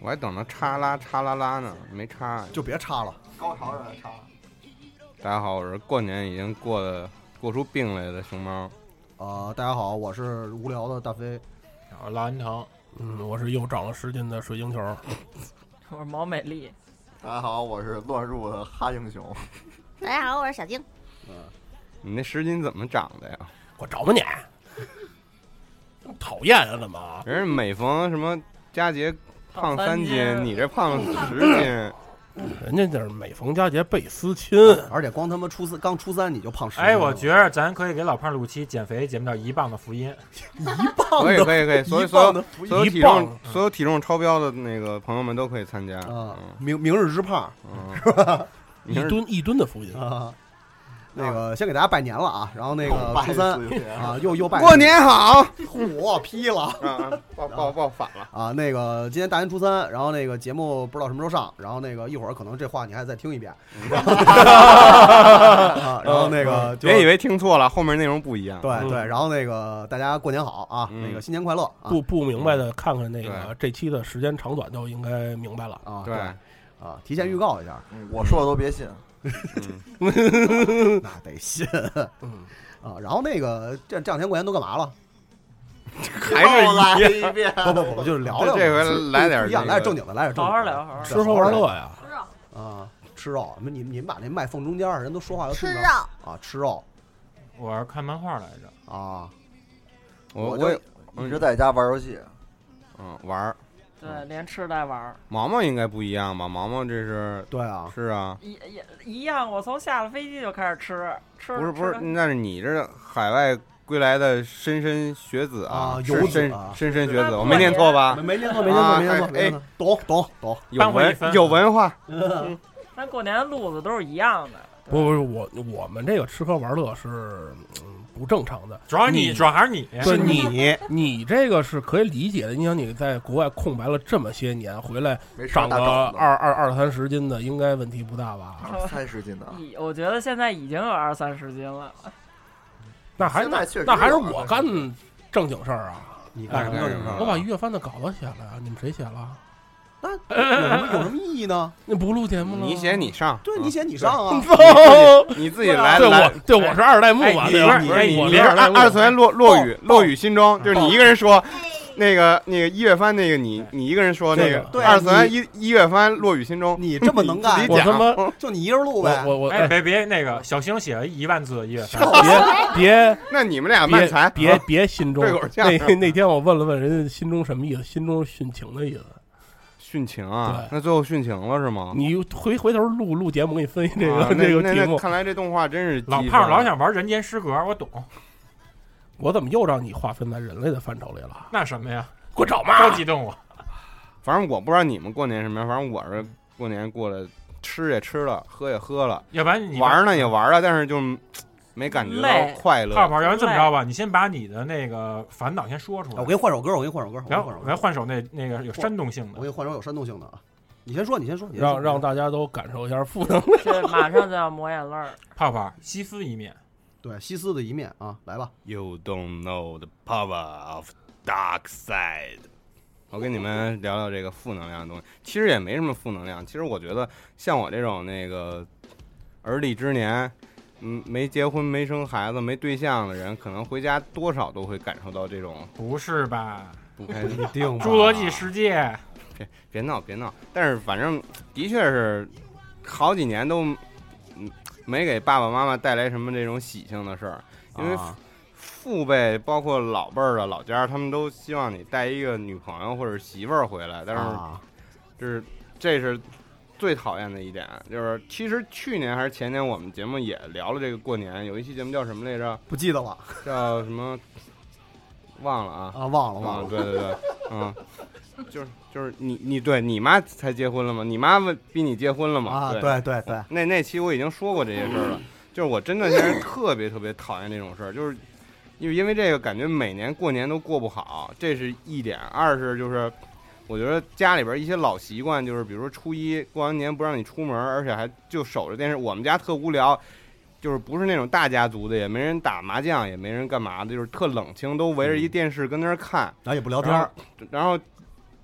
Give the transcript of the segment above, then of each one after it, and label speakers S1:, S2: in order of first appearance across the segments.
S1: 我还等着叉拉叉啦啦呢，没叉。
S2: 就别插了，
S3: 高潮让人插。
S1: 大家好，我是过年已经过的过出病来的熊猫。
S2: 呃，大家好，我是无聊的大飞。
S4: 啊，拉恩堂，嗯，我是又长了十斤的水晶球。
S5: 我是毛美丽，
S3: 大家好，我是乱入的哈英雄。》。
S6: 大家好，我是小晶。
S1: 你那十斤怎么长的呀？
S4: 我找吧你，这么讨厌啊？怎么？
S1: 人家每逢什么佳节胖
S4: 胖
S1: 三
S4: 三
S1: 斤，
S4: 斤
S1: 你这胖了十斤。
S4: 人家这是每逢佳节倍思亲，
S2: 而且光他妈初三刚初三你就胖十斤了，
S7: 哎，我觉着咱可以给老胖录期减肥节目，叫《一磅的福音》。
S1: 可以可以可 以，所以所
S2: 一磅
S1: 有
S2: 的福音
S1: 所有体
S2: 一
S1: 重
S2: 磅
S1: 所有体重超标的那个朋友们都可以参加。
S2: 啊，明明日之胖
S1: 嗯
S2: 是吧？
S1: 一吨
S4: 一吨的福音
S2: 啊。那个先给大家拜年了啊，然后那
S1: 又
S2: 个
S1: 拜
S2: 初三
S1: 四月
S2: 啊，又又拜
S1: 过年 好，
S2: 我劈了
S1: 啊，报报报反了
S2: 啊！那个今天大年初三，然后那个节目不知道什么时候上，然后那个一会儿可能这话你还再听 一遍，然后啊然后那个就
S1: 嗯别以为听错了，后面内容不一样。
S2: 对对，
S1: 嗯
S2: 然后那个大家过年好啊，那个新年快乐啊！
S4: 嗯不不明白的，看看那个这期的时间长短就应该明白了
S2: 啊
S1: 对
S2: 啊，提前预告一下，
S3: 我说的都别信。
S2: 那得信，嗯啊，然后那个这这两天过年都干嘛了？
S1: 还是又来一样一遍
S2: 不不不，就是聊聊，
S1: 这回来点
S2: 不一样，
S1: 那个
S2: 来点正经的，来点正经的，
S5: 好好聊好好聊
S2: 对
S4: 吃喝玩乐呀，
S2: 啊，吃肉，你们你们把那麦放中间，人都说话要顺着
S6: 吃
S2: 啊，吃肉
S7: 我是看漫画来着，
S2: 啊，
S1: 我
S3: 就
S1: 我也
S3: 一直在家玩游戏，
S1: 嗯玩儿
S5: 对，连吃带玩儿
S1: 毛毛应该不一样吧？毛毛这是
S2: 对啊，
S1: 是啊，
S5: 一一一样。我从下了飞机就开始吃，吃
S1: 不是不是，嗯
S5: 吃
S1: 那是你这海外归来的莘莘学子
S2: 啊
S1: 是
S2: 游子
S1: 莘
S2: 啊
S1: 莘莘学子，我没念错吧啊
S2: 没？没念错，没念错，没哎念错，
S5: 哎
S2: 没
S4: 啊
S2: 念错，懂懂懂，
S1: 有文有文
S4: 哎
S1: 化，
S5: 嗯咱过年的路子都是一样的。
S4: 不不是我我们这个吃喝玩乐是嗯不正常的，
S7: 主要是你，
S4: 你
S7: 主要还是你，
S4: 对
S2: 你
S4: 你这个是可以理解的。你想你在国外空白了这么些年，回来
S3: 没事
S4: 长个
S3: 大长子
S4: 二二二三十斤的，应该问题不大吧？
S3: 二三十斤的，
S5: 一我觉得现在已经有二三十斤了，
S4: 那还
S3: 现在确实
S4: 那还是
S3: 有啊
S4: 我干正经事儿啊！
S2: 你干什么正经事儿啊
S4: 我把一月番的稿子写了呀，你们谁写了？
S2: 那有什 么有什么意义呢？
S4: 那不录节目了？
S1: 你写你上，
S2: 对你写你上啊，
S1: 你自己来
S4: 对
S1: 来
S4: 我对我是二代目嘛，
S7: 哎
S4: 对吧？
S7: 你
S1: 不是你
S4: 我
S1: 你
S4: 是
S1: 是
S4: 二代
S1: 二
S4: 目，
S1: 二次元落落雨落雨心中，就是你一个人说。那个那个一月番那个你你一个人说那
S4: 对
S1: 个
S4: 的
S2: 对
S1: 二次元
S2: 你
S1: 一一月番落雨心中，
S2: 你这么能干
S1: 你自
S4: 我
S1: 己
S4: 他
S1: 讲
S4: 妈
S2: 就你一人录呗
S4: 我。我我
S7: 哎，
S4: 哎
S7: 别别那个，小星写了一万字的一月份，
S4: 别别
S1: 那你们俩啊
S4: 别
S1: 慢才
S4: 别别心中
S1: 对口相
S4: 那
S1: 声
S4: 那天我问了问人家心中什么意思，心中是殉情的意思。
S1: 殉情啊
S4: 对？
S1: 那最后殉情了是吗？
S4: 你回回头录录节目，给你分析这
S1: 啊
S4: 个
S1: 那
S4: 这个
S1: 那
S4: 题
S1: 那
S4: 目。
S1: 看来这动啊画真是
S7: 老
S1: 鸡
S7: 胖
S1: 巴
S7: 老想玩人间失格，我懂。
S4: 我怎么又让你划分在人类的范畴里了？
S7: 那什么呀，
S4: 给我找嘛！
S7: 都激动我。
S1: 反正我不知道你们过年什么样，反正我是过年过的，吃也吃了，喝也喝了，
S7: 要不然你
S1: 玩呢也玩了，但是就没感觉
S5: 累
S1: 到快乐。
S7: 泡泡，要不然这么着吧，你先把你的那个烦恼先说出
S2: 啊我
S7: 来
S2: 给，你换首歌，我给你换首歌，我给你
S7: 然后
S2: 换首
S7: 我
S2: 歌
S7: 来，换首那那个有煽动性
S2: 我
S7: 的
S2: 给。你换首有煽动性的啊。你先说，你先说，
S4: 让让大家都感受一下负能
S5: 这马上就要抹眼泪儿。
S7: 泡泡西斯一面，
S2: 对西斯的一面啊，来吧。
S1: You don't know the power of dark side。我跟你们聊聊这个负能量的东西，其实也没什么负能量。其实我觉得像我这种那个而立之年，嗯，没结婚、没生孩子、没对象的人，可能回家多少都会感受到这种
S7: 不是吧？
S1: 不开心。
S8: 定
S7: 侏罗纪世界，
S1: 别别闹，别闹！但是反正的确是好几年都嗯没给爸爸妈妈带来什么这种喜庆的事儿，因为
S2: 啊
S1: 父辈包括老辈儿的老家，他们都希望你带一个女朋友或者媳妇儿回来，但是
S2: 啊
S1: 就是这是最讨厌的一点，就是其实去年还是前年我们节目也聊了这个过年，有一期节目叫什么来着？
S2: 不记得了
S1: 叫什么？忘了啊，
S2: 啊，忘了忘
S1: 啊，
S2: 了。
S1: 对对对，嗯，就是就是你你对你妈才结婚了吗？你妈问逼你结婚了吗？
S2: 啊，
S1: 对，
S2: 对对对，
S1: 那那期我已经说过这些事儿了，就是我真的现在特别特别讨厌这种事儿，就是因为因为这个感觉每年过年都过不好，这是一点。二是就是我觉得家里边一些老习惯，就是比如说初一过完年不让你出门，而且还就守着电视。我们家特无聊。就是不是那种大家族的，也没人打麻将，也没人干嘛的，就是特冷清，都围着
S2: 嗯
S1: 一电视跟那儿看。
S2: 然后也不聊天儿
S1: 然后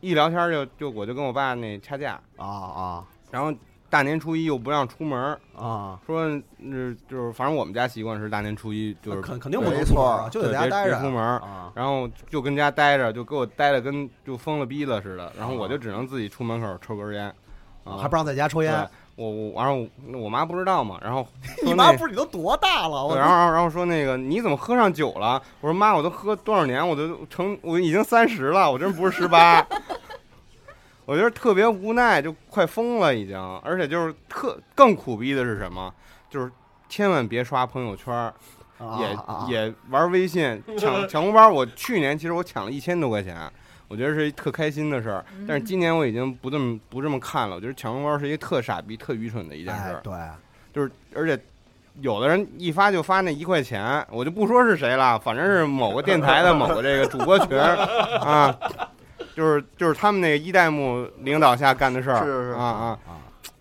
S1: 一聊天儿就就我就跟我爸那掐架，
S2: 啊啊
S1: 然后大年初一又不让出门儿，
S2: 啊，
S1: 说嗯就是反正我们家习惯是大年初一就是
S2: 肯肯定不能
S3: 没
S2: 出门
S3: 错
S2: 儿啊，就得
S1: 对
S2: 在家
S1: 别
S2: 待
S1: 别
S2: 着
S1: 出门儿，
S2: 啊
S1: 然后就跟家待着，就给我待的跟就疯了逼了似的，然后我就只能自己出门口抽根烟，
S2: 啊，
S1: 啊
S2: 还不让在家抽烟
S1: 对。我我然后我我妈不知道嘛，然后说
S2: 你妈
S1: 那
S2: 不是你都多大了？我
S1: 对然后然后然后说那个你怎么喝上酒了？我说妈，我都喝多少年，我都成我已经三十了，我真不是十八。 我觉得特别无奈，就快疯了已经，而且就是特更苦逼的是什么？就是千万别刷朋友圈儿，
S2: 啊
S1: 也、
S2: 啊
S1: 也玩微信抢抢红包。我去年其实我抢了一千多块钱，我觉得是一特开心的事儿。
S2: 嗯
S1: 但是今年我已经不这么不这么看了，我觉得抢红包是一个特傻逼、特愚蠢的一件事
S2: 哎
S1: 儿。
S2: 对，
S1: 就是而且有的人一发就发那一块钱，我就不说是谁了，反正是某个电台的某个这个主播群啊，就是就是他们那个一代目领导下干的事儿，
S3: 是是是
S1: 啊啊
S2: 啊，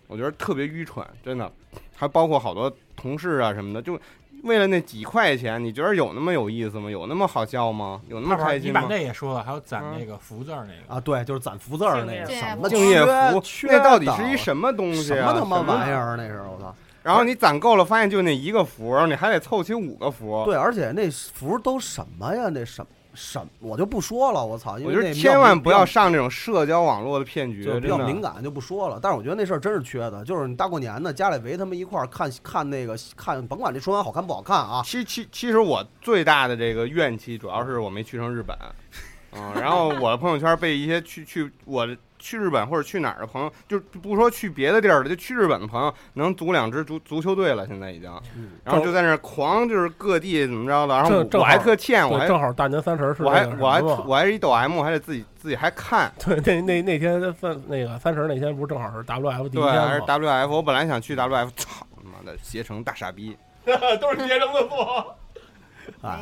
S1: 我觉得特别愚蠢，真的，还包括好多同事啊什么的，就。为了那几块钱，你觉得有那么有意思吗？有那么好笑吗？有那么开
S7: 你
S1: 心
S7: 把
S1: 吗？
S7: 那也说了，还有攒那个福字儿那个，
S2: 啊，对，就是攒福字儿那
S5: 嗯
S2: 个
S5: 敬业
S2: 什么
S1: 啊敬业福
S2: 福，
S1: 那到底是一
S2: 什
S1: 什么东西
S2: 什
S1: 啊？
S2: 么他妈玩意
S1: 儿？
S2: 儿？那是我操！
S1: 然后你攒够了，发现就那一个福，然后你还得凑齐五个福。
S2: 对，啊而且那福都什么呀？那什什，我就不说了，我操！因
S1: 我
S2: 为
S1: 觉
S2: 那
S1: 得
S2: 比较
S1: 千万
S2: 敏
S1: 不要上这种社交网络的骗局，
S2: 就
S1: 真
S2: 比较
S1: 的
S2: 敏感，就不说了。但是我觉得那事儿真是缺的，就是你大过年的，家里围他们一块儿看看那个看，甭管这春晚好看不好看啊，
S1: 其其其实我最大的这个怨气，主要是我没去成日本，嗯，然后我的朋友圈被一些去去我去日本或者去哪儿的朋友，就不说去别的地儿了，就去日本的朋友，能组两支足足球队了，现在已经，然后就在那儿狂就是各地怎么着的，然后
S4: 正
S1: 我
S4: 嗯正
S1: 我
S4: 好
S1: 还特欠，我
S4: 对，
S1: 还
S4: 正好大年三十是
S1: 我还
S4: 那个
S1: 我还
S4: 什么嘛啊
S1: 我还是一抖 M，还得自己自己还看，
S4: 对，那那那天三那个三十那天不是正好是 WF 第一
S1: 对，
S4: 天
S1: 还是
S4: 吗
S1: WF，我本来想去 WF，操他妈的携程大傻逼。
S7: 都是别人的错。
S2: 哎，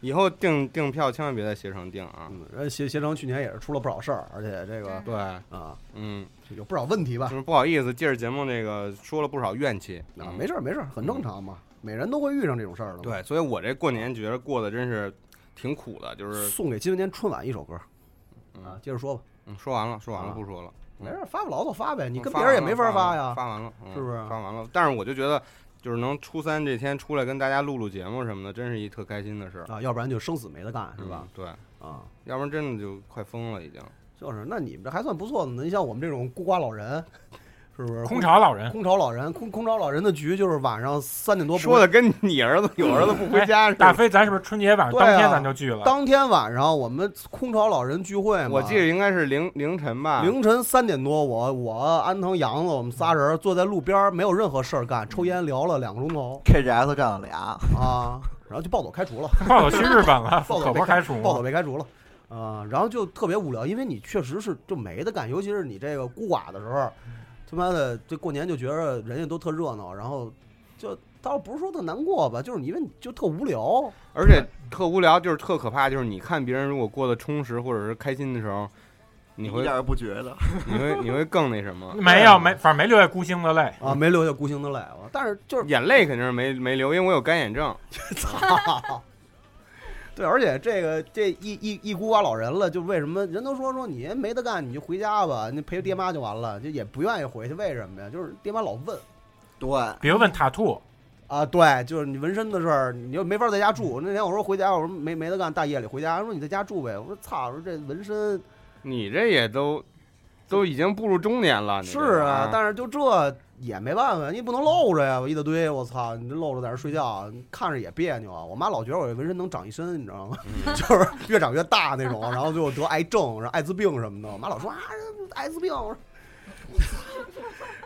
S1: 以后订订票千万别在携程订啊！
S2: 嗯，
S4: 呃
S2: 人家携携程去年也是出了不少事儿，而且这个
S1: 对，
S2: 啊
S1: 嗯，
S2: 有不少问题吧
S1: 就？是不好意思，借着节目这个说了不少怨气嗯
S2: 啊，没事儿没事儿，很正常嘛，每人都会遇上这种事儿的嘛。
S1: 对，所以我这过年觉得过得真是挺苦的，就是
S2: 送给今年春晚一首歌啊
S1: 嗯，
S2: 接着说吧，
S1: 嗯说完了，说完了，
S2: 啊
S1: 不说了，嗯
S2: 没事儿发不牢骚发呗，你跟
S1: 发
S2: 别
S1: 完
S2: 人也
S1: 了
S2: 没
S1: 发
S2: 法发
S1: 完了
S2: 呀。
S1: 发完了，嗯
S2: 是啊不是
S1: 发完了，但是我就觉得，就是能初三这天出来跟大家录录节目什么的，真是一特开心的事儿，
S2: 啊，要不然就生死没得干，是吧
S1: 嗯？？对，
S2: 啊，
S1: 要不然真的就快疯了已经。
S2: 就是，那你们这还算不错的呢。你像我们这种孤寡老人，是不是？
S7: 空巢老人，
S2: 空巢老人，空空巢老人的局就是晚上三点多不
S1: 说的跟你儿子有儿子不回家似
S7: 哎大
S1: 的。
S7: 飞，咱是不是春节晚上当
S2: 对啊
S7: 天咱就聚了？
S2: 当天晚上我们空巢老人聚会嘛，
S1: 我记得应该是凌凌晨吧，
S2: 凌晨三点多，我我安藤杨子我们仨人坐在路边儿，没有任何事儿干，抽烟聊了两个钟头
S3: KGS 占了俩，
S2: 啊，然后就暴走开除 了，
S7: 暴走去日本了，
S2: 暴
S7: 可
S2: 走
S7: 不
S2: 被
S7: 是开除
S2: 暴走
S7: 吗？
S2: 被开除了。啊、然后就特别无聊，因为你确实是就没得干，尤其是你这个孤寡的时候，他妈的这过年就觉着人家都特热闹，然后就倒不是说特难过吧，就是因为你就特无聊，
S1: 而且特无聊，就是特可怕，就是你看别人如果过得充实或者是开心的时候，你
S3: 一
S1: 会
S3: 点儿也不觉得。
S1: 你会你会更那什么，
S7: 没有没，反正没留下孤星的泪。
S2: 啊，没留下孤星的泪了，但是就是
S1: 眼泪肯定是没没流，因为我有干眼症。
S2: 对，而且这个这一一一孤寡老人了，就为什么人都说说你没得干，你就回家吧，你陪爹妈就完了，就也不愿意回去，为什么呀？就是爹妈老问，
S3: 对，
S7: 别问塔兔，
S2: 啊，对，就是你纹身的事儿，你又没法在家住。那天我说回家，我说没没得干，大夜里回家，他说你在家住呗。我说操，我说这纹身
S1: 你这也都都已经步入中年了，你这
S2: 是啊，但
S1: 是
S2: 是就这也没办法，你不能露着呀，我一大堆，我操，你这露着在那儿睡觉，你看着也别扭啊。我妈老觉得我这纹身能长一身，你知道吗？
S1: 嗯
S2: 就是越长越大那种，然后最后得癌症，然后艾滋病什么的。我妈老说啊，艾滋病，我说我操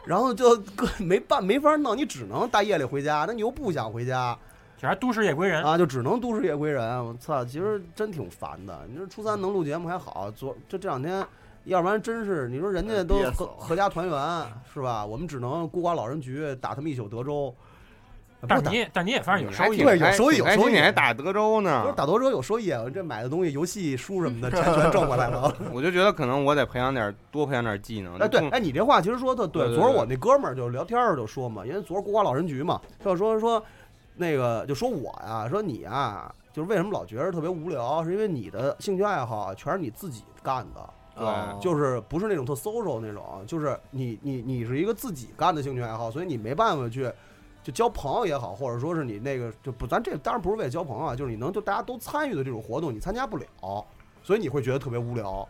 S2: 然后就各没办没法弄，你只能大夜里回家，那你又不想回家。
S7: 啥都市夜归人
S2: 啊，就只能都市夜归人。我操，其实真挺烦的。你说初三能录节目还好，昨这这两天，要不然真是你说人家都
S3: 哎憋死
S2: 合
S3: 了
S2: 合家团圆是吧？我们只能孤寡老人局打他们一宿德州。不过
S7: 但是
S2: 打
S7: 你也但你也反正有
S1: 还
S7: 收
S1: 挺
S7: 益，
S2: 对有
S1: 开
S2: 收益
S1: 挺
S2: 有
S1: 开心
S2: 收益
S1: 你还打德州
S2: 不是
S1: 呢。
S2: 打德州有收益，啊这买的东西、游戏、书什么 的，全全挣回来了。
S1: 我就觉得可能我得培养点儿多培养点儿技能。
S2: 哎，对
S1: 就，
S2: 哎，你这话其实说的对。
S1: 对对
S2: 昨儿
S1: 对
S2: 我那哥们儿就聊天儿就说嘛，因为昨儿孤寡老人局嘛，他就说说那个就说我呀，说你呀，就是为什么老觉着特别无聊，是因为你的兴趣爱好全是你自己干的，啊
S3: 哦
S2: 就是不是那种特 social 那种，就是你你你是一个自己干的兴趣爱好，所以你没办法去。就交朋友也好，或者说是你那个就不，咱这当然不是为了交朋友啊，就是你能就大家都参与的这种活动，你参加不了，所以你会觉得特别无聊。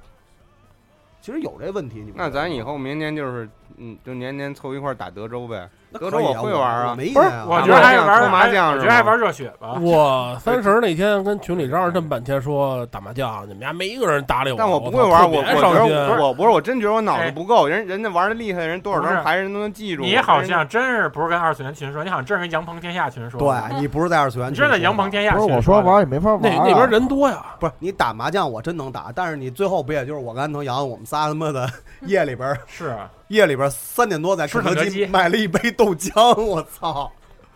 S2: 其实有这问题，你不
S1: 那
S2: 觉得
S1: 咱
S2: 吗
S1: 以后明年就是嗯，就年年凑一块儿打德州呗。
S2: 那
S1: 德
S2: 可
S1: 州
S2: 以
S1: 我会玩啊
S2: 我没意
S7: 不
S2: 见
S7: 是
S2: 啊。
S7: 我觉得还是玩
S1: 打麻将
S7: 我
S1: 是吗
S7: 觉得还玩热血吧。
S4: 我三十那天跟群里嚷嚷这么半天，说打麻将，你们家没一个人搭理我。
S1: 但
S4: 我
S1: 我不会玩，我我
S4: 特
S1: 觉
S4: 别伤心
S1: 得我我不是我真觉得我脑子
S7: 哎
S1: 不够，人人家玩的厉害的人多少
S7: 不
S1: 张
S7: 是
S1: 牌人都能记住。
S7: 你
S1: 我
S7: 好
S1: 真
S7: 像真是不是跟二次元群说，你好像真是跟羊鹏天下群说。，
S2: 对 你不是在二次元
S7: 你
S2: 群说
S7: 真是
S2: 的，
S7: 在羊鹏天下
S9: 不
S7: 群
S9: 是
S7: 的
S9: 我说玩儿也没法
S4: 那
S9: 玩儿啊，
S4: 那边人多呀，
S2: 不是你打麻将，我真能打，但是你最后不也就是我跟安藤阳，我们仨他妈 的夜里边儿
S7: 是啊
S2: 夜里边儿三点多在
S7: 吃
S2: 肯
S7: 肯德
S2: 德基
S7: 基
S2: 买了一杯豆浆，我操！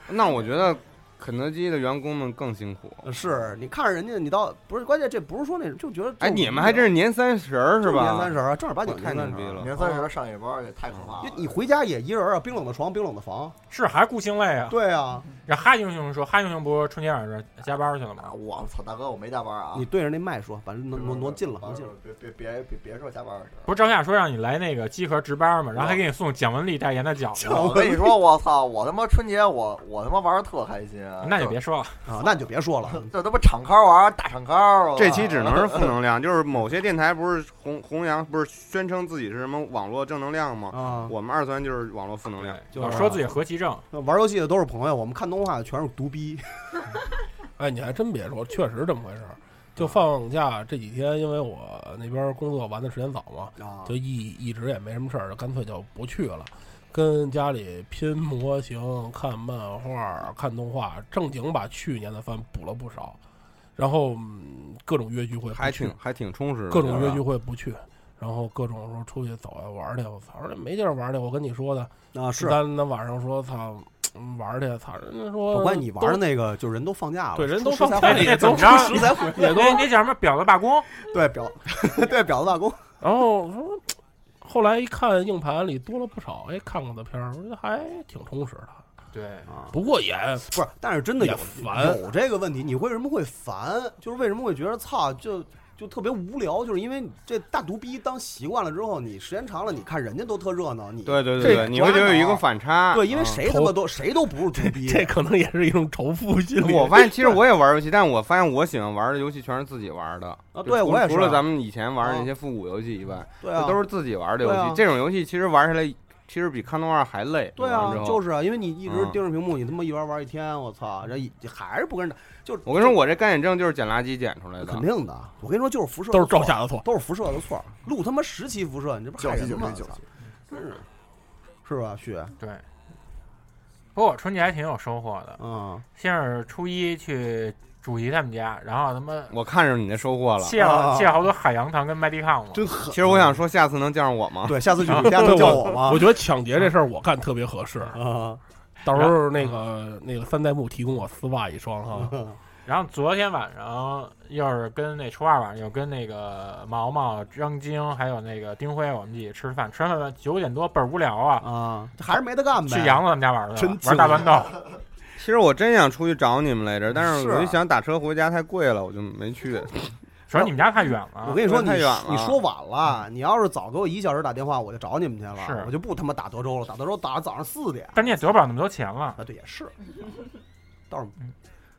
S1: 那我觉得肯德基的员工们更辛苦。
S2: 是你看着人家，你到不是关键，这不是说那就觉得
S1: 哎，你们还真是年三十儿是吧？
S2: 年三十啊，正儿八经
S1: 我太
S2: 年
S1: 牛
S2: 三
S1: 逼
S2: 十啊。
S1: 了！
S3: 年三十上夜班也太可怕
S2: 因为
S3: 了。
S2: 你回家也一人啊，冰冷的床，冰冷的房。
S7: 是还顾星类啊。
S2: 对啊，
S7: 然后哈英雄说，哈英雄不是春节晚上加班去了吗
S3: 啊，？我操，大哥，我没加班啊！
S2: 你对着那麦说，把挪挪挪近了，挪近了。
S3: 别别别别别说加班的事儿。
S7: 不是赵夏说让你来那个集合值班嘛，然后还给你送蒋雯丽代言的饺 子，
S3: 我跟你说，我操，我他妈春节我我他妈玩的特开心，
S7: 那就别说了。
S2: 啊，那你就别说了。
S3: 这他妈敞开玩儿啊大敞开儿。我
S1: 这期只能是负能 量，就是某些电台不是弘弘扬，不是宣称自己是什么网络正能量吗？
S2: 啊，
S1: 我们二三就是网络负能量。
S7: 对老说自己何其正，
S2: 玩游戏的都是朋友，我们看动画的全是毒逼。
S4: 哎，你还真别说，确实这么回事儿。
S2: 啊
S4: 就放假这几天，因为我那边工作完的时间早嘛，
S2: 啊
S4: 就一一直也没什么事儿，就干脆就不去了，跟家里拼模型、看漫画、看动画，正经把去年的番补了不少。然后、嗯各种约聚会不
S1: 还
S4: 去
S1: 挺还挺充实的，
S4: 各种
S1: 是
S4: 约
S1: 吧
S4: 聚会不去，然后各种说出去走啊玩儿去，我操，这没地儿玩儿去。我跟你说的，
S2: 啊，是
S4: 咱咱晚上说操嗯玩儿去，操，人家说
S2: 我关键你玩
S4: 都
S2: 的那个，就人都放假了，
S4: 对人
S2: 出
S4: 都
S2: 十
S4: 放
S2: 三
S4: 假
S2: 回
S4: 了
S7: 也
S4: 也
S7: 怎
S4: 都
S7: 么着？
S2: 十三回，
S7: 也那那叫什么婊子罢工？
S2: 对表对表子罢工，
S4: 然后我说，后来一看硬盘里多了不少，哎，看过的片儿，我觉得还挺充实的。
S7: 对，
S2: 啊
S4: 不过也
S2: 不是，但是真的有
S4: 啊也烦
S2: 有这个问题，你为什么会烦？就是为什么会觉得操，就就特别无聊，就是因为这大毒逼当习惯了之后，你时间长了，你看人家都特热闹，你
S1: 对对对对，
S2: 这
S1: 你会觉得有一
S2: 抓
S1: 个
S2: 挠
S1: 反差。
S2: 对因为
S1: 嗯
S2: 谁他妈都谁都不是毒逼，
S4: 这可能也是一种仇富心理。
S1: 我发现其实我也玩游戏，但我发现我喜欢玩的游戏全是自己玩的。
S2: 啊
S1: 就
S2: 对
S1: 除
S2: 我也
S1: 除
S2: 是
S1: 了
S2: 啊
S1: 咱们以前玩的那
S2: 啊
S1: 些复古游戏以外，
S2: 对
S1: 这
S2: 啊，
S1: 都是自己玩的游
S2: 对啊
S1: 戏。这种游戏其实玩下来，其实比看动画还累。
S2: 对
S1: 玩完
S2: 啊
S1: 之，后
S2: 就是啊，因为你一直
S1: 嗯
S2: 盯着屏幕，你他妈一玩玩一天，我操，这一还是不跟人打，就
S1: 我跟你说，我这干眼症就是捡垃圾捡出来的。
S2: 肯定的，我跟你说就是辐射
S4: 都是
S2: 的错
S4: 赵夏的错。
S2: 都是辐射的错儿，录他妈十期辐射，你这不是害
S3: 九七
S2: 人
S3: 九
S2: 吗
S3: 七？九七，
S2: 真是，是吧，雪？
S7: 对。不过我春节还挺有收获的，
S2: 嗯，
S7: 先是初一去主席他们家，然后他妈
S1: 我看着你的收获了。
S7: 借了
S2: 啊
S7: 借了好多海洋堂跟麦迪康嘛。
S2: 真狠。嗯
S1: 其实我想说，下次能叫上我吗？
S2: 对，下次去你家能叫我吗
S4: 啊我？觉得抢劫这事儿我干特别合适，
S2: 啊，
S4: 到时候那个那个三代目提供我丝袜一双哈。
S2: 啊
S7: 然后昨天晚上又是跟那初二晚上又跟那个毛毛、张晶还有那个丁辉我们一起吃饭，吃完饭九点多倍儿无聊啊，
S2: 啊，还是没得干呗。
S7: 去杨子他们家玩去了
S2: 真，
S7: 玩大乱斗。
S1: 其实我真想出去找你们来着，但是
S2: 是
S1: 我
S2: 啊
S1: 就想打车回家太贵了，我就没去。
S7: 主要你们家太远
S1: 啊
S7: 了，
S2: 我跟你说，你
S7: 太远了，
S2: 你说晚了。
S1: 嗯
S2: 你要是早给我一小时打电话，我就找你们去了。
S7: 是
S2: 我就不他妈打德州了，打德州打到早上四 点。
S7: 但你也得不了那么多钱了
S2: 啊！对，也是，倒是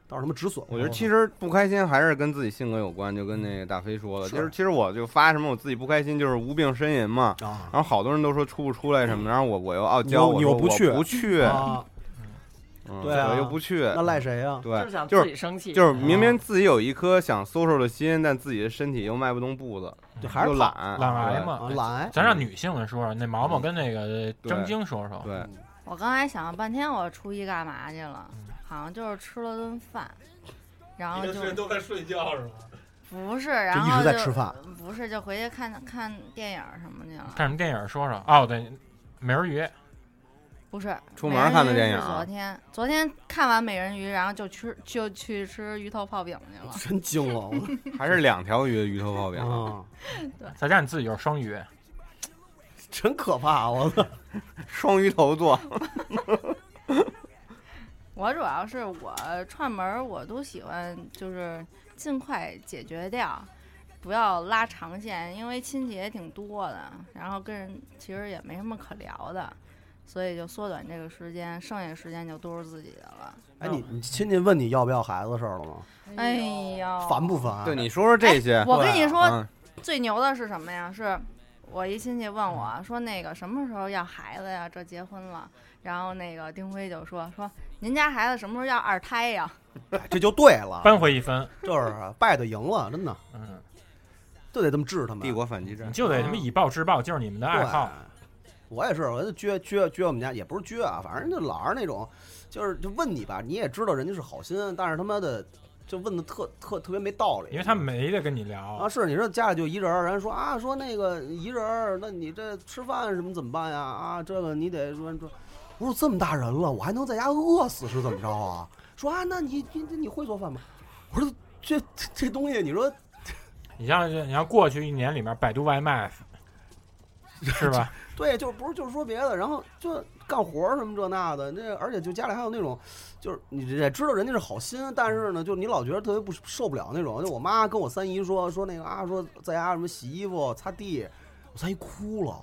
S2: 倒是他妈止损。
S1: 嗯我觉得其实不开心还是跟自己性格有关，就跟那个大飞说的，
S2: 是
S1: 就是其实我就发什么我自己不开心，就是无病呻吟嘛。然后好多人都说出不出来什么的，然后我我又傲
S2: 啊嗯你
S1: 娇，
S2: 又
S1: 我
S2: 你
S1: 说
S2: 又
S1: 我
S2: 不
S1: 不
S2: 去
S1: 去，
S2: 啊
S1: 嗯
S2: 对啊
S1: 我又不去，
S2: 那赖谁啊呀
S1: 对
S5: 就是想，
S1: 就
S5: 自己生气
S1: 就是明明自己有一颗想 social 的心，但自己的身体又迈不动步子，
S2: 对还是
S1: 又
S7: 懒
S1: 懒
S7: 癌
S1: 对
S7: 嘛，哎
S2: 懒癌
S7: 咱让女性们说说，那毛毛跟那个张晶说说，
S1: 对，
S9: 我刚才想了半天，我初一干嘛去了？好像就是吃了顿饭， 然后就
S4: 在睡觉是吗？
S9: 不是，然后
S7: 就一直在吃饭，
S9: 不是就回去看看电影什么去了，
S7: 看什么电影说说？哦，对，美人鱼，
S9: 不是。
S1: 出门看的
S9: 美人鱼
S1: 电影啊
S9: 是昨天昨天看完美人鱼，然后就吃就去吃鱼头泡饼去 了。
S2: 真惊了，
S1: 还是两条鱼鱼头泡饼
S2: 啊，
S7: 再加上你自己就是双鱼，
S2: 真可怕！我操，
S1: 双鱼头座，
S9: 我主要是我串门儿，我都喜欢就是尽快解决掉，不要拉长线，因为亲戚也挺多的，然后跟人其实也没什么可聊的，所以就缩短这个时间，剩下时间就都是自己的了。
S2: 哎，你你亲戚问你要不要孩子的事儿了吗？
S9: 哎呦，
S2: 烦啊不烦？
S1: 对你说说这些
S9: 哎我跟你说
S2: 啊
S1: 嗯
S9: 最牛的是什么呀？是我一亲戚问我说，那个什么时候要孩子呀？这结婚了，然后那个丁辉就说说您家孩子什么时候要二胎呀？
S2: 这就对了，
S7: 扳回一分，
S2: 就是败的赢了，真的，
S7: 嗯，
S2: 就得这么治他们。
S1: 帝国反击战，
S7: 你就得他妈以暴制暴，就是你们的爱好。
S2: 我也是，我就撅撅撅我们家，也不是撅啊，反正就老是那种，就是就问你吧，你也知道人家是好心，但是他妈的就问的特特特别没道理。
S7: 因为他没得跟你聊，
S2: 啊，是你说家里就一人儿，人家说啊，说那个一人儿，那你这吃饭什么怎么办呀？啊，这个你得说说，我说这么大人了，我还能在家饿死是怎么着啊？说啊，那你你你会做饭吗？我说这这这东西，你说
S7: 你像是你要过去一年里面百度外卖，是吧？
S2: 对，就不是就是说别的，然后就干活儿什么这那的，那而且就家里还有那种，就是你也知道人家是好心，但是呢，就你老觉得特别不受不了那种。就我妈跟我三姨说说那个啊，说在家什么洗衣服、擦地，我三姨哭了。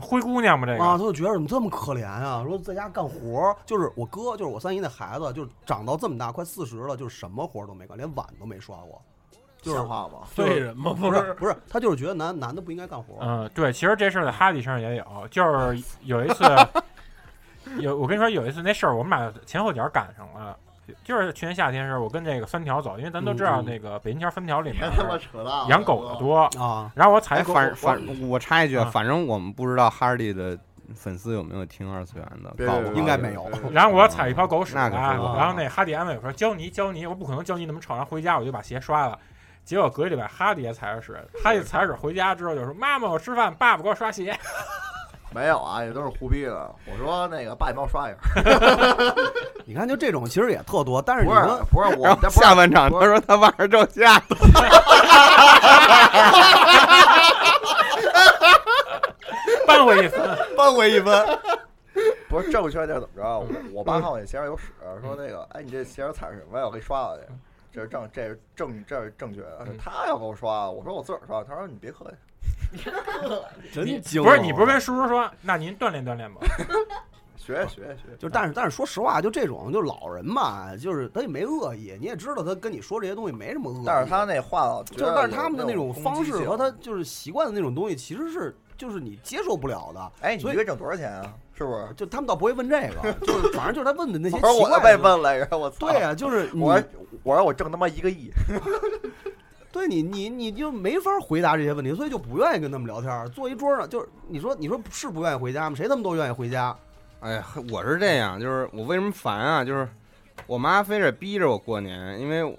S7: 灰姑娘嘛，这个
S2: 啊，她就觉得怎么这么可怜啊？说在家干活儿，就是我哥，就是我三姨那孩子，就是长到这么大，快四十了，就是什么活儿都没干，连碗都没刷过，就是
S7: 像话吗
S2: 就是
S7: 废人吗
S2: 不
S7: 不
S2: 是
S7: 是
S2: 不是，他就是觉得男男的不应该干活儿。
S7: 嗯，对，其实这事儿在哈迪身上也有，就是有 一次，有我跟你说有一次那事儿，我们俩前后脚赶上了，就是去年夏天的时候，我跟那个三条走，因为咱都知道
S1: 嗯嗯
S7: 那个北京桥三条里面
S3: 别他妈扯淡了
S7: 养狗的多
S2: 啊
S7: 然后我采
S1: 哎
S7: 狗，
S1: 反
S7: 我
S1: 反我插一句啊，
S7: 啊
S1: 反正我们不知道哈利的粉丝有没有听二次元的，
S7: 别
S1: 搞不
S7: 别
S1: 好
S7: 别应该没
S2: 有
S7: 然后我要踩一泡狗屎
S1: 那
S7: 啊！
S1: 可不
S7: 然后那哈迪安慰我说：“教你教你，我不可能教你那么吵。”然后回家我就把鞋刷了。结果隔一礼拜，哈迪也踩着屎，哈迪踩着屎回家之后就说：“妈妈，我吃饭，爸爸给我刷鞋。
S3: 没有啊，也都是胡逼的。我说那个爸，你帮我刷一下。
S2: 你看，就这种其实也特多，但是你
S3: 不是
S2: 说
S3: 不是我
S1: 然后下半场他说他晚上照下，
S7: 扳回一分，
S3: 扳回一分。 不是正确那是怎么着？我我爸看我那鞋上有屎，说那个，哎，你这鞋上踩什么呀？我给你刷下去。这是正，这是正，这是正确。他要给我刷，我说我自个儿刷。他说你别客气，
S2: 真
S7: 你
S2: 精，
S7: 不是你不是跟叔叔说，那您锻炼锻炼吧。
S3: 学学学。
S2: 就但是但是说实话，就这种就老人嘛，就是他也没恶意，你也知道他跟你说这些东西没什么恶意。
S3: 但是他那话
S2: 就
S3: 觉
S2: 是
S3: 得
S2: 但是他们的
S3: 有那
S2: 种
S3: 种
S2: 方式
S3: 攻击性
S2: 和他就是习惯的那种东西，其实是就是你接受不了的。
S3: 哎，你
S2: 所以
S3: 一个月挣多少钱啊？是不是？
S2: 就他们倒不会问这个，就是反正就是他问的那些
S3: 我
S2: 奇
S3: 说我
S2: 怪
S3: 都
S2: 的
S3: 被问来着，我操！
S2: 对啊就是你
S3: 我我说我挣他妈一个亿，
S2: 对你，你你就没法回答这些问题，所以就不愿意跟他们聊天儿。坐一桌上，就是你说你说是不愿意回家吗？谁他妈都愿意回家。
S1: 哎呀，我是这样，就是我为什么烦啊？就是我妈非得逼着我过年，因为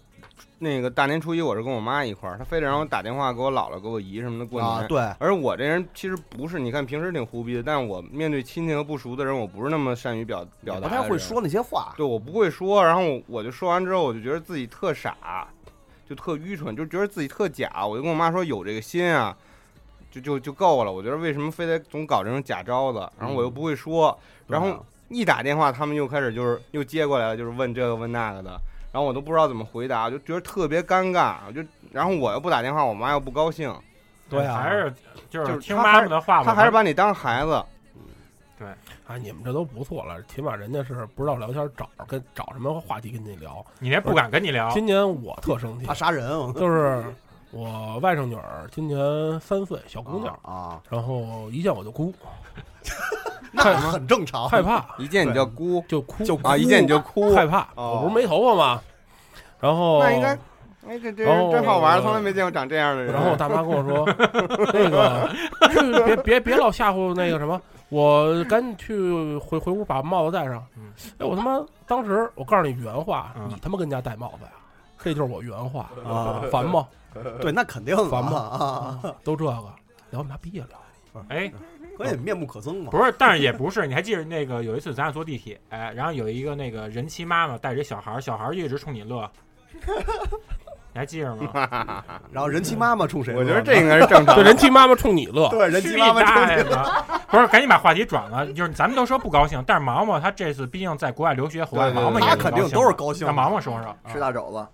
S1: 那个大年初一我是跟我妈一块儿，她非得让我打电话给我姥姥、给我姨什么的过年。
S2: 啊对
S1: 而我这人其实不是，你看平时挺胡逼的，但我面对亲戚和不熟的人，我不是那么善于表表达，
S2: 不太会说那些话。
S1: 对，我不会说，然后我就说完之后，我就觉得自己特傻，就特愚蠢，就觉得自己特假。我就跟我妈说有这个心啊，就就就够了。我觉得为什么非得总搞这种假招子？然后我又不会说，然后一打电话，他们又开始就是又接过来了，就是问这个问那个的。然然后我都不知道怎么回答，就觉得特别尴尬。我就然后我又不打电话，我妈又不高兴。
S7: 对啊还是就
S1: 就是是
S7: 听
S1: 她
S7: 妈
S1: 还
S7: 妈的话吧
S1: 她还是把你当孩子。
S7: 对，
S4: 啊，你们这都不错了，起码人家是不知道聊天找跟找什么话题跟你聊，
S7: 你那不敢跟你聊
S4: 今年我特生气，
S2: 怕杀人我
S4: 就是我外甥女儿今年三岁，小姑娘
S2: 啊，
S4: 然后一见我就哭，
S2: 那很正常，
S4: 害怕，
S1: 一见你就哭，
S4: 就哭，
S1: 就啊，一见你就哭，哦
S4: 害怕。我不是没头发吗？然后
S1: 那应该，哎，这这
S4: 然后
S1: 真好玩，从来没见过长这样的人。
S4: 然后我大妈跟我说，那个是别别别老吓唬那个什么，我赶紧去回回屋把帽子戴上。哎，我他妈当时我告诉你原话，你他妈跟家戴帽子呀，这就是我原话
S2: 啊
S4: 烦吗？
S2: 对那肯定的
S4: 烦吗
S2: 啊？
S4: 都这个聊我们家毕业聊。
S7: 哎，
S2: 关键面目可憎嘛。
S7: 不是，但是也不是。你还记得那个有一次咱俩坐地铁，哎，然后有一个那个人妻妈妈带着一小孩儿，小孩儿就一直冲 你乐，你还记着吗？
S2: 然后人妻妈妈冲谁乐？
S7: 我觉得这应该是正常的
S4: 对，人妻妈妈冲你乐，
S2: 对，人
S7: 去
S2: 妻
S7: 你
S2: 妈妈冲
S7: 大
S2: 你
S7: 爷
S2: 乐。
S7: 吧！不是，赶紧把话题转了。就是咱们都说不高兴，但是毛毛他这次毕竟在国外留学回来，
S2: 对对
S7: 毛毛也
S2: 他肯定都是高兴的
S7: 让毛毛说啊说，
S3: 吃大肘子，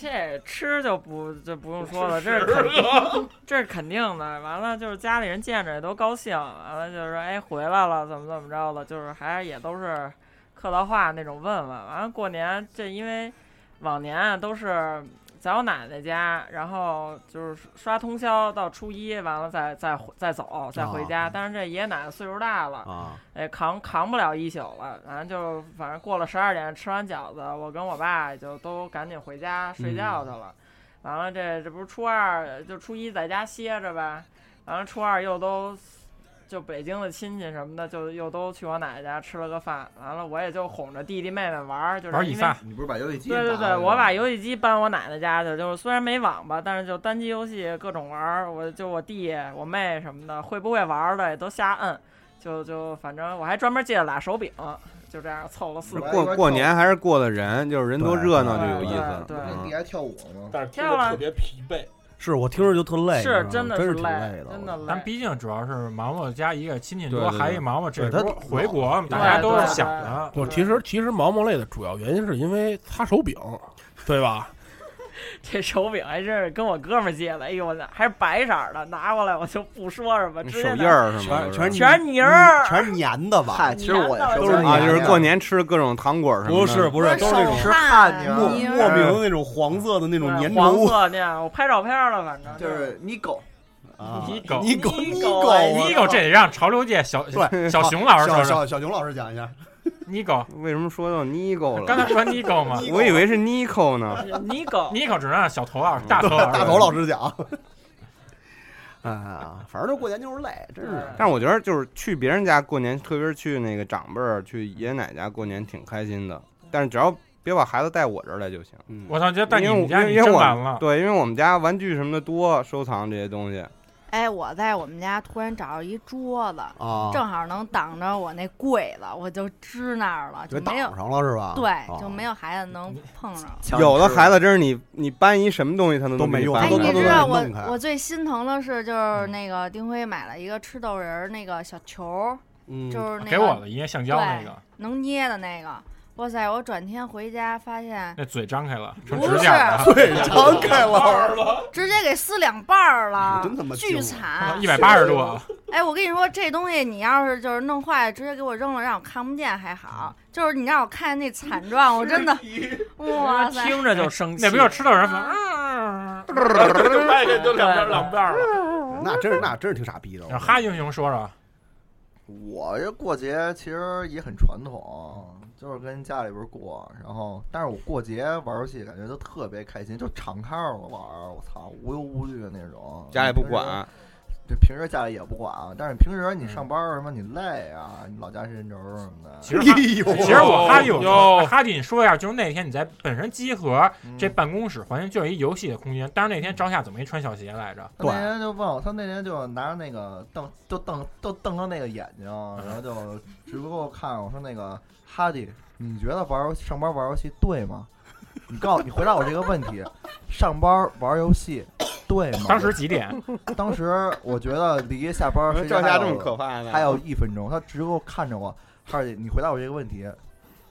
S5: 这吃就不就不用说了，这是肯这是肯定 的。完了就是家里人见着也都高兴，完了就是说哎回来了怎么怎么着了，就是还也都是客套话那种问问。完了过年这因为往年啊都是在我奶奶家，然后就是刷通宵到初一，完了再再回再走再回家。但是这爷爷奶奶岁数大了，
S2: 啊，
S5: 哎，扛扛不了一宿了，反正就反正过了十二点，吃完饺子，我跟我爸也就都赶紧回家睡觉去了。完了这这不是初二就初一在家歇着呗，完了初二又都就北京的亲戚什么的，就又都去我奶奶家吃了个饭。完了我也就哄着弟弟妹妹玩儿，就是因为
S3: 你不是把游戏机
S5: 对对
S3: 拿
S5: 对，
S3: 了吗
S5: 我把游戏机搬我奶奶家去，就是虽然没网吧，但是就单机游戏各种玩儿。我就我弟、我妹什么的，会不会玩儿的也都瞎摁，就就反正我还专门借了俩手柄，就这样凑了四个。
S1: 过过年还是过的人，就是人多热闹就有意思。
S5: 对
S3: 那
S1: 嗯
S3: 你还跳舞吗？
S4: 但是
S5: 听着特
S4: 别疲惫。
S2: 是我听着就特累，
S5: 是
S2: 你知道
S5: 真
S2: 吗
S5: 的
S2: 真
S5: 是
S2: 挺
S5: 累
S2: 的。
S5: 真的累
S7: 咱毕竟主要是毛毛家一个亲戚
S4: 对
S7: 多，
S4: 对
S7: 还
S4: 对
S7: 一毛毛这
S4: 对他
S7: 波回国，
S4: 对
S7: 大家都
S4: 对
S7: 是想着。
S4: 不，其实其实毛毛类的主要原因是因为擦手柄，对吧？
S5: 这手柄还真是跟我哥们儿借的，哎呦我那还是白色儿的，拿过来我就不说什么，直接拿
S2: 全全
S5: 全是泥儿，
S2: 全是粘的吧？
S3: 嗨其实我也是
S1: 都是啊，就是过年吃各种糖果什么的。
S2: 不是不是，都是那种莫莫名的那种黄色的那种
S5: 对
S2: 粘
S5: 黄
S2: 稠，
S5: 色那样，我拍照片儿了，反正
S3: 就是你狗。
S2: 啊
S5: 你
S7: 狗
S2: 你狗
S5: 你
S2: 狗
S5: 哎
S2: 啊
S7: 尼狗这得让潮流界小
S2: 对
S7: 小熊老师
S2: 小
S7: 说
S2: 小
S7: 说，
S2: 小熊老师讲一下，
S7: 尼狗
S1: 为什么说到尼狗了？
S7: 刚才说尼狗嘛
S1: 我以为 是尼狗呢。
S5: 尼狗，
S7: 尼狗只能让小头老师、大头老
S2: 嗯
S7: 师、
S2: 大头老 师讲。
S1: 哎
S2: 啊，反正就过年就是累，真是。
S1: 但是我觉得就是去别人家过年，特别是去那个长辈儿、去爷爷奶奶家过年，挺开心的。但是只要别把孩子带我这儿来就行。
S7: 我操，就带你
S1: 因为
S7: 们
S1: 我
S7: 家
S1: 因为
S7: 你
S1: 因为
S7: 真
S1: 我
S7: 完了。
S1: 对，因为我们家玩具什么的多，收藏这些东西。
S9: 哎，我在我们家突然找着一桌子，
S2: 哦
S1: 啊
S9: 正好能挡着我那柜子，我就支那儿了，就
S2: 给
S9: 没有
S2: 挡上了是吧
S9: 对，
S2: 啊
S9: 就没有孩子能碰上。
S1: 有的孩子真是你你搬一什么东西他都
S2: 都没用
S1: 搬
S2: 哎
S1: 过来
S9: 你知道我
S2: 弄开嗯
S9: 我最心疼的是，就是那个丁辉买了一个吃豆人儿那个小球儿，
S2: 嗯
S9: 就是那个
S7: 啊给我了一个橡胶那个
S9: 对能捏的那个。哇塞！我转天回家发现
S7: 那嘴张开了，成
S9: 不
S7: 指
S9: 是
S7: 甲了，
S2: 嘴张开了，
S9: 直接给撕两半儿了，
S2: 真他妈
S9: 啊巨
S2: 惊
S9: 惨！
S7: 一百八十度啊。
S9: 哎，我跟你说，这东西你要是就是弄坏了，直接给我扔了，让我看不见还
S7: 嗯
S9: 好。就是你让我看那惨状，我真的，哇塞！
S5: 听着就生气。
S7: 那不就吃到人烦？
S5: 掰开就两边儿
S7: 两半
S2: 了。那真是那真是挺傻逼的。
S7: 让哈英雄说说，
S3: 我这过节其实也很传统，就是跟家里边儿过，然后但是我过节玩游戏感觉都特别开心，就敞开了玩儿，我操，无忧无虑的那种。
S1: 家里不
S3: 平时
S1: 管，
S3: 对，平时家里也不管啊，但是平时你上班儿什么你累啊，你老家伸轴什么的。
S2: 哎
S7: 其实哈其实我哈
S3: 哦
S7: 有哈迪，你说一下，就是那天你在本身集合这办公室环境就有一游戏的空间，但是那天朝夏怎么没穿小鞋来着？
S3: 他那天就问我，他那天就拿着那个瞪，就瞪，就瞪着那个眼 睛，然后就直给我看，我说那个哈迪，你觉得玩游上班玩游戏对吗？你告你回答我这个问题，上班玩游 戏对吗？
S7: 当时几点？
S3: 当时我觉得离下班时间
S1: 赵
S3: 还
S1: 家
S3: 有
S1: 这么可怕呢
S3: 还有一分钟，他直给我 看 着我，哈迪，你回答我这个问题，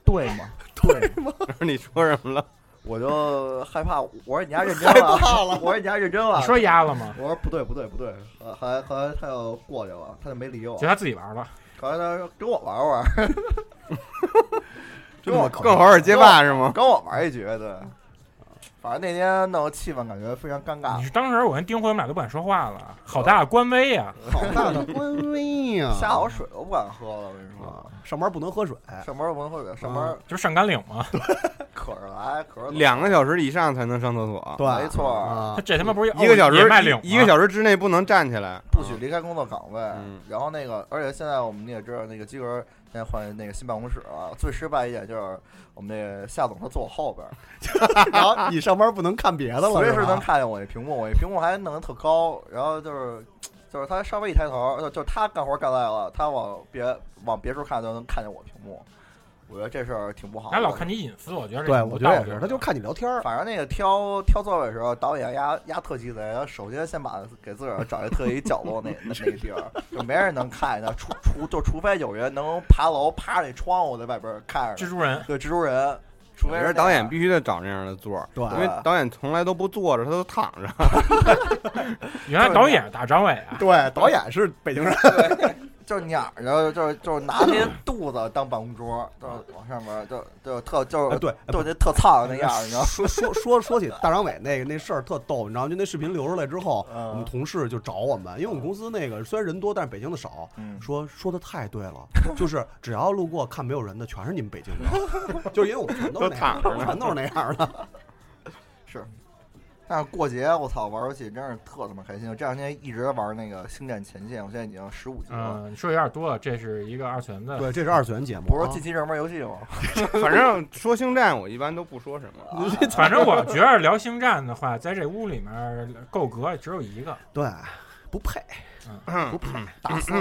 S3: 对吗？对吗？
S1: 你说什么了？
S3: 我就呃害怕，我说你丫认真
S4: 害
S3: 了，
S4: 怕了
S3: 我说你丫认真了，
S7: 你说丫了吗
S3: 我说不对不对不对，后来后来他又过去了，他就没理我，
S7: 就他自己玩了。
S3: 后来他说跟我玩 玩，跟我
S1: 更好是街霸是吗
S3: 跟我玩一局，对。反正那天弄的气氛感觉非常尴尬
S7: 你，是当时我跟丁辉，我们俩都不敢说话了，好大的官威呀！
S3: 好大的官
S2: 威哎呀啊
S3: 下午水都不敢喝了，我跟你说，
S2: 上班不能喝水，啊
S3: 上班不能喝水，上班
S7: 就是上甘岭嘛，
S3: 渴着来，渴着走
S1: 两个小时以上才能上厕所，
S3: 对没错
S1: 啊
S3: 他这他妈不是
S1: 一个小时
S3: 也卖领吗
S1: 一个小时之内不能站起来，
S3: 不许离开工作岗位。然后那个，而且现在我们也知道，那个基哥现在换那个新办公室了。最失败一点就是我们那个夏总他坐我后边 儿， 然后
S2: 你上班不能看别的了，
S3: 随时
S2: 是吧
S3: 能看见我那屏幕，我那屏幕还弄得特高，然后就是就是他稍微一抬头，就就他干活干累了，他往别往别处看就能看见我屏幕。我觉得这事儿挺不好的。
S7: 他老看你隐私，我觉得
S2: 对，
S7: 不
S2: 我觉
S7: 道
S2: 得也
S7: 德
S2: 是，他就看你聊天儿。
S3: 反正那个挑挑座位的时候，导演压压特鸡贼，他首先先把给自个儿找一特一角落那那那个地儿，就没人能看见他，除除就除非有人能爬楼趴着那窗户在外边儿看着。
S7: 蜘蛛人
S3: 对蜘蛛人，除非
S1: 我觉
S3: 是
S1: 得
S3: 那样
S1: 导演必须得找那样的座儿，
S3: 对
S1: 因为导演从来都不坐着，他都躺着。
S7: 原来导演打张伟啊，
S2: 对，导演是北京人，
S3: 就是鸟儿，啊然后就是就是拿那肚子当办公桌，就是往上面就就特就是
S2: 哎对哎
S3: 就那特操那样儿，你知道吗？
S2: 说说说说起大张伟那个那事儿特逗，你知道吗？就那视频流出来之后，
S3: 嗯
S2: 我们同事就找我们，因为我们公司那个虽然人多，但是北京的少，
S3: 嗯
S2: 说说的太对了，就是只要路过看没有人的，全是你们北京人， 就是因为我们全都是那样
S3: 都
S2: 的，
S3: 躺着呢
S2: 全都是那样的。
S3: 是，但是过节我操玩游戏真是特他妈开心。我这两天一直玩那个《星战前线》，我现在已经十五级了。
S7: 嗯，你说有点多了，这是一个二次元的，
S2: 对，这是二次元节目，啊
S7: 啊
S3: 不是近期热门游戏 吗？
S1: 反正说星战，我一般都不说什 么。
S7: 反正我觉得聊星战的话，在这屋里面够格只有一个，嗯
S2: 对，不配，
S3: 不配达斯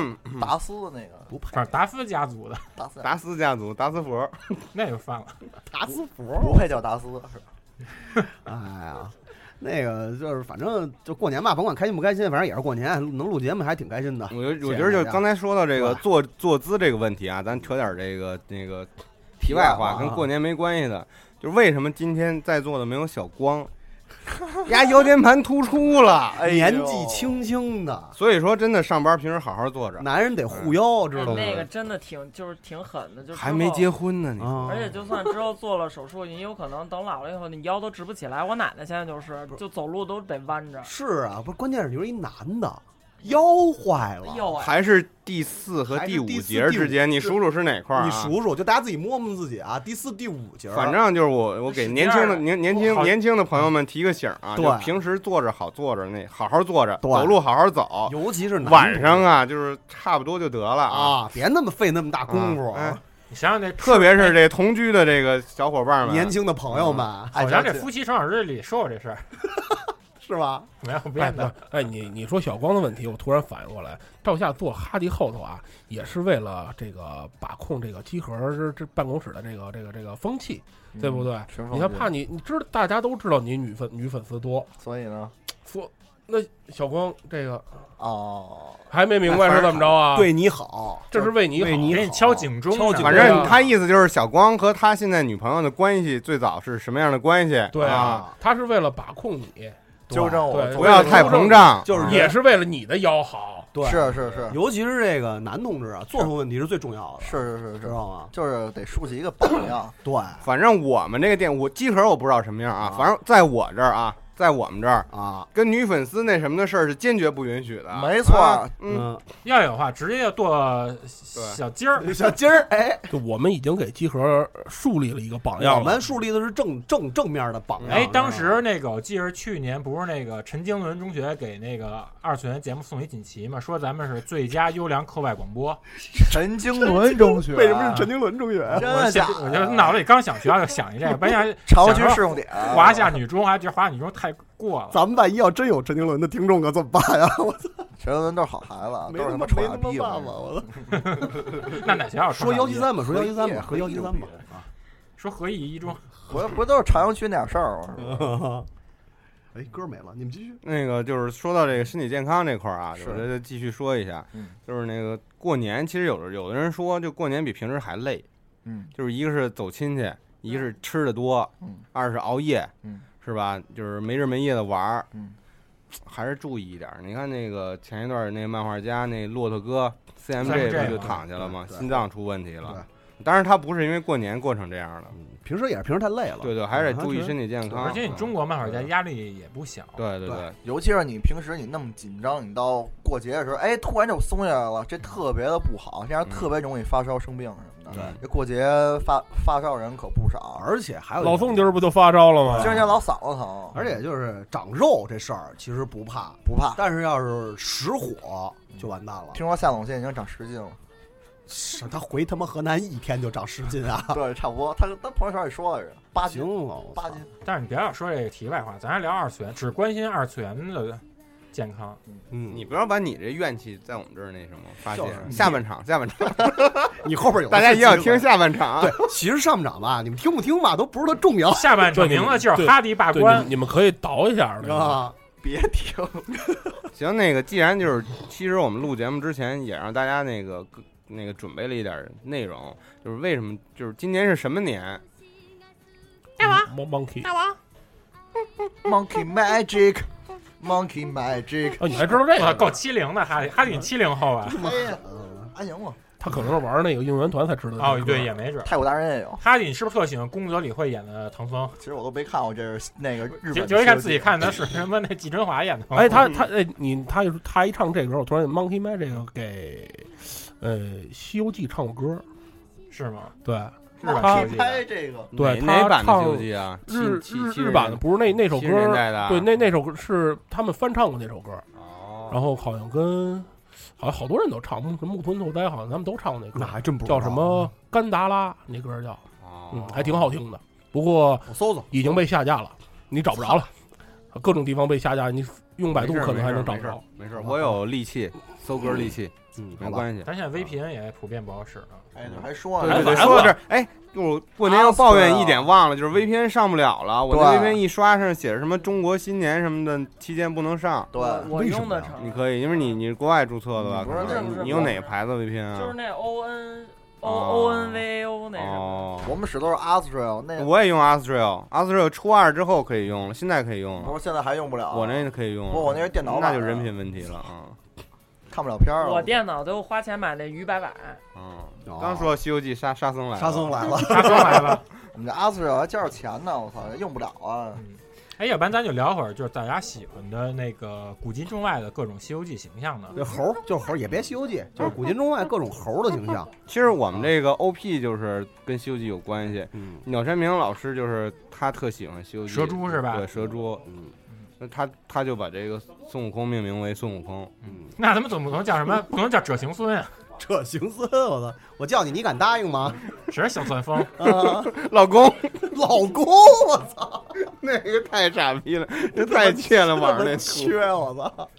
S3: 达斯的那个
S2: 不配，
S7: 反正达嗯斯家族的，
S3: 嗯达斯
S1: 达斯家族，达斯佛，
S7: 那就犯了。
S2: 达斯福
S3: 不配叫达斯是吧？
S2: 哎呀，那个就是反正就过年吧，甭管开心不开心，反正也是过年，能录节目还挺开心的。
S1: 我觉得我觉得就刚才说到这个坐坐姿这个问题啊，咱扯点这个那个题外
S2: 题外话啊
S1: 话，跟过年没关系的，就是为什么今天在座的没有小光？呀，腰间盘突出了， 哎
S2: 年纪轻轻的，
S1: 所以说真的上班平时好好坐着，嗯
S2: 男人得护腰，知
S7: 哎
S2: 道吗？
S5: 哎那个真的挺就是挺狠的，就之
S1: 还没
S5: 后
S1: 结婚呢，你
S5: 而且就算之后做了手术，你有可能等老了以后，你腰都直不起来。我奶奶现在就是，就走路都得弯着。
S2: 是啊，不是，关键是你说一男的腰坏了，
S5: 腰
S1: 还是第四和
S2: 还
S1: 第
S2: 是
S1: 五
S2: 第四
S1: 节
S2: 第
S1: 之
S2: 五
S1: 间，你
S2: 节
S1: 数数是哪块儿啊？
S2: 你数数，就大家自己摸摸自己啊，第四、第五节儿，
S1: 反正就是我，我给年轻
S7: 啊
S1: 的年年轻年轻的朋友们提个醒啊，
S2: 对
S1: 就平时坐着好坐着，那好好坐着，
S2: 对
S1: 走路好好走，
S2: 尤其是男同
S1: 晚上啊，就是差不多就得了
S2: 啊，别那么费那么大功夫
S1: 啊哎
S7: 你想想那
S1: 特别是这同居的这个小伙伴们，啊
S2: 年轻的朋友们
S7: 嗯好像这夫妻成长日里说过这事儿，
S2: 是吧？
S7: 没有
S4: 哎
S7: 变的。
S4: 不是哎，你你说小光的问题，我突然反应过来，赵夏坐哈迪后头啊，也是为了这个把控这个集合这这办公室的这个这个这个风气，对不对？
S3: 全
S4: 你
S3: 放
S4: 看，
S3: 心
S4: 怕你你知道大家都知道你女粉女粉丝多，
S3: 所以呢，
S4: 说那小光这个
S3: 哦，
S4: 还没明白是怎么着啊？
S2: 对你好，
S4: 这是为你好，
S7: 给你敲警钟呢，
S1: 反
S4: 啊
S1: 正他意思就是小光和他现在女朋友的关系最早是什么样的关系？
S4: 对
S1: 啊，，
S4: 他是为了把控你，对
S1: 纠正我
S4: 对
S1: 不要
S4: 对
S1: 太
S4: 纠正
S1: 膨胀
S4: 你就是也是为了你的腰好，
S2: 对，
S3: 是是是
S2: 尤其是这个男同志啊，做出问题是最重要的，
S3: 是是是是，
S2: 知道吗？
S3: 就是得竖起一个榜样。
S2: 对，
S1: 反正我们这个店，我集合我不知道什么样啊，反正在我这儿啊，在我们这儿
S2: 啊，
S1: 跟女粉丝那什么的事儿是坚决不允许的。
S3: 没错
S1: 啊嗯，
S7: 要有的话，直接就剁 小鸡儿，
S2: 小鸡儿，哎，
S4: 就我们已经给集合树立了一个榜样了，
S2: 我们树立的是正正正面的榜样。
S3: 哦
S7: 哎，当时那个我记着去年不是那个陈经纶中学给那个二次元节目送一锦旗嘛，说咱们是最佳优良课外广播。
S3: 陈经纶中学啊
S2: 为什么是陈经纶啊中学？
S3: 真
S7: 啊我
S3: 的
S7: 现
S3: 假的
S7: 我就脑子里刚想学校就想一这个，本 想
S3: 朝
S7: 想
S3: 军
S7: 说
S3: 事用典啊
S7: 华夏女中，啊还觉得华夏女中太过了。
S2: 咱们万一要真有陈经纶的听众可怎么办呀？ 我操，
S3: 陈经纶都是好孩子啊，
S2: 没
S3: 都是
S2: 那么
S3: 他
S2: 没
S3: 妈臭傻
S2: 那么
S3: 逼吧
S2: 办吧？我操！
S7: 那哪学啊校
S2: 说幺七三吧，说幺七三吧，说
S3: 合一
S2: 幺七三吧。
S7: 啊说合一一中，
S3: 不不都是朝阳区那点事儿吗？是吧
S2: 哎，歌没了，你们继续。
S1: 那个就是说到这个身体健康这块儿啊，
S2: 是
S1: 我觉得继续说一下
S3: 嗯，
S1: 就是那个过年，其实有的有的人说，就过年比平时还累，
S3: 嗯，
S1: 就是一个是走亲戚，一是吃的多，二是熬夜，
S8: 嗯
S1: 是吧？就是没日没夜的玩儿，
S8: 嗯，
S1: 还是注意一点儿。你看那个前一段儿那漫画家那骆驼哥
S2: CMJ
S1: CMJ 不就躺下了吗？
S2: 对对
S1: 心脏出问题了。当然他不是因为过年过成这样的，
S2: 嗯平时也是平时太累了。嗯
S1: 对对，还
S2: 啊
S1: 是得注意身体健康。
S7: 而
S3: 啊
S7: 且你中国漫画家压力也不小，
S1: 对对嗯对，
S3: 尤其是你平时你那么紧张，你到过节的时候，哎，突然就松下来了，这特别的不
S2: 嗯
S3: 好，这样特别容易发烧生病什么的。
S2: 对
S3: 这过节发发烧人可不少，
S2: 而且还有
S3: 老
S2: 宋
S4: 今儿不就发烧了吗？
S3: 今儿家老嗓子疼，
S2: 而且就是长肉这事儿，其实不怕，
S3: 不怕，
S2: 但是要是实火就完蛋了。
S3: 听说夏总现在已经长十斤了，
S2: 是他回他妈河南一天就长十斤啊！
S3: 对，差不多。他他朋友圈里说的是八斤，八斤。
S7: 但是你别老说这个题外话，咱还聊二次元，只关心二次元的健康。
S1: 嗯，你不要把你这怨气在我们这儿那什么发泄
S7: 就是。
S1: 下半场，下半场，
S2: 你后边有
S1: 大家一定要听下半场。
S2: 啊对，其实上半场啊吧，你们听不听吧，都不是特重要。
S7: 下半
S4: 对你们对对你们你 们可以倒一下
S2: 啊，
S3: 别听。
S1: 行，那个既然就是，其实我们录节目之前也让大家那个各那个准备了一点内容，就是为什么就是今年是什么年？
S5: 大
S4: 王，Monkey，
S5: 大王，
S3: Monkey Magic，Monkey Magic。
S4: 哦，你还知道这
S7: 哇
S4: 个？
S7: 够七零的哈利，哈利你七零后啊？
S3: 哎呀，还行吧。
S4: 他可能是玩那个应援团才知道这个
S7: 哦，对，也没准。
S3: 泰国达人也有。
S7: 哈利，你是不是特喜欢宫泽理惠演的唐僧？
S3: 其实我都没看过，这是那个日本
S7: 就
S3: 的
S7: 就一看
S3: 设计
S7: 自己 看的是什么？那季真华演的。
S4: 哎，他他哎，你他一说他一唱这歌，我突然间 Monkey Man 这个给呃《西游记》唱过歌，
S7: 是吗？
S4: 对，
S7: 日版
S4: 他
S7: 西游记拍
S3: 这个
S4: 对
S1: 哪哪
S4: 他
S1: 版的
S4: 唱
S1: 西游记啊七
S4: 日
S1: 七
S4: 日
S1: 七
S4: 日
S1: 十
S4: 版的不是那那首
S1: 七
S4: 歌
S1: 十年代的啊
S4: 对，那那首歌是他们翻唱过那首歌，然后好像跟好像好多人都唱木木村拓哉，好像他们都唱过那歌，
S2: 那还真不知道
S4: 叫什么甘达拉那歌叫，
S1: 哦
S4: 嗯，还挺好听的，不过
S2: 我搜搜
S4: 已经被下架了，你找不着了，各种地方被下架，你用百度
S1: 没事
S4: 可能还能找
S1: 没事
S4: 着。
S1: 没事，我有利器，搜歌利器，
S2: 嗯，
S1: 没关系。
S7: 咱现在 VPN 也普遍不好使了。啊
S3: 哎，
S1: 还
S3: 说
S1: 对对对，说到这儿，哎，
S3: 啊
S1: 我过年要抱怨一点忘了，就是 VPN 上不了了。我那
S3: 对
S1: VPN 一刷上写着什么中国新年什么的，期间不能上。
S3: 对
S5: 我为什用么的呀成啊
S1: 你可以，因为你你是国外注册的吧？
S5: 你不是
S1: 可能
S5: 那不是
S1: 你用哪个牌子 VPN 啊？
S5: 就是那 O N O
S1: 哦
S5: O N V A O 那什么，
S1: 哦，
S3: 我们使都是 Astral，那
S1: 我也用 Astral，Astral 初二之后可以用了，现在可以用
S3: 不
S1: 了。
S3: 是现在还用不了。啊
S1: 我那可以用了，
S3: 不我那是电脑版
S1: 那
S3: 的
S1: 就人品问题了啊。
S3: 看不了片儿
S5: 我
S3: 了。
S5: 电脑都花钱买那鱼白板，
S1: 嗯，
S5: 哦
S1: 刚说《西游记》沙沙僧来了，
S3: 沙僧来了
S1: 沙僧来了，
S3: 我们这 Astral 还交着钱呢，我操，用不了啊。
S7: 哎，要不然咱就聊会儿，就是大家喜欢的那个古今中外的各种《西游记》形象呢。
S2: 这猴儿就是猴儿，也别《西游记》，就是古今中外各种猴儿的形象。
S1: 其实我们这个 OP 就是跟《西游记》有关系。鸟山明老师就是他特喜欢《西游记》，
S7: 蛇猪是吧
S1: 对，蛇猪。嗯，那他他就把这个孙悟空命名为孙悟空。嗯，
S7: 那他们总不能叫什么？不能叫者行孙啊？
S2: 这行孙， 我操！我叫你，你敢答应 吗？
S7: 谁是小钻风？
S2: 啊
S1: 老公，
S2: 老公，我 操，
S1: 那个太傻逼了，这太欠 了网上那图
S2: 缺，我操！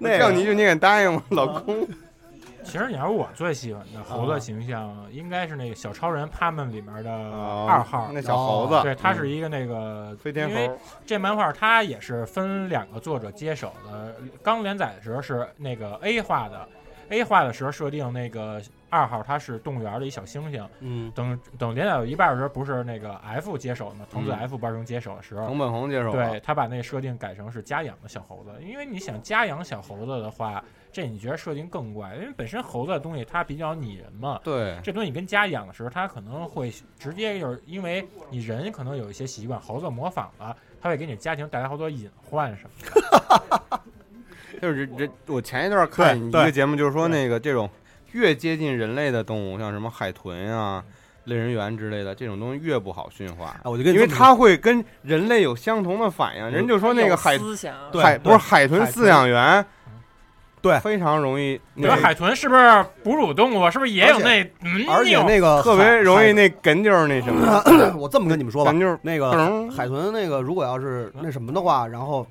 S2: 那
S1: 我叫你一句，你敢答应吗，老公？
S7: 其实你要是我最喜欢的猴
S1: 啊
S7: 子形象，应该是那个小超人他们里面的
S1: 哦
S7: 二号哦
S1: 那小猴子
S7: 对，他是
S1: 嗯
S7: 一个那个飞
S1: 天猴。
S7: 因为这漫画它也是分两个作者接手的，刚连载的时候是那个 A 画的，A 画的时候设定那个二号他是动物园的一小猩猩。
S2: 嗯，
S7: 等等连载到一半的时候，不是那个 F 接手嘛，藤子
S1: 嗯
S7: F 班荣接手的时候，
S1: 藤本弘接手了
S7: 对他把那设定改成是家养的小猴子，因为你想家养小猴子的话，这你觉得设定更怪，因为本身猴子的东西它比较拟人嘛，
S1: 对
S7: 这东西跟家养的时候，它可能会直接就是因为你人可能有一些习惯，猴子模仿了，它会给你家庭带来好多隐患什么的。
S1: 就是这这，我前一段看
S7: 对
S1: 一
S7: 对
S1: 个节目，就是说那个这种越接近人类的动物，像什么海豚啊、类人猿之类的，这种东西越不好驯
S7: 啊
S1: 化。
S2: 哎我就跟你
S1: 因
S2: 这么
S1: 为
S2: 说
S1: 它会跟人类有相同的反应，人就说那个海
S5: 有思想对
S1: 海不是海豚饲养员，
S2: 对，
S1: 非常容易。
S7: 你说海豚是不是哺乳动物啊？是不是也有那嗯？扭
S1: 特别容易那哏就是那什么，
S2: 我这么跟你们说吧，
S1: 咱就是
S2: 那个海豚那个，如果要是那什么的话，然后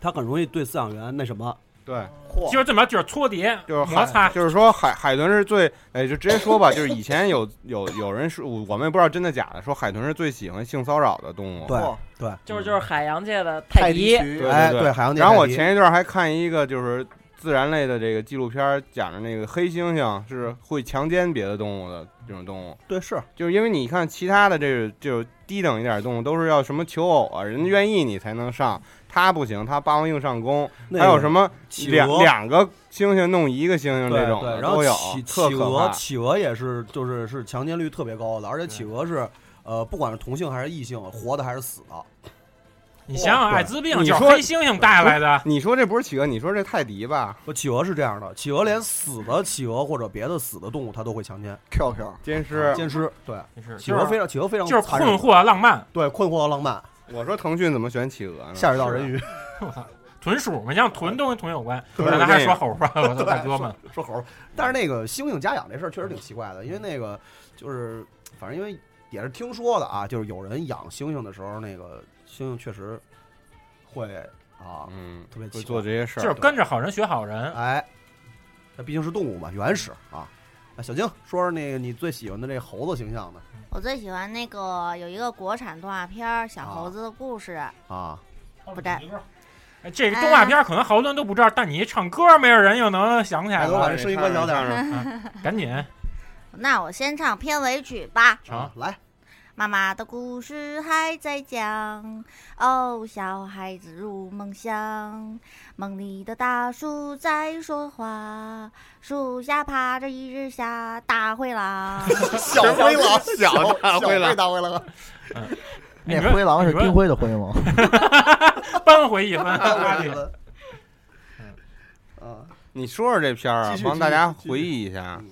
S2: 它很容易对饲养员那什么。
S1: 对，
S7: 就是怎么就是搓叠，
S1: 就是
S7: 摩
S1: 海
S7: 擦，
S1: 就是说海海豚是最，哎，就直接说吧，就是以前有有有人说，我们也不知道真的假的，说海豚是最喜欢性骚扰的动物。
S2: 对对，嗯
S5: 就是就是海洋界的泰迪，
S1: 对
S2: 哎
S1: 对，
S2: 对海洋界
S1: 然后
S2: 泰
S1: 我
S2: 迪
S1: 前一段还看一个，就是自然类的这个纪录片儿讲的那个黑猩猩是会强奸别的动物的这种动物，
S2: 对，是，
S1: 就是因为你看其他的这个就是低等一点的动物都是要什么求偶啊，人家愿意你才能上，它不行，它霸王硬上弓，
S2: 那
S1: 还有
S2: 个
S1: 什么
S2: 企
S1: 两
S2: 鹅
S1: 两个猩猩弄一个猩猩
S2: 对
S1: 这种
S2: 对，
S1: 的
S2: 然后
S1: 都有
S2: 企，
S1: 特
S2: 企
S1: 可
S2: 鹅
S1: 怕，。
S2: 企鹅也是，就是是强奸率特别高的，而且企鹅是呃，不管是同性还是异性，活的还是死的。
S7: 你想想，艾滋病
S1: 你
S7: 就是
S1: 说
S7: 黑猩猩带来的，
S1: 你说这不是企鹅，你说这泰迪吧？
S2: 不，企鹅是这样的，企鹅连死的企鹅或者别的死的动物，它都会强奸。
S3: Q Q
S1: 奸尸
S2: 奸尸，对
S7: 是，
S2: 企
S7: 就
S2: 鹅
S7: 是
S2: 非常，企鹅非常
S7: 就是
S2: 残忍
S7: 困惑浪漫，
S2: 对，困惑浪漫。
S1: 我说腾讯怎么选企鹅呢？啊
S2: 下水道人鱼，
S7: 我操， 豚鼠嘛，像豚都跟豚有关，
S1: 对
S7: 咱还
S1: 对
S7: 说猴吧，我操，
S2: 对
S7: 大哥们，
S2: 说说猴儿。但是那个猩猩家养这事儿确实挺奇怪的，因为那个就是反正因为也是听说的啊，就是有人养猩猩的时候，那个猩猩确实会啊，
S1: 嗯，
S2: 特别奇
S1: 会
S2: 怪
S1: 做这些事
S7: 就
S1: 儿，
S7: 是跟着好人学好人，
S2: 哎，那毕竟是动物嘛，原始啊。那小静说说那个你最喜欢的这猴子形象呢？
S10: 我最喜欢那个有一个国产动画片儿《小猴子的故事》，
S2: 啊，
S7: 哦
S10: 不对，
S7: 哎这个动画片可能好多人都不知道，但你一唱歌，没有人又能想起来
S2: 哎
S7: 了。
S2: 等我把这声音关小点儿
S7: 嗯赶紧
S10: 那我先唱片尾曲吧。
S7: 成
S2: 来，
S10: 妈妈的故事还在讲，哦，小孩子入梦乡，梦里的大树在说话，树下趴着一只小大灰狼。
S2: 小灰狼，
S3: 小
S2: 大
S3: 小灰狼哎
S2: 大灰狼。
S7: 嗯
S3: 那灰狼是丁辉的灰吗？
S7: 扳回一分，阿里
S2: 啊，
S1: 你说说这片儿啊
S2: 继，续
S1: 帮
S2: 继
S1: 大
S2: 续
S1: 家
S2: 继续嗯
S1: 回忆一下。啊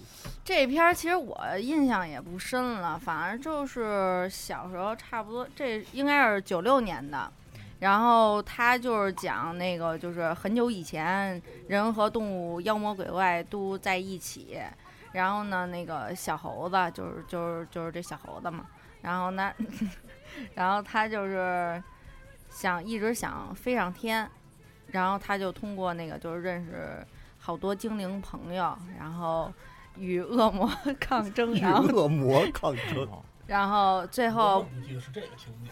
S9: 这片儿其实我印象也不深了，反正就是小时候差不多，这应该是九六年的。然后他就是讲那个，就是很久以前，人和动物、妖魔鬼怪都在一起。然后呢，那个小猴子就是就是就是这小猴子嘛。然后呢， 然后他就是想一直想飞上天，然后他就通过那个就是认识好多精灵朋友，然后与恶魔 抗争，
S2: 与
S9: 然后
S2: 恶魔抗争。
S9: 然后最后
S7: 哦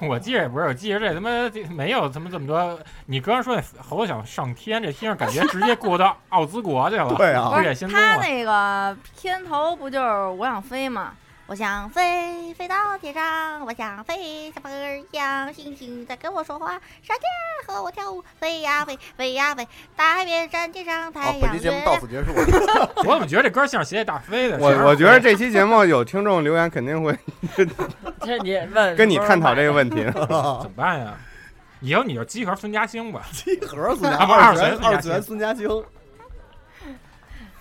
S7: 我记着也不是，我记着这他妈这没有他妈这么多。你刚刚说那猴子想上天，这天上感觉直接过到奥兹国去了，
S3: 对啊
S7: 不是也心动
S9: 他
S7: 了？
S9: 那个片头不就是我想飞吗？
S10: 我想飞，飞到天上，我想飞，像风儿一样，星星在跟我说话，闪电儿和我跳舞，飞呀飞，飞呀飞，大海边山巅上，
S7: 哦
S10: 太阳月亮。
S3: 结束。
S7: 我怎么觉得这歌像是写给大飞的？
S1: 我我觉得这期节目有听众留言，肯定会
S5: 这你问
S1: 跟你探讨这个问 题
S7: 怎 么办呀？以后你就集合孙嘉欣吧，
S2: 集合孙
S7: 啊
S2: 家
S7: 不是
S2: 二
S7: 二
S2: 次元二
S7: 次元孙家
S2: 次
S7: 欣
S2: 元孙家兴，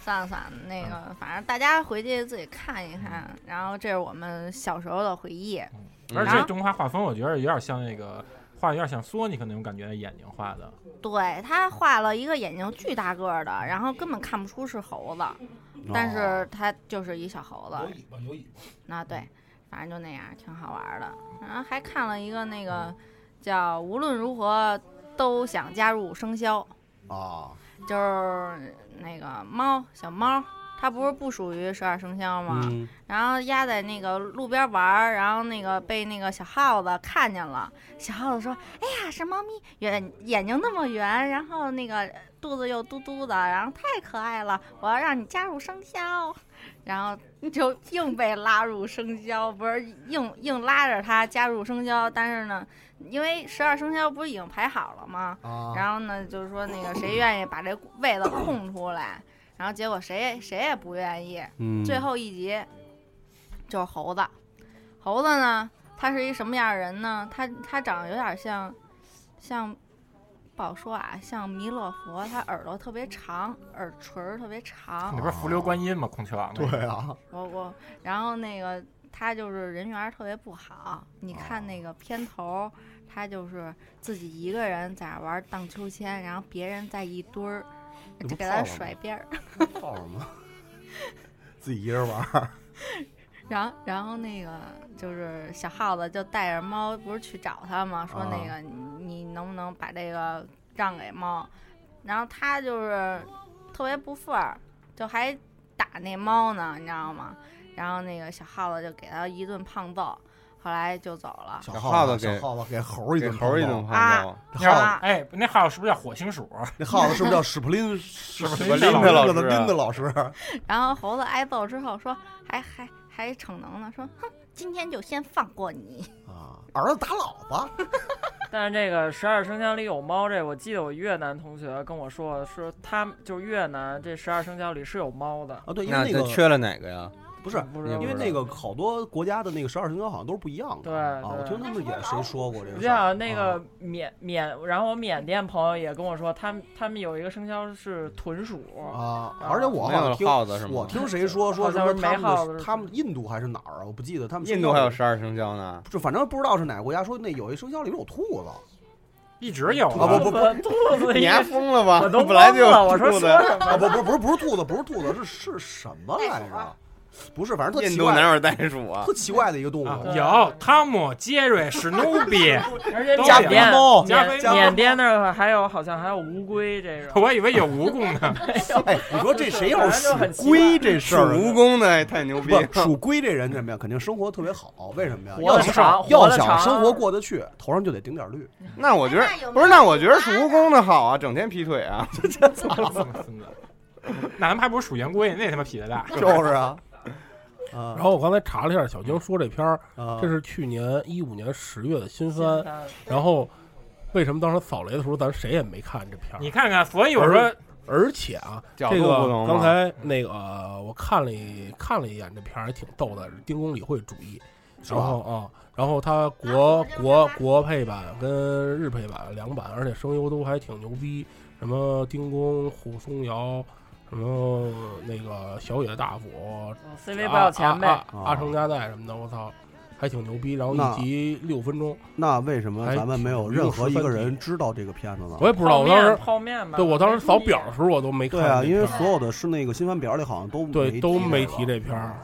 S9: 算了算了，那个反正大家回去自己看一看。然后这是我们小时候的回忆。
S7: 而
S9: 然
S5: 啊
S7: 且
S9: 后
S7: 动画画风，我觉得有点像那个画，有点像索尼克那种感觉，眼睛画的。
S9: 对他画了一个眼睛巨大个儿的，然后根本看不出是猴子，但是他就是一小猴子。
S4: 巴有尾巴。
S9: 那对，反正就那样，挺好玩儿的。然后还看了一个那个叫《无论如何都想加入生肖》，
S2: 啊，
S9: 就是那个猫小猫，它不是不属于十二生肖吗？
S2: 嗯
S9: 然后压在那个路边玩儿，然后那个被那个小耗子看见了。小耗子说：“哎呀，是猫咪，圆眼睛那么圆，然后那个肚子又嘟嘟的，然后太可爱了，我要让你加入生肖。”然后就硬被拉入生肖，不是硬硬拉着他加入生肖，但是呢，因为十二生肖不是已经排好了吗？
S2: 啊
S9: 然后呢，就是说那个谁愿意把这位子空出来，然后结果谁也谁也不愿意。
S2: 嗯
S9: 最后一集就是猴子，猴子呢，他是一什么样的人呢？他他长得有点像像。不好说啊，像弥勒佛，他耳朵特别长，耳垂儿特别长。
S7: 那不是伏流观音吗？孔雀王。
S2: 啊哦对啊，
S9: 我我，然后那个他就是人缘儿特别不好。你看
S2: 哦
S9: 那个片头儿，他就是自己一个人在那儿玩儿荡秋千，然后别人在一堆儿，
S2: 那
S9: 就
S2: 不
S9: 给
S2: 泡
S9: 他
S2: 了
S9: 甩
S2: 吗
S9: 边儿。
S2: 泡什么？自己一人玩儿，
S9: 然后然后那个就是小耗子就带着猫，不是去找他吗？说那个、
S2: 啊
S9: 你你能不能把这个让给猫？然后他就是特别不忿儿，就还打那猫呢，你知道吗？然后那个小耗子就给他一顿胖揍。后来就走了。
S2: 小
S1: 耗
S2: 耗
S1: 子
S2: 小
S1: 给
S2: 耗子给猴儿一
S1: 给
S2: 顿
S1: 猴儿一
S2: 胖揍
S1: 顿胖
S9: 啊
S1: 揍
S7: 那耗子哎，那耗子是不是叫火星鼠？啊
S2: 那耗子是不是叫史普 林史
S7: 普
S2: 林
S7: 林
S2: 的
S7: 的
S2: 老
S7: 老
S2: 师
S7: 师
S2: 林的老师？
S1: 啊
S2: 啊
S9: 然后猴子挨揍之后说，还还还逞能呢，说哼，今天就先放过你。
S2: 儿子打老婆，
S5: 但是这个十二生肖里有猫，这我记得我越南同学跟我说，说他们就是越南这十二生肖里是有猫的
S2: 啊，对，因
S1: 那
S2: 为那个
S1: 缺了哪个呀？
S2: 不是，
S5: 不知道
S2: 因为那个好多国家的那个十二生肖好像都是不一样的。
S5: 对
S2: 啊，
S5: 对
S2: 我听他们也谁说过这
S5: 我
S2: 个
S5: 记
S2: 事儿。
S5: 得啊那个缅缅，然后我缅甸朋友也跟我说，他们他们有一个生肖是豚鼠
S2: 啊而且我好像听我听谁说说
S5: 好
S2: 什
S5: 像
S2: 么
S5: 是
S2: 他
S5: 没
S2: 们
S5: 耗
S2: 的
S5: 子，
S2: 他们印度还是哪儿啊？我不记得他们
S1: 印度还有
S2: 生
S1: 十二生肖呢
S2: 肖，里就反正不知道是哪个国家说那有一生肖里边有兔子，
S7: 一直有
S2: 啊不不不，
S5: 兔子
S1: 你还疯了吧
S2: 我都
S1: 本来就有
S2: 懵了我说
S1: 兔子
S2: 说什么啊不不不是不是兔子，不是兔子，是是什么来着？不是，反正特
S1: 印
S2: 奇
S1: 度
S2: 怪，
S1: 哪有袋鼠啊
S2: 特奇怪的一个动物。 啊
S7: 有汤姆、杰瑞、史努比，
S5: 而且
S7: 都
S5: 缅
S7: 有
S5: 甸
S7: 猫加菲
S5: 缅
S7: 猫
S5: 缅甸那儿还有好像还有乌龟这个，
S7: 我以为有蜈蚣呢。
S2: 哎，你说这谁要是
S5: 反正就很
S2: 属
S5: 奇怪
S2: 龟这事儿，
S1: 属蜈蚣的还太牛逼了啊
S2: 不，属龟这人怎么样？肯定生活特别好，为什么呀？
S1: 活得
S2: 要
S1: 长
S2: 想要
S1: 活得
S2: 想
S1: 长
S2: 生活过得去，头上就得顶点绿。
S1: 那我觉得不是，那我觉得属蜈蚣的好啊，整天劈腿 啊。
S7: 那他妈还不是属羊龟，那他妈脾气大。
S2: 就是 啊，
S7: 嗯
S2: 啊
S4: 然后我刚才查了一下，小晶说这篇儿
S2: 啊，
S4: 这是去年一五年十月的新
S5: 新
S4: 番
S5: 番。
S4: 然后为什么当时扫雷的时候，咱谁也没看这片儿？
S7: 你看看，所以我说
S4: 而，而且啊，
S7: 角度
S4: 这
S7: 不
S4: 个
S7: 同嘛
S4: 刚才那个呃我看了一看了一眼，这片儿还挺逗的，丁公理会主义。
S2: 是吧
S4: 然后啊，然后它国国国配版跟日配版两版，而且声优都还挺牛逼，什么丁公、虎松瑶，什么那个小野大辅
S5: CV 不要钱呗
S4: 啊啊啊阿成加代什么的，我操，还挺牛逼。然后
S2: 那
S4: 一集六分钟，
S2: 那为什么
S4: 还
S2: 咱们没有
S4: 挺牛
S2: 任何一个
S4: 十分
S2: 人
S4: 集
S2: 知道这个片子呢？
S4: 我也不知道，我当时
S5: 泡面吧
S4: 对我当时扫表
S5: 没
S4: 的时候我都没看
S2: 对啊，
S4: 这
S2: 因为
S4: 片儿
S2: 所有的是那个新番表里好像都
S4: 对都没提
S2: 这
S4: 这片儿。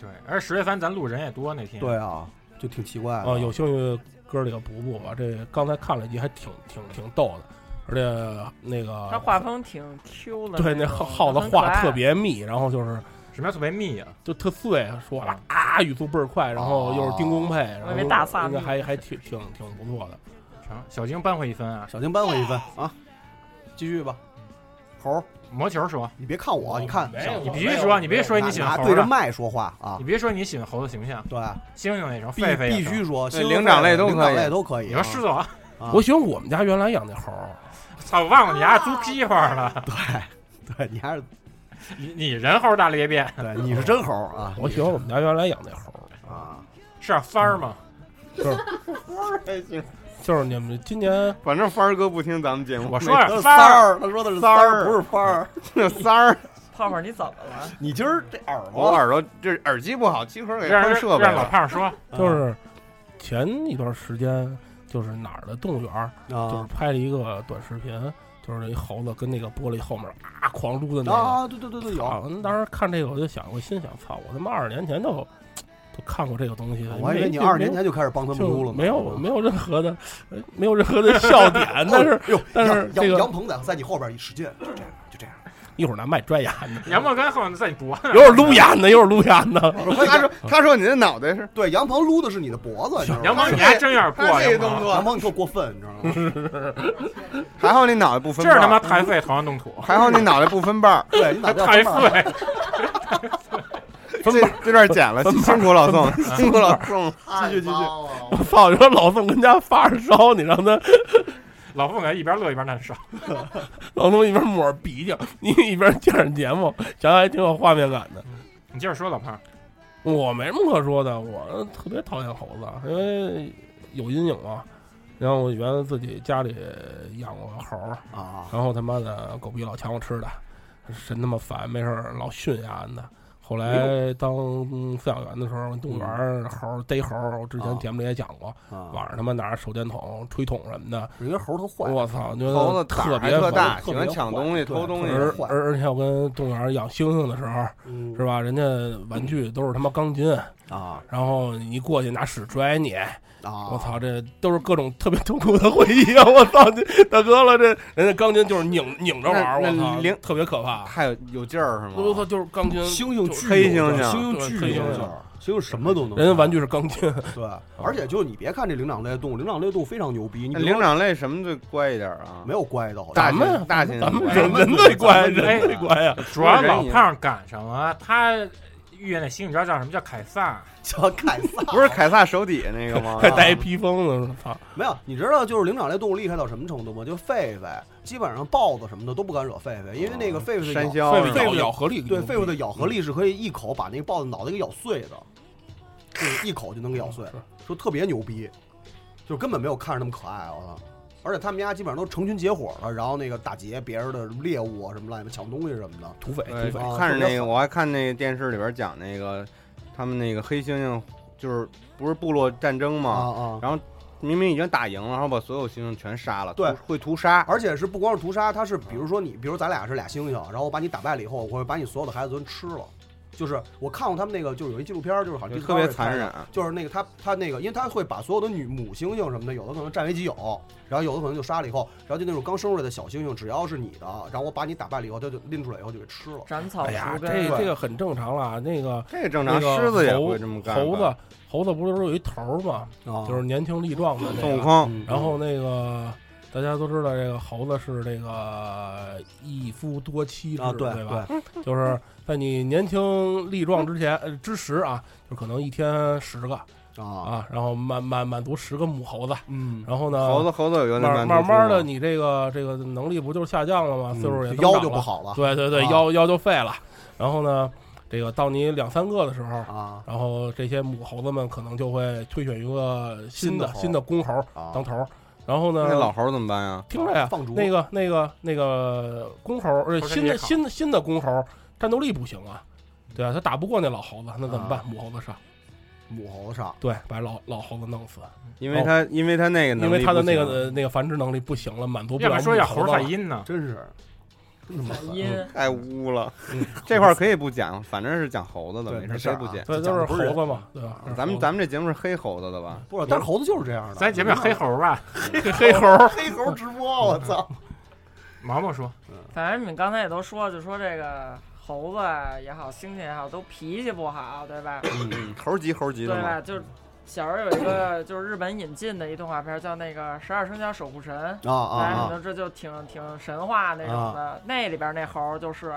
S7: 对，而且十月份咱录人也多那天。
S2: 个。对啊，就挺奇怪的。
S4: 啊，有兴趣哥儿几个补补吧。这刚才看了一集，还挺挺挺逗的，而且那个
S5: 他画风挺 Q 的种，
S4: 对那耗耗子
S5: 很可
S4: 画
S5: 爱
S4: 特别密，然后就是
S7: 什么叫特别密啊？
S4: 就特碎，说啊啊语速倍儿快，然后
S2: 哦
S4: 又是丁公配，然
S7: 我
S4: 后
S7: 以为大萨
S4: 应该
S7: 密
S4: 还还挺挺挺不错的。
S7: 成，小晶扳回一分啊！
S2: 小晶扳回一分啊！继续吧，猴
S7: 嗯魔球说，
S2: 你别看我，你看
S7: 哦没有你必须说你必须说你喜欢
S2: 拿
S7: 猴
S2: 拿
S7: 儿
S2: 对着
S7: 的
S2: 麦说 话啊
S7: 你！别说你喜欢猴子形象，
S2: 对，
S7: 猩猩也成，
S2: 必
S7: 狒狒也
S2: 必
S7: 成
S2: 须说，
S7: 对
S2: 猩猩
S7: 灵长类都
S2: 灵长
S7: 可以
S2: 类都可以。
S7: 你说狮子王，
S2: 啊
S4: 我喜欢我们家原来养那猴儿，
S7: 操，我忘了你家猪屁股了。
S2: 对，对你还是
S7: 你你人猴大裂变，
S2: 对，你是真猴儿啊！
S4: 我喜欢我们家原来养那猴儿，
S2: 啊，
S7: 是啊三儿吗？
S4: 就是 就是你们今年
S1: 反正帆儿哥不听咱们节目。
S4: 我
S7: 说呀
S2: 三儿，他说的是
S1: 三
S2: 儿，
S1: 儿
S2: 不是番儿。
S1: 那三儿，
S5: 泡泡，你怎么了？
S2: 你今儿这耳
S1: 我
S2: 朵
S1: 耳朵这耳机不好，机壳给
S7: 让
S1: 喷设备
S7: 让老
S1: 了。
S7: 胖说，
S2: 啊
S4: 就是前一段时间，就是哪儿的动物园儿，
S2: 啊
S4: 就是拍了一个短视频，就是一猴子跟那个玻璃后面啊狂撸的那个。
S2: 啊，对对对对，
S4: 操
S2: 有。
S4: 当时看这个我就想，我心想，操，我他妈二十年前就就看过这个东西了。
S2: 啊我还以为你
S4: 没
S2: 二十年前就开始帮他
S4: 就
S2: 们撸了呢，
S4: 没有没有任何的呃没有任何的笑 点，但是
S2: 哦哟，
S4: 但
S2: 杨
S4: 是这
S2: 杨杨
S4: 个
S2: 鹏在在你后边一使劲，就这样，就这样。
S4: 一会儿拿麦拽牙呢，
S7: 杨梦跟后面在你脖子
S4: 一会儿撸牙呢，一会儿撸牙呢。
S1: 他说他说你的脑袋是
S2: 对，杨鹏撸的是你的脖子，你知道吗
S7: 杨鹏，你还真有点过，
S1: 他这
S7: 杨
S1: 个动
S7: 鹏，
S2: 杨
S1: 作，
S2: 鹏你特过分，你知道吗？
S1: 还好你脑袋不分
S7: 这是他妈
S1: 瓣，
S7: 太岁头上弄土，
S1: 还好你脑袋不分瓣。
S2: 对你咋叫
S7: 太岁，
S1: 这这段 剪 了，辛苦老宋，辛苦老宋。
S2: 继续继续，
S4: 我操！你说老宋跟家发着烧，你让他
S7: 老凤感觉一边乐一边难受。
S4: 老宋一边抹着鼻涕，你一边见着节目，想想还挺有画面感的。
S7: 嗯你接着说，老胖，
S4: 我没什么可说的，我特别讨厌猴子，因为有阴影嘛。然后我原来自己家里养过猴儿，
S2: 啊！
S4: 然后他妈的狗逼老抢我吃的，真他妈烦，没事儿老训呀的。后
S2: 哎
S4: 来当饲养员的时候，动物园
S2: 嗯
S4: 儿猴儿逮猴儿，我之
S2: 啊
S4: 前节目里也讲过，晚上他妈拿着手电筒、吹筒什么的，
S2: 我觉得猴儿特坏，
S4: 我操，觉
S1: 猴
S4: 得
S1: 子胆
S4: 特
S1: 儿还
S4: 别
S1: 特
S4: 烦。
S1: 大，喜欢抢东西、偷东西。
S4: 而而而且我跟动物园儿养猩猩的时候，
S2: 嗯
S4: 是吧？人家玩具都是他妈钢筋，
S2: 啊
S4: 然后你一过去拿屎拽你，
S2: 啊！
S4: 我操，这都是各种特别痛苦的回忆啊！我操，这大哥了，这人家钢筋就是拧拧着玩儿，
S1: 那
S4: 我
S1: 那
S4: 操，
S1: 零
S4: 特别可怕。
S1: 还有有劲儿是吗？
S4: 我操，就是钢筋，
S2: 猩猩
S4: 巨
S1: 黑猩
S4: 有
S1: 猩
S4: 劲儿
S1: 猩猩
S4: 对
S1: 巨
S4: 黑猩
S1: 有
S4: 猩
S1: 劲儿
S2: 猩猩什么都能
S4: 人家玩具是钢筋，
S2: 对， 而且就是你别看这灵长类的动物，灵长类的动物非常牛逼。你
S1: 那
S2: 比如
S1: 灵长类什么最乖一点啊？
S2: 没有乖的，好像
S1: 大
S2: 咱们
S4: 嗯
S1: 型大型
S2: 咱们
S1: 乖
S2: 人人最乖人最乖
S1: 啊
S2: 呀
S7: 主要老
S1: 人也
S7: 胖赶上了，他遇见那猩猩知道叫什么叫凯撒，
S2: 叫凯撒，
S1: 不是凯撒手底下那个 吗？
S2: 还带一
S4: 披风呢，操！
S2: 没有，你知道就是灵长类动物厉害到什么程度吗？就狒狒，基本上豹子什么的都不敢惹狒狒，因为那个狒
S1: 哦
S2: 狒的
S1: 山
S2: 咬
S1: 魈
S2: 狒狒的
S1: 咬咬合力
S2: 对
S1: 牛逼
S2: 狒
S4: 嗯
S2: 狒的咬合力是可以一口把那个豹子脑袋给咬碎的，就是一口就能给咬碎，就特别牛逼，就根本没有看着那么可爱，啊我操！而且他们家基本上都成群结伙了，然后那个打劫别人的猎物啊，什么乱七八抢东西什么的，啊
S4: 土匪
S1: 对，哎看着那个，我还看那个电视里边讲那个，他们那个黑猩猩就是不是部落战争嘛，
S2: 啊
S1: 然后明明已经打赢了，然后把所有猩猩全杀了，
S2: 对
S1: 啊屠，会屠杀，
S2: 而且是不光是屠杀，它是比如说你，比如咱俩是俩猩猩，然后我把你打败了以后，我会把你所有的孩子都吃了。就是我看过他们那个，就是有一纪录片儿，就是好像
S1: 就特别残忍啊
S2: 就是那个他他那个，因为他会把所有的女母猩猩什么的，有的可能占为己有，然后有的可能就杀了以后，然后就那种刚生出来的小猩猩，只要是你的，然后我把你打败了以后，他就拎出来以后就给吃了。
S5: 斩草
S4: 哎呀，这这个很正常了。那个
S1: 这正常
S4: 那个
S1: 狮子也
S4: 猴
S1: 会这么干吧哦
S4: 猴子猴子不是都有一头儿吗？
S2: 啊
S4: 就是年轻力壮的那个嗯
S1: 孙悟空
S4: 然后那个大家都知道，这个猴子是这个一夫多妻制，
S2: 啊对
S4: 对吧
S2: 对？
S4: 就是在你年轻力壮之前呃之时啊，就可能一天十个。
S1: 哦
S4: 啊，然后满满满足十个母猴子，
S2: 嗯
S4: 然后呢，
S1: 猴子猴子有那
S4: 慢
S1: 满
S4: 慢
S1: 足
S4: 慢
S1: 数
S4: 的，
S1: 吗
S4: 你这个这个能力不就是下降了吗？啊岁数也
S2: 就
S4: 增
S2: 嗯腰
S4: 长
S2: 就不好了
S4: 对对对，
S2: 啊
S4: 腰腰就废了。然后呢，这个到你两三个的时候
S2: 啊，
S4: 然后这些母猴子们可能就会推选一个新的
S1: 新的猴
S4: 新的公猴
S1: 啊
S4: 当头儿，然后呢，
S1: 那老猴怎么办呀？
S4: 听着呀
S2: 放逐，
S4: 那个那个那个公猴，呃，
S1: 头
S4: 新
S1: 也
S4: 的
S1: 好
S4: 新的新的公猴战斗力不行啊，对啊，他打不过那老猴子，那怎么办？母猴子上，
S2: 啊母猴子上，
S4: 对，把老老猴子弄死，
S1: 因为他
S4: 哦
S1: 因为他那个能
S4: 因
S1: 力
S4: 为他的
S1: 不行
S4: 那个呃那个繁殖能力不行了，满足不
S7: 要
S4: 了
S7: 不
S4: 母猴子了。
S7: 说要猴赛因呢
S2: 真是
S7: 因
S1: 太污了，
S4: 嗯
S1: 这块儿可以不讲，反正是讲猴子的，
S2: 对
S1: 没
S2: 没
S1: 事
S2: 事
S1: 儿
S2: 儿嗯
S1: 可以不讲，
S4: 啊对都是猴子嘛对吧
S1: 咱们咱们这节目是黑猴子的吧？
S2: 不是但是猴子就是这样的咱节目叫黑猴
S7: 吧，
S2: 黑猴 黑猴直播，我 操！
S7: 毛毛说，
S2: 嗯
S5: 反正你们刚才也都说，就说这个猴子啊也好，猩猩也好，都脾气不好，对吧？
S1: 嗯猴急猴急
S5: 对
S1: 的
S5: 吧？
S1: 嘛，
S5: 就是
S2: 嗯
S5: 小时候有一个就是日本引进的一动画片，叫那个《十二生肖守护神》
S2: 啊啊
S5: 大家
S2: 啊
S5: 你都知道，就挺挺神话那种的。那里边那猴儿就是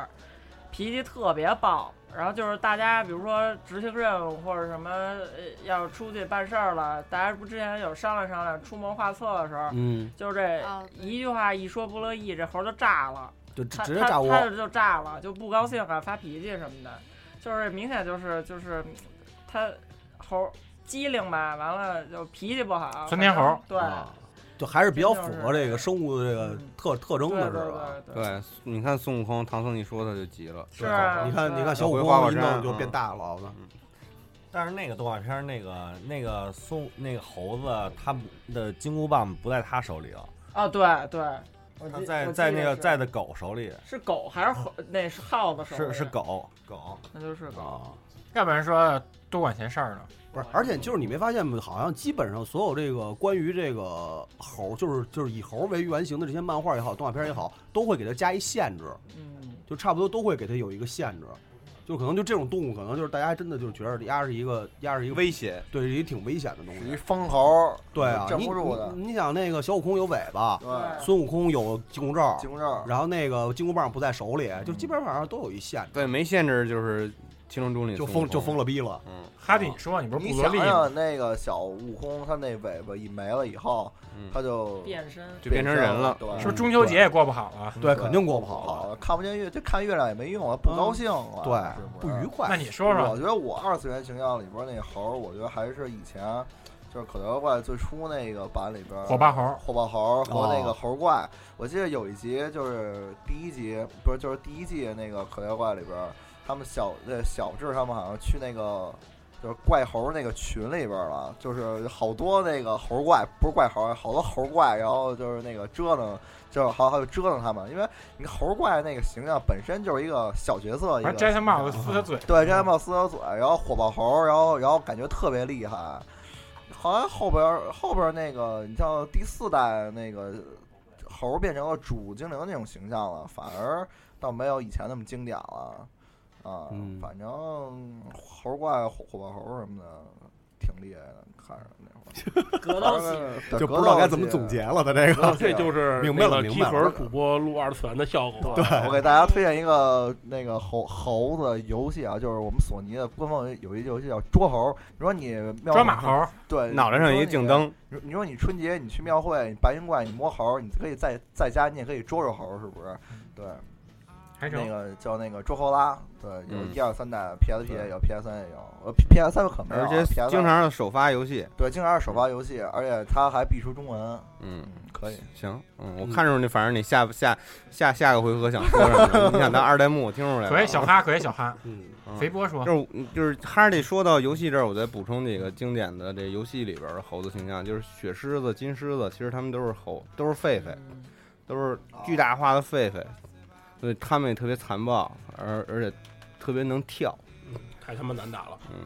S5: 脾气特别暴，然后就是大家比如说执行任务或者什么呃要出去办事儿了，大家不之前有商量商量出谋划策的时候，
S2: 嗯
S5: 就是这一句话一说不乐意，这猴儿就炸了。
S2: 就
S5: 他
S2: 直接炸窝
S5: 他他就炸了，就不高兴啊，发脾气什么的，就是明显就是就是嗯他猴机灵吧，完了就脾气不好，
S2: 窜天猴
S5: 反正对。
S2: 啊就还是比较符合这个生物的这
S7: 嗯
S2: 个特特征的
S5: 对
S2: 是
S5: 对
S2: 吧？
S1: 对，你看孙悟空，唐僧一说他就急了，
S5: 是啊
S2: 你看你看小悟
S1: 回花果
S2: 空一
S1: 山
S2: 弄就
S1: 嗯
S2: 变大了，我操！
S11: 但是那个动画片儿，那个那个松那个猴子，他的金箍棒不在他手里了，
S5: 哦，对对，我
S11: 他
S5: 记
S11: 在
S5: 我记
S11: 在那
S5: 得
S11: 个
S5: 是
S11: 在的狗手里，
S5: 是狗还是猴？那是耗子手里啊
S11: 是是，狗狗，
S5: 那
S1: 啊
S5: 就是
S2: 狗。
S7: 要不然说多管闲事儿呢？
S2: 不是，而且就是你没发现吗？好像基本上所有这个关于这个猴，就是就是以猴为原型的这些漫画也好，动画片也好，都会给它加一限制，
S5: 嗯，
S2: 就差不多都会给它有一个限制。就可能就这种动物，可能就是大家真的就是觉得鸭是一个鸭是一个
S1: 危险，
S2: 对，是一挺危险的东西，
S3: 一疯猴，嗯
S2: 对啊，
S3: 镇
S2: 你
S3: 不住的
S2: 你。你想那个小悟空有尾巴，
S3: 对
S2: 孙悟空有金箍咒，
S3: 金箍咒，
S2: 然后那个金箍棒不在手里，就基本上都有一限制，
S1: 对，没限制就是七龙珠里
S2: 就
S1: 孙悟
S2: 疯就
S1: 空
S2: 疯了逼了。
S1: 嗯，
S7: 哈迪，你说你不是
S3: 你
S7: 不
S3: 想
S7: 得
S3: 啊
S7: 力吗？
S3: 想那个小悟空，他那尾巴一没了以后，
S2: 嗯
S3: 他就
S5: 变身
S7: 就变成人了
S3: 对，嗯
S7: 是不是中秋节也过不好啊
S2: 对，肯定过不好了。嗯
S3: 好看不见月，这看月亮也没用啊，不高兴了，
S2: 对
S3: 是不
S2: 不愉快
S7: 那你说说
S3: 我觉得我二次元形象里边那猴儿，我觉得还是以前就是可德怪最初那个版里边儿
S7: 火爆猴儿
S3: 火爆猴儿和那个
S7: 哦
S3: 猴儿怪。我记得有一集就是第一集，不是就是第一季那个可德怪里边儿，他们小呃小智他们好像去那个。就是怪猴儿那个群里边儿了，就是好多那个猴儿怪，不是怪猴儿，好多猴儿怪，然后就是那个折腾，就是还有还有折腾他们，因为你猴儿怪那个形象本身就是一个小角色，一
S7: 反
S3: 个
S7: 正摘他帽子撕他嘴，
S3: 对，詹姆斯有嘴，然后火爆猴，然后然后感觉特别厉害。好像后边儿后边儿那个，你像第四代那个猴儿变成了主精灵那种形象了，反而倒没有以前那么经典了。啊，
S2: 嗯
S3: 反正猴儿怪、火火爆猴儿什么的，挺厉害的，看着那会儿
S2: 格斗系
S3: 对
S2: 就
S3: 格
S2: 不知道
S3: 斗
S2: 该怎
S3: 系
S2: 么总结了他这个
S3: 格斗系啊
S4: 这就是
S3: 明白了
S4: 那个
S3: 明
S4: 集
S3: 白了
S4: 合主播录二次元的效果。
S3: 我给大家推荐一个那个猴猴子游戏啊，就是我们索尼的官方有一游戏叫捉猴。你说你庙
S1: 抓马猴
S3: 对，
S1: 脑袋上
S3: 你说
S1: 一
S3: 你
S1: 镜灯。
S3: 你你说你春节你去庙会，你白云观你摸猴，你可以在在家你也可以捉着猴，是不是？
S1: 嗯
S3: 对，
S7: 还成
S3: 那个叫那个捉猴拉，对，有
S1: 嗯
S3: 一二三代 PSP 也有，PS 三也有，呃，PS 三可没有
S1: 而
S3: 啊，
S1: 且
S3: PS
S1: 经常是首发游戏。
S3: 对，经常是首发游戏，而且它还必出中文。
S1: 嗯，
S3: 可以。
S1: 行，嗯，我看出你，反正你下下下下个回合想说什么，你想当二代目，我听出来了。
S7: 可以小哈可以小哈
S1: 嗯
S7: 肥波说
S1: 就是就是哈利说到游戏这儿，我再补充几个经典的这游戏里边的猴子形象，就是雪狮子、金狮子，其实他们都是猴，都是狒狒，都是巨大化的狒狒，所以他们也特别残暴，而而且特别能跳。
S4: 太他妈难打了。
S1: 嗯，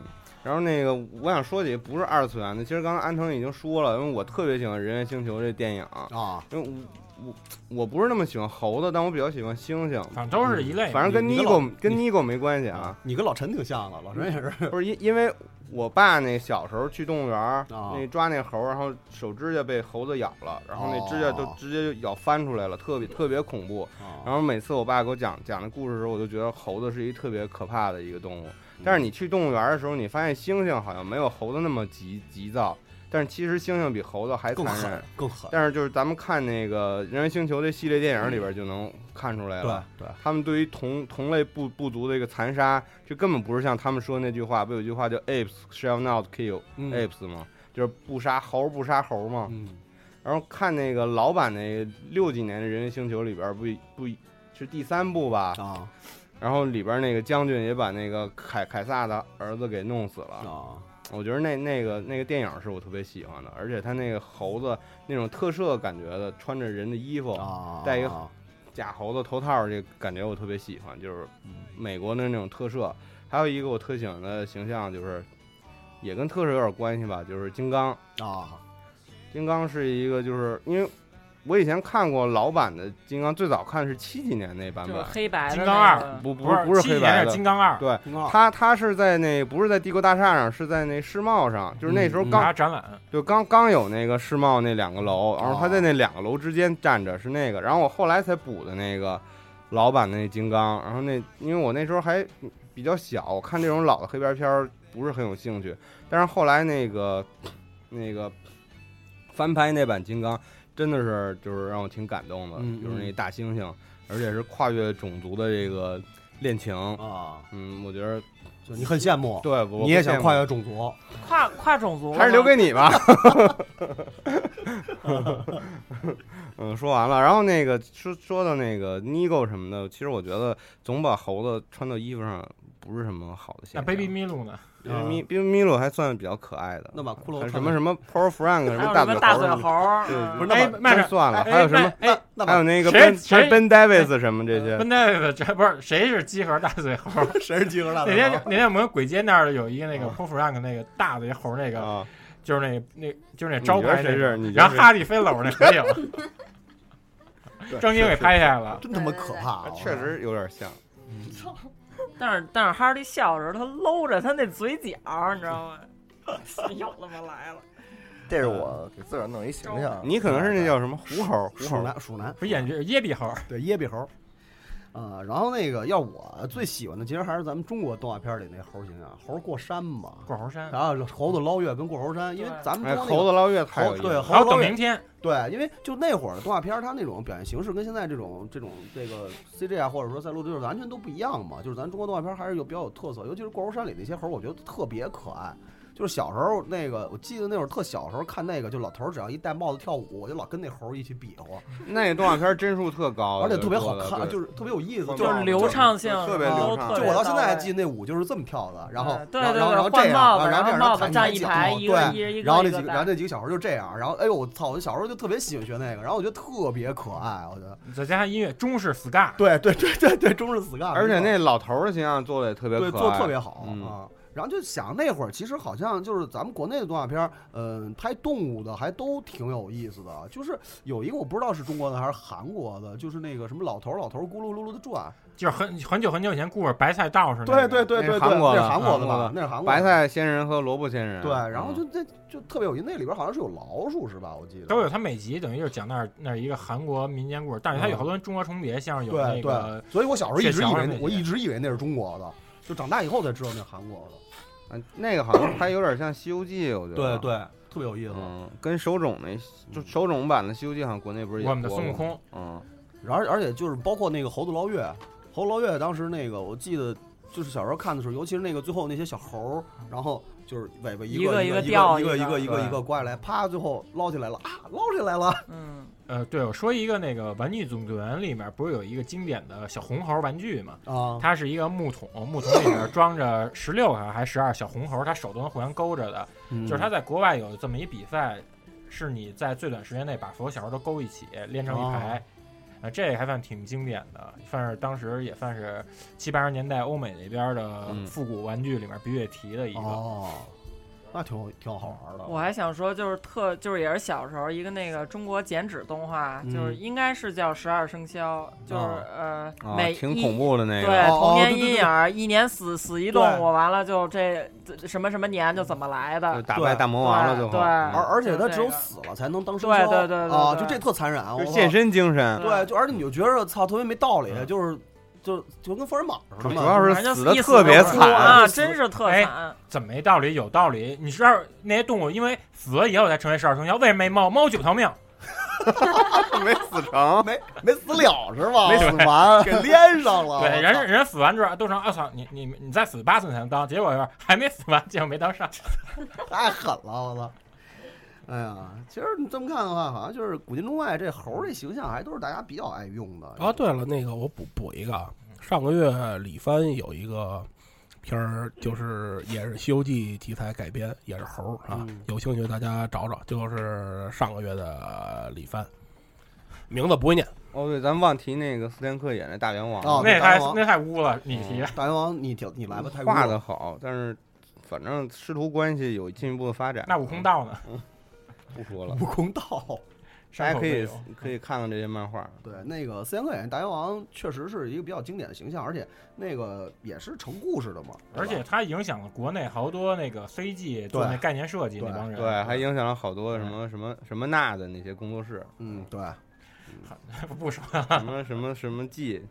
S1: 然后那个我想说几个不是二次元的，其实刚才安藤已经说了，因为我特别喜欢《人猿星球》这电影啊，因为
S3: 嗯
S1: 我我我不是那么喜欢猴子，但我比较喜欢猩猩，
S7: 反正都是一类
S1: 反正跟
S2: 你
S1: 尼
S2: 你跟
S1: 狗
S2: 老
S1: 跟尼狗没关系啊，
S2: 你跟老陈挺像的，老陈也是。
S1: 不是因因为我爸那小时候去动物园儿，
S2: 啊
S1: 那抓那猴儿，然后手指甲被猴子咬了，然后那指甲就
S2: 哦
S1: 直接就咬翻出来了，特别特别恐怖。然后每次我爸给我讲讲的故事的时候，我就觉得猴子是一特别可怕的一个动物。
S2: 嗯
S1: 但是你去动物园儿的时候，你发现猩猩好像没有猴子那么急急躁，但是其实猩猩比猴子还残
S2: 更狠
S1: 忍，
S2: 更狠
S1: 但是就是咱们看那个《人猿星球》这系列电影里边就能看出来了，
S2: 对对
S1: 他们对于同同类部部族的一个残杀，这根本不是像他们说的那句话，不有句话叫 “apes shall not kill
S2: 嗯
S1: apes” 吗？就是不杀猴儿不杀猴儿嘛。
S8: 嗯
S1: 然后看那个老版那六几年的《人猿星球》里边不不是第三部吧？
S2: 啊。
S1: 然后里边那个将军也把那个凯凯撒的儿子给弄死了我觉得那那个那个电影是我特别喜欢的，而且他那个猴子那种特摄感觉的，穿着人的衣服，戴一个假猴子头套，这个感觉我特别喜欢，就是美国的那种特摄。还有一个我特喜欢的形象就是，也跟特摄有点关系吧，就是金刚
S2: 啊。
S1: 金刚是一个，就是因为我以前看过老版的金刚，最早看是七几年那版本，
S5: 就是黑白的
S7: 金刚二
S5: 那个
S1: 不
S7: 不
S1: 不
S7: 是
S1: 不是
S7: 七几
S1: 黑白
S7: 年
S1: 的
S7: 是金刚二
S1: 对
S7: 呃金刚，二
S1: 他他是在那不是在帝国大厦上，是在那世贸上，就是那时候
S7: 嗯
S1: 刚
S7: 还展览，
S1: 就刚刚有那个世贸那两个楼，然后
S7: 哦
S1: 他在那两个楼之间站着是那个，然后我后来才补的那个老版的那金刚，然后那因为我那时候还比较小，我看这种老的黑白片儿不是很有兴趣，但是后来那个那个翻拍那版金刚真的是就是让我挺感动的，
S2: 嗯
S1: 就是那
S2: 嗯
S1: 大猩猩，而且是跨越种族的这个恋情
S2: 啊，
S1: 嗯，我觉得
S2: 就你很羡慕
S1: 对，我
S2: 你也
S1: 不羡
S2: 想
S1: 慕
S2: 跨越种族，
S5: 跨跨种族了吗
S1: 还是留给你 吧。嗯，说完了，然后那个说说到那个 Nigo 什么的，其实我觉得总把猴子穿到衣服上不是什么好的
S7: 那
S1: 现象。
S2: 啊
S7: Baby Milu 呢？
S1: 米冰米鲁还算比较可爱的，
S2: 那把骷髅
S1: 还有
S2: 穿
S1: 什么
S2: 的
S1: 什么 Paul Frank 什么
S2: 还有什
S1: 嘴
S2: 么
S1: 猴
S2: 大
S1: 什么
S2: 嘴猴儿啊
S1: 对，
S2: 不是那把
S1: 那
S7: 慢着
S1: 算了，
S7: 嗯哎
S1: 还有什
S7: 慢
S1: 么
S7: 哎那把
S1: 还有那个
S7: 谁
S1: Ben
S7: 谁
S1: Ben Davis 什么这些
S7: 不，那这不是谁是鸡盒大嘴猴？
S2: 谁是鸡盒大
S7: 那
S2: 嘴猴
S7: 天那天我们鬼街那儿有一个那
S1: 哦
S7: 个 p o f r a n k 那个大嘴猴那
S1: 个，
S7: 就是那那就是那招牌
S1: 哦你觉得谁
S7: 那
S1: 是
S7: 个
S1: 你觉得
S7: 然后
S1: 谁
S7: 哈利飞楼那 合影，正经给拍下来了，
S2: 真他妈可怕啊，
S1: 确实有点像。
S5: 但是但是哈利笑着，他搂着他那嘴角，你知道吗？ 又他妈来了，
S3: 这是我给自个儿弄一形象。
S1: 你可能是那叫什么狐猴，
S2: 鼠
S1: 狐猴
S2: 男，鼠男
S7: 不是眼睛椰比猴，
S2: 对椰比猴。啊，然后那个要我最喜欢的，其实还是咱们中国动画片里那猴形象，猴过山嘛，
S7: 过猴山，
S2: 然后猴子捞月跟过猴山，因为咱们
S1: 哎
S2: 中国那个
S1: 猴子捞月太有
S2: 猴
S1: 意思
S2: 对，
S1: 了
S2: 猴
S1: 还有
S2: 子捞
S1: 等
S2: 月
S1: 明天，
S2: 对，因为就那会儿的动画片儿它那种表现形式跟现在这种这种这个 CG 啊，或者说在录制完全都不一样嘛，就是咱中国动画片儿还是有比较有特色，尤其是过猴山里那些猴儿，我觉得特别可爱。就是小时候那个，我记得那会儿特小时候看那个，就老头儿只要一戴帽子跳舞，我就老跟那猴儿一起比划。
S1: 那个动画片帧数特高，
S2: 而且特别好
S1: 做得
S2: 看，
S1: 对
S2: 就是特别有意思，
S1: 棒
S2: 就
S1: 棒的流畅性特别流畅
S2: 就我到现在
S5: 特别到位啊
S2: 还记得那舞就是这么跳的，然后
S5: 对
S2: 然后
S5: 对
S2: 然
S5: 对
S2: 后然后
S5: 换
S2: 这
S5: 帽子
S2: 样，啊然后这样
S5: 然后帽子
S2: 看
S5: 站
S2: 你
S5: 一
S2: 脚
S5: 排一个
S2: 对
S5: 一人一个
S2: 然后
S5: 一
S2: 那
S5: 个
S2: 几个
S5: 戴
S2: 然后那几个小孩就这样，然后哎呦我操，我小时候就特别喜欢学那个，然后我觉得特别可爱，我觉得
S7: 再加上音乐中式 ska，
S2: 对对对对对，中式 ska，
S1: 而且那老头儿的形象做的也特别可
S2: 对
S1: 爱，
S2: 做得特别好
S1: 嗯
S2: 啊。然后就想那会儿，其实好像就是咱们国内的动画片儿，嗯、拍动物的还都挺有意思的。就是有一个我不知道是中国的还是韩国的，就是那个什么老头儿老头儿咕噜噜噜的转，
S7: 就是很很久很久以前故事，白菜道士那
S2: 对
S7: 个。
S2: 对对对对，
S1: 韩国
S2: 那
S1: 的
S2: 是韩国的吧
S1: 嗯？
S2: 那是韩国的
S1: 白菜仙人和萝卜仙人。
S2: 对，然后
S1: 嗯
S2: 就那就特别有意思，那里边好像是有老鼠是吧？我记得
S7: 都有，他每集等于就是讲那儿那儿一个韩国民间故事，但是他有好多中国重叠，像有那
S2: 嗯对
S7: 个
S2: 对，，所以我小时候一直以为那
S7: 那
S2: 我一直以为那是中国的，就长大以后才知道那韩国的。
S1: 嗯，那个好像还有点像《西游记》，我觉得。啊
S2: 对对，特别有意思。
S1: 嗯，跟手冢那就手冢版的《西游记》好像国内不是也播过吗。嗯，
S2: 然后而且就是包括那个猴子捞月，猴子捞月当时那个我记得就是小时候看的时候，尤其是那个最后那些小猴儿，然后就是尾巴
S7: 一
S2: 个
S7: 个
S2: 一
S7: 一
S2: 个
S7: 个掉
S2: 一
S7: 一
S2: 个
S7: 个
S2: 一个一个
S7: 对
S2: 一个刮下来，啪，最后捞起来了啊，捞起来了。
S5: 嗯，
S7: 呃，对，我说一个那个《玩具总动员》里面不是有一个经典的小红猴玩具嘛？
S2: 啊
S7: 它是一个木桶，木桶里面装着十六个还是十二小红猴，它手都能互相勾着的。
S1: 嗯
S7: 就是它在国外有这么一比赛，是你在最短时间内把所有小猴都勾一起，连成一
S2: 啊
S7: 排。呃，这还算挺经典的，算是当时也算是七八十年代欧美那边的复古玩具里面必须得提的一个。
S2: 嗯
S7: 嗯
S2: 哦，那挺有挺好
S1: 啊
S2: 玩的。
S5: 我还想说，就是特就是也是小时候一个那个中国剪纸动画，
S1: 嗯
S5: 就是应该是叫《十二生肖》，就是呃
S1: 啊
S5: 每
S1: 挺
S5: 一
S1: 恐怖的那个
S5: 对
S1: 哦
S5: 童
S1: 哦对
S5: 年
S1: 对
S5: 阴
S1: 对
S5: 影儿，一年死死一动
S2: 对
S5: 物，完了就这这什么什么年就怎么来的，
S1: 打败大魔王了最后
S5: 对，
S1: 嗯
S2: 而而且他
S5: 它
S2: 只有死了才能当生
S5: 对
S2: 肖，
S5: 对对对
S2: 啊，
S5: 对
S2: 就这特残忍，
S1: 就
S2: 我
S1: 是
S2: 靠
S1: 献身精神。
S2: 对，就而且你就觉得操，特别没道理，就是就就跟福尔马似的嘛，
S7: 主要是
S2: 反正就
S7: 死得
S2: 一
S7: 特别
S2: 就
S7: 惨
S2: 哭
S7: 啊
S2: 就
S5: 真是特
S7: 哎
S5: 惨。啊
S7: 怎么没道理？有道理。你知道那些动物因为死了以后才成为十二生肖，为什么没猫？猫有九条命，
S1: 没死成，
S2: 没没死了是吧？
S7: 没
S2: 死完给连上了，
S7: 对，人人死完之后都成，啊我操，你你你再死八次才能当，结果是还没死完，结果没当上。
S2: 太狠了，我操！哎呀，其实你这么看的话，好像就是古今中外这猴儿这形象还都是大家比较爱用的。
S4: 啊，对了，那个我补补一个，啊，上个月李帆有一个片儿，就是也是《西游记》题材改编，也是猴儿啊，
S1: 嗯
S4: 有兴趣大家找找，就是上个月的李帆，名字不会念。
S1: 哦，对，咱忘提那个斯天克演的大猿王了
S2: 哦，
S1: 嗯
S2: 对大王
S7: 污了，你提
S2: 大猿王，你提你来吧，太污
S1: 画的
S2: 了
S1: 好，但是反正师徒关系有进一步的发展。
S7: 那悟空道呢？
S1: 嗯，不说了。
S2: 悟空道，
S1: 大家可以可以看看这些漫画。
S2: 对，那个斯琴克演大猿王确实是一个比较经典的形象，而且那个也是成故事的嘛。
S7: 而且它影响了国内好多那个 CG 做那概念设计那帮人。嗯
S1: 对，还影响了好多什么什么什么那的那些工作室。
S2: 嗯，对，
S7: 不说
S1: 什么什么什么记，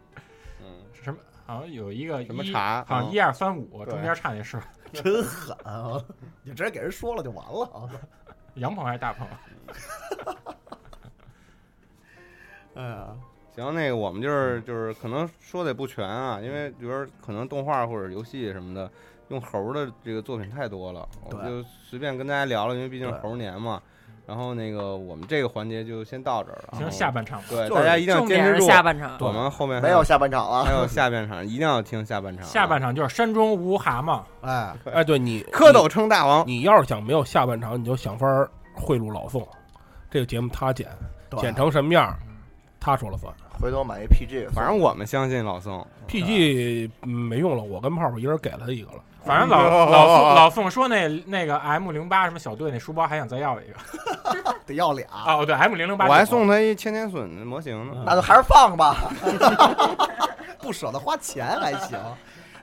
S1: 嗯，
S7: 什么好像有一个
S1: 什么
S7: 一
S1: 茶，
S7: 好像
S1: 嗯
S7: 一二三五中间差那 数，
S2: 真狠啊！你直接给人说了就完 了啊！
S7: 杨鹏还是大啊鹏？
S2: 哎呀，
S1: 行，那个我们就是就是可能说的也不全啊，因为比如说可能动画或者游戏什么的，用猴儿的这个作品太多了，我们
S2: 对
S1: 就随便跟大家聊了，因为毕竟是
S2: 对
S1: 猴儿年嘛。然后那个我们这个环节就先到这儿了。
S7: 行
S1: 然后
S7: 下半场吧
S1: 对
S7: 就
S1: 大
S7: 是
S1: 家一定要
S7: 重
S1: 坚
S7: 点
S1: 持
S7: 是
S1: 住。
S7: 下半场
S1: 我们后面还
S3: 没有下半场了
S1: 还有下半场一定要听下半 场啊。
S7: 下半场就是山中无蛤蟆。
S2: 哎
S4: 哎，对你
S1: 啊 蝌蚪称大王，
S4: 你要是想没有下半场，你就想法儿贿赂老宋，这个节目他剪，
S3: 对
S4: 剪成什么样儿，他说了算。
S3: 回头买一 PG，
S1: 反正我们相信老宋。
S4: PG 嗯没用了，我跟泡泡一人给了他一个了。
S7: 反正
S1: 哎
S7: 老老宋 老宋说那那个 M 零八什么小队那书包还想再要一个，
S2: 得要俩
S7: 哦，对 M 零零八，
S1: 我还送他一千年隼的模型呢。
S2: 那就还是放 吧，不舍得花钱还行。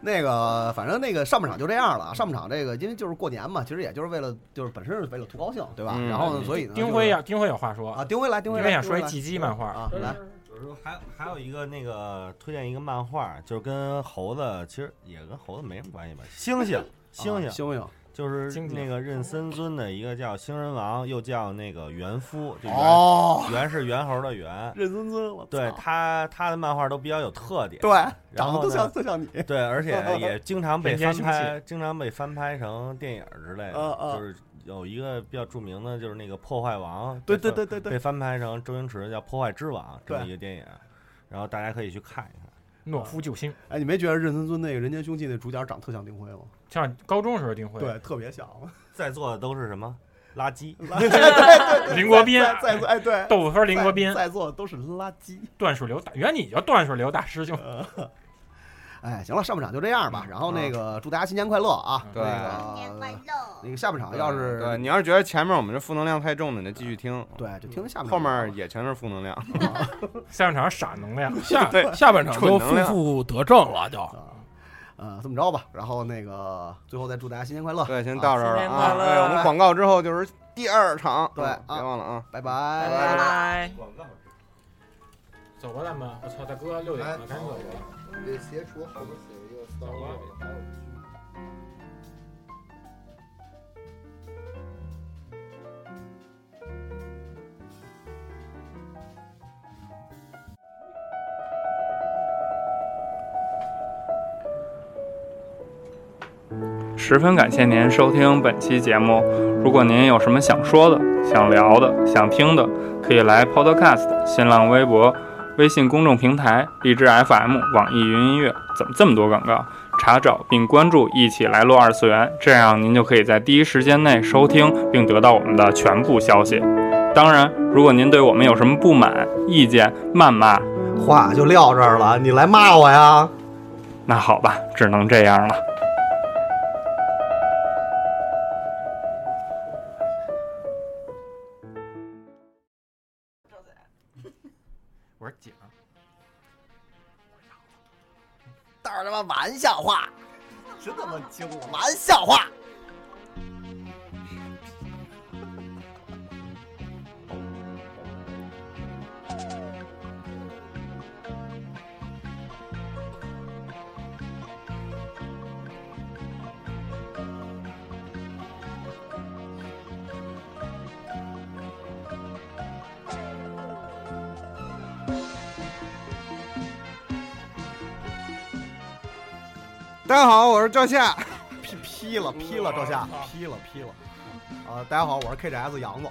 S2: 那个，反正那个上半场就这样了啊。上半场这个，因为就是过年嘛，其实也就是为了，就是本身是为了图高兴，对吧？
S7: 嗯
S2: 然后呢，所以呢，
S7: 丁
S2: 就是
S7: 辉要 丁辉有话说
S2: 啊，丁辉来，丁辉
S7: 因
S2: 来，
S7: 为想说一
S2: 丁辉来
S7: 季机漫画
S2: 啊，来，
S11: 有时候还还有一个那个推荐一个漫画，就是跟猴子其实也跟猴子没什么关系吧？猩猩，猩猩，
S2: 啊猩猩，
S11: 就是
S2: 猩猩
S11: 那个任森尊的一个叫《星人王》，又叫那个猿夫，这猿
S2: 哦
S11: 猿是猿猴的猿，
S2: 任森尊，我
S11: 对
S2: 操
S11: 他他的漫画都比较有特点，
S2: 对
S11: 然
S2: 长得
S11: 后
S2: 都
S11: 呢
S2: 像都像你
S11: 对，而 且也经常被
S2: 人
S11: 翻
S2: 间凶
S11: 拍，经常被翻拍成电影之类
S2: 呃
S11: 的，
S2: 呃
S11: 就是有一个比较著名的，就是那个《破坏王》
S2: 对
S11: 被翻，
S2: 对对对对
S11: 被翻拍成周星驰的叫《破坏之王》这么
S2: 对
S11: 一个电影，然后大家可以去看一看。
S7: 懦夫救星，
S2: 哎，你没觉得任森尊那个《人间凶器》那主角长得特像丁辉吗？
S7: 像高中时候丁辉，
S2: 对，特别像。
S11: 在座的都是什么垃圾
S2: 对对对
S7: 林国斌
S2: 在
S4: 啊
S2: 在在哎对，
S7: 豆腐分林国斌
S2: 在在座都是垃圾。
S7: 段水流大，原来你叫段水流大师兄。
S2: 哎，行了，上半场就这样吧。
S4: 嗯
S2: 然后那个祝大家新年快乐啊！
S1: 对
S2: 那个新年快乐。那个下半场要是
S1: 对，你要是觉得前面我们这负能量太重的，你就继续听。
S2: 对，就听下面。
S1: 后面也全是负能量。
S7: 下半场傻 能量，
S4: 下
S1: 对
S4: 下半场
S1: 蠢
S4: 都
S1: 能
S4: 负
S1: 量
S4: 负得正了，就
S2: 啊呃，这么着吧，然后那个最后再祝大家新年快乐。
S1: 对，先到这儿了啊！
S2: 新年快乐
S1: 对，我们广告之后就是第二场，
S2: 对
S1: 嗯别忘了啊，
S2: 哎拜拜
S5: 拜拜。
S7: 走吧，咱们，我操，大哥六点了，赶紧走
S5: 哎
S7: 吧。
S3: 哎这鞋除后边写一个 story，还有一句。
S12: 十分感谢您收听本期节目。如果您有什么想说的、想聊的、想听的，可以来 Podcast、新浪微博、微信公众平台、荔枝 FM、网易云音乐，怎么这么多广告？查找并关注“一起来录二次元”，这样您就可以在第一时间内收听并得到我们的全部消息。当然，如果您对我们有什么不满、意见、谩骂，
S2: 话就撂这儿了，你来骂我呀？
S12: 那好吧，只能这样了。
S7: 我说姐啊儿，
S2: 都是他妈玩笑话，真他妈精，玩笑话。
S1: 大家好，我是赵夏。
S2: 劈劈了劈了，赵夏劈了劈了。啊，大家好，我是 KGS 杨子。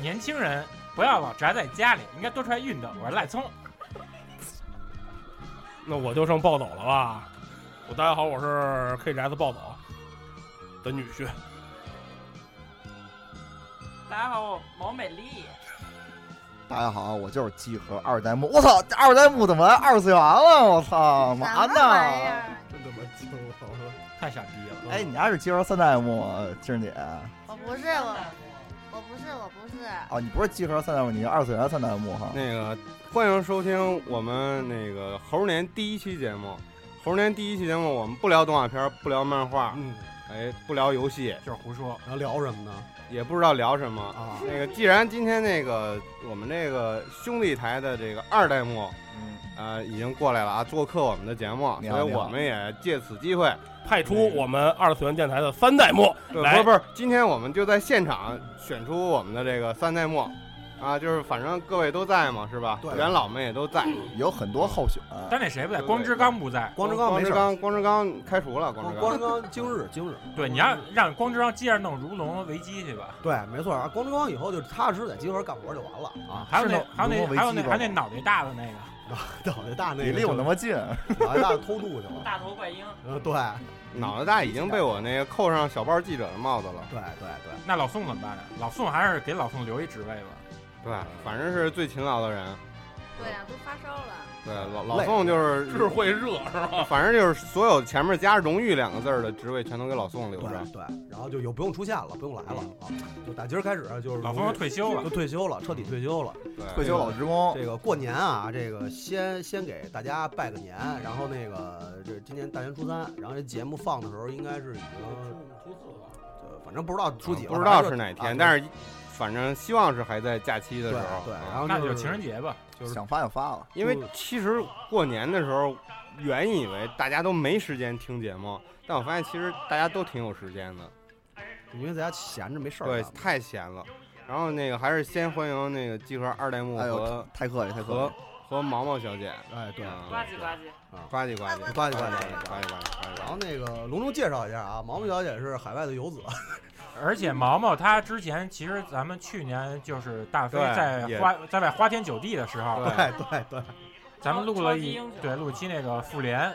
S7: 年轻人不要老宅在家里，应该多出来运动。我是赖聪，
S4: 那我就剩暴走了吧。我大家好，我是 KGS 暴走的女婿。
S5: 大家好，我毛美丽。
S3: 大家好，我就是集合二代目。我操，这二代目怎么来二次元了？我操，嘛
S2: 什么玩
S3: 呢？
S2: 真他妈精了！
S7: 太傻逼了。
S3: 哎，你还是集合三代目，啊静儿姐。
S10: 我不是我，我不是我不是。
S3: 哦，你不是集合三代目，你是二次元三代目哈。
S1: 那个，欢迎收听我们那个猴年第一期节目。猴年第一期节目，我们不聊动画片，不聊漫画，
S2: 嗯，
S1: 哎，不聊游戏，
S7: 就是胡说。
S2: 然后啊聊什么呢？
S1: 也不知道聊什么啊那个，既然今天那个我们这个兄弟台的这个二代目，
S2: 嗯
S1: 呃，已经过来了啊，做客我们的节目，
S4: 你好
S1: 所以
S4: 你好
S1: 我们也借此机会
S4: 派出我们二次元电台的三代目
S1: 对，不
S4: 来
S1: 是不是，今天我们就在现场选出我们的这个三代目，啊，就是反正各位都在嘛，是吧？元老们也都在，
S3: 嗯有很多候选。
S7: 但那谁不在？光之刚不在。
S1: 光之刚没事儿光之刚开除了，光之
S2: 光之刚今日今日，
S7: 对，你让让光之刚接着弄如龙和维基去吧。
S2: 对，没错啊，光之光以后就踏踏实实在集合干活就完了啊。
S7: 还有那还有那还有那还有那脑袋大的那个，
S2: 脑袋大那个，
S3: 你离我那么近，
S2: 脑袋大偷渡去了。
S5: 大头怪婴，
S2: 呃，对，
S1: 脑袋大已经被我那个扣上小报记者的帽子了。
S2: 对对对，
S7: 那老宋怎么办呀？老宋还是给老宋留一职位吧。
S1: 对，反正是最勤劳的人。
S9: 对呀、都发烧了。
S1: 对，老老
S7: 累
S1: 宋就是
S4: 智慧热是吧？
S1: 反正就是所有前面加“荣誉”两个字儿的职位，全都给老宋留着。
S2: 对，然后就有不用出现了，不用来了啊！就打今儿开始啊就是
S1: 老冯退休了
S2: 就退休了，彻底退休了，
S3: 退休老职工。
S2: 这个过年啊，这个先先给大家拜个年，然后那个这今年大年初三，然后这节目放的时候应该是已经初四了，就反正不知道初几
S1: 嗯
S2: 了，
S1: 不知道
S2: 反正
S1: 是
S2: 就
S1: 哪
S2: 啊
S1: 天，但是反正希望是还在假期的时候。
S2: 对对
S1: 啊
S2: 然后那就是就情人
S7: 节吧，
S1: 就是
S3: 想发就发了。
S1: 因
S2: 嗯
S1: 为其实过年的时候，原以为大家都没时间听节目，但我发现其实大家都挺有时间的。
S2: 因为在家闲着没事儿
S1: 对
S2: 干，嘛
S1: 太闲了。然后那个还是先欢迎那个集合二代目
S3: 哎呦
S1: 和
S3: 太客气太客气
S1: 和和毛毛小姐。
S2: 哎，对，嗯
S1: 呱
S5: 呱唧呱唧。
S1: 呱唧呱唧
S2: 呱唧呱唧呱
S1: 呱
S2: 唧
S1: 呱唧呱唧。
S2: 然后那个隆重介绍一下啊，毛毛小姐是海外的游子，
S7: 而且毛毛他之前其实咱们去年就是大飞
S2: 对
S7: 在
S2: 也
S7: 花在外花天酒地的时候，
S2: 对对对，
S7: 咱们录了一
S5: 超级英雄
S7: 对录一期那个复联，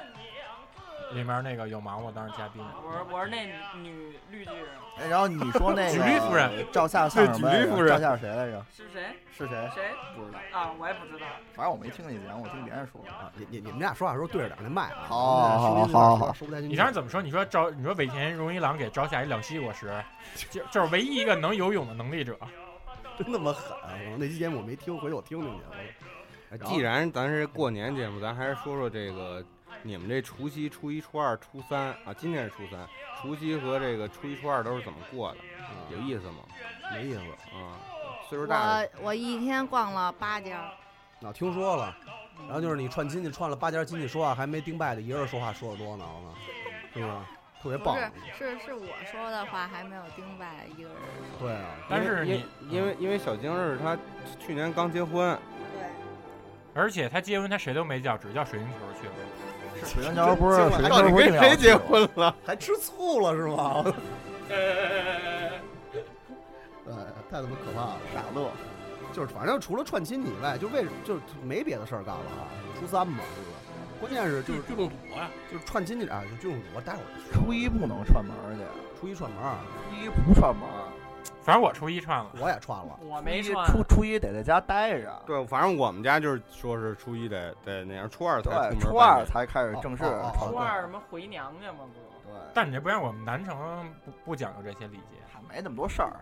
S7: 里面那个有忙，我当时嘉宾。
S5: 我是我是那女绿巨人，
S3: 哎然后你说那个呃
S7: 举例夫人
S3: 赵夏相声
S7: 对举
S3: 班
S7: 例夫人
S3: 赵夏谁来着？
S5: 是谁？
S3: 是谁？
S5: 谁？
S3: 不知道。
S5: 啊，我也不知道。
S3: 反正我没听你讲，我听别人说。
S2: 你你你们俩说话的时候对着点那麦啊。
S3: 好好
S2: 收音有点
S3: 好
S2: 说
S3: 好
S2: 收不太进去。
S7: 你当时怎么说？你说招，你说尾田荣一郎给招下一冷西瓜时，就就是唯一一个能游泳的能力者。
S2: 真那么狠？那期节目我没听，回头我听听去。我
S1: 既然咱是过年节目，咱还是说说这个你们这除夕、初一、初二、初三啊，今天是初三，除夕和这个初一、初二都是怎么过的？有意思吗？
S2: 没意思
S1: 啊，岁数大
S9: 我
S1: 了
S9: 我一天逛了八家，
S2: 啊，听说了，然后就是你串亲戚串了八家亲戚，说话还没丁拜的一个人说话说的多呢，我操是吧？特别
S9: 不
S2: 棒。
S9: 是是是我说的话还没有丁拜一个人说。
S2: 对啊，
S7: 但是
S1: 因为
S7: 你
S1: 因为因为小晶是他去年刚结婚，
S7: 而且他结婚，他谁都没叫，只叫水晶球去了。
S3: 水
S1: 晶球不是水晶球不是挺好吃的吗了？
S2: 还吃醋了是吗？
S1: 哎
S2: 对，太他妈可怕了，
S3: 傻乐。
S2: 就是反正除了串亲戚以外，就为就是没别的事儿干了啊。初三嘛，是吧？关键是就是聚众赌啊，就是串亲戚啊，就聚众赌。待会儿
S3: 初一不能串门儿去，啊
S2: 初一串门儿，啊
S3: 初一不串门儿。
S7: 反正我初一串了，
S2: 我也串了，
S5: 我没
S3: 初一
S5: 串
S3: 初初一得在家待着，
S1: 对，反正我们家就是说是初一得得那样，初二才
S3: 对
S1: 出门，
S3: 初二才开始正式
S1: 哦哦
S5: 初二什么回娘家吗？不
S3: 对，
S7: 但你这不让我们南城不不讲究这些礼节，
S3: 没那么多事儿。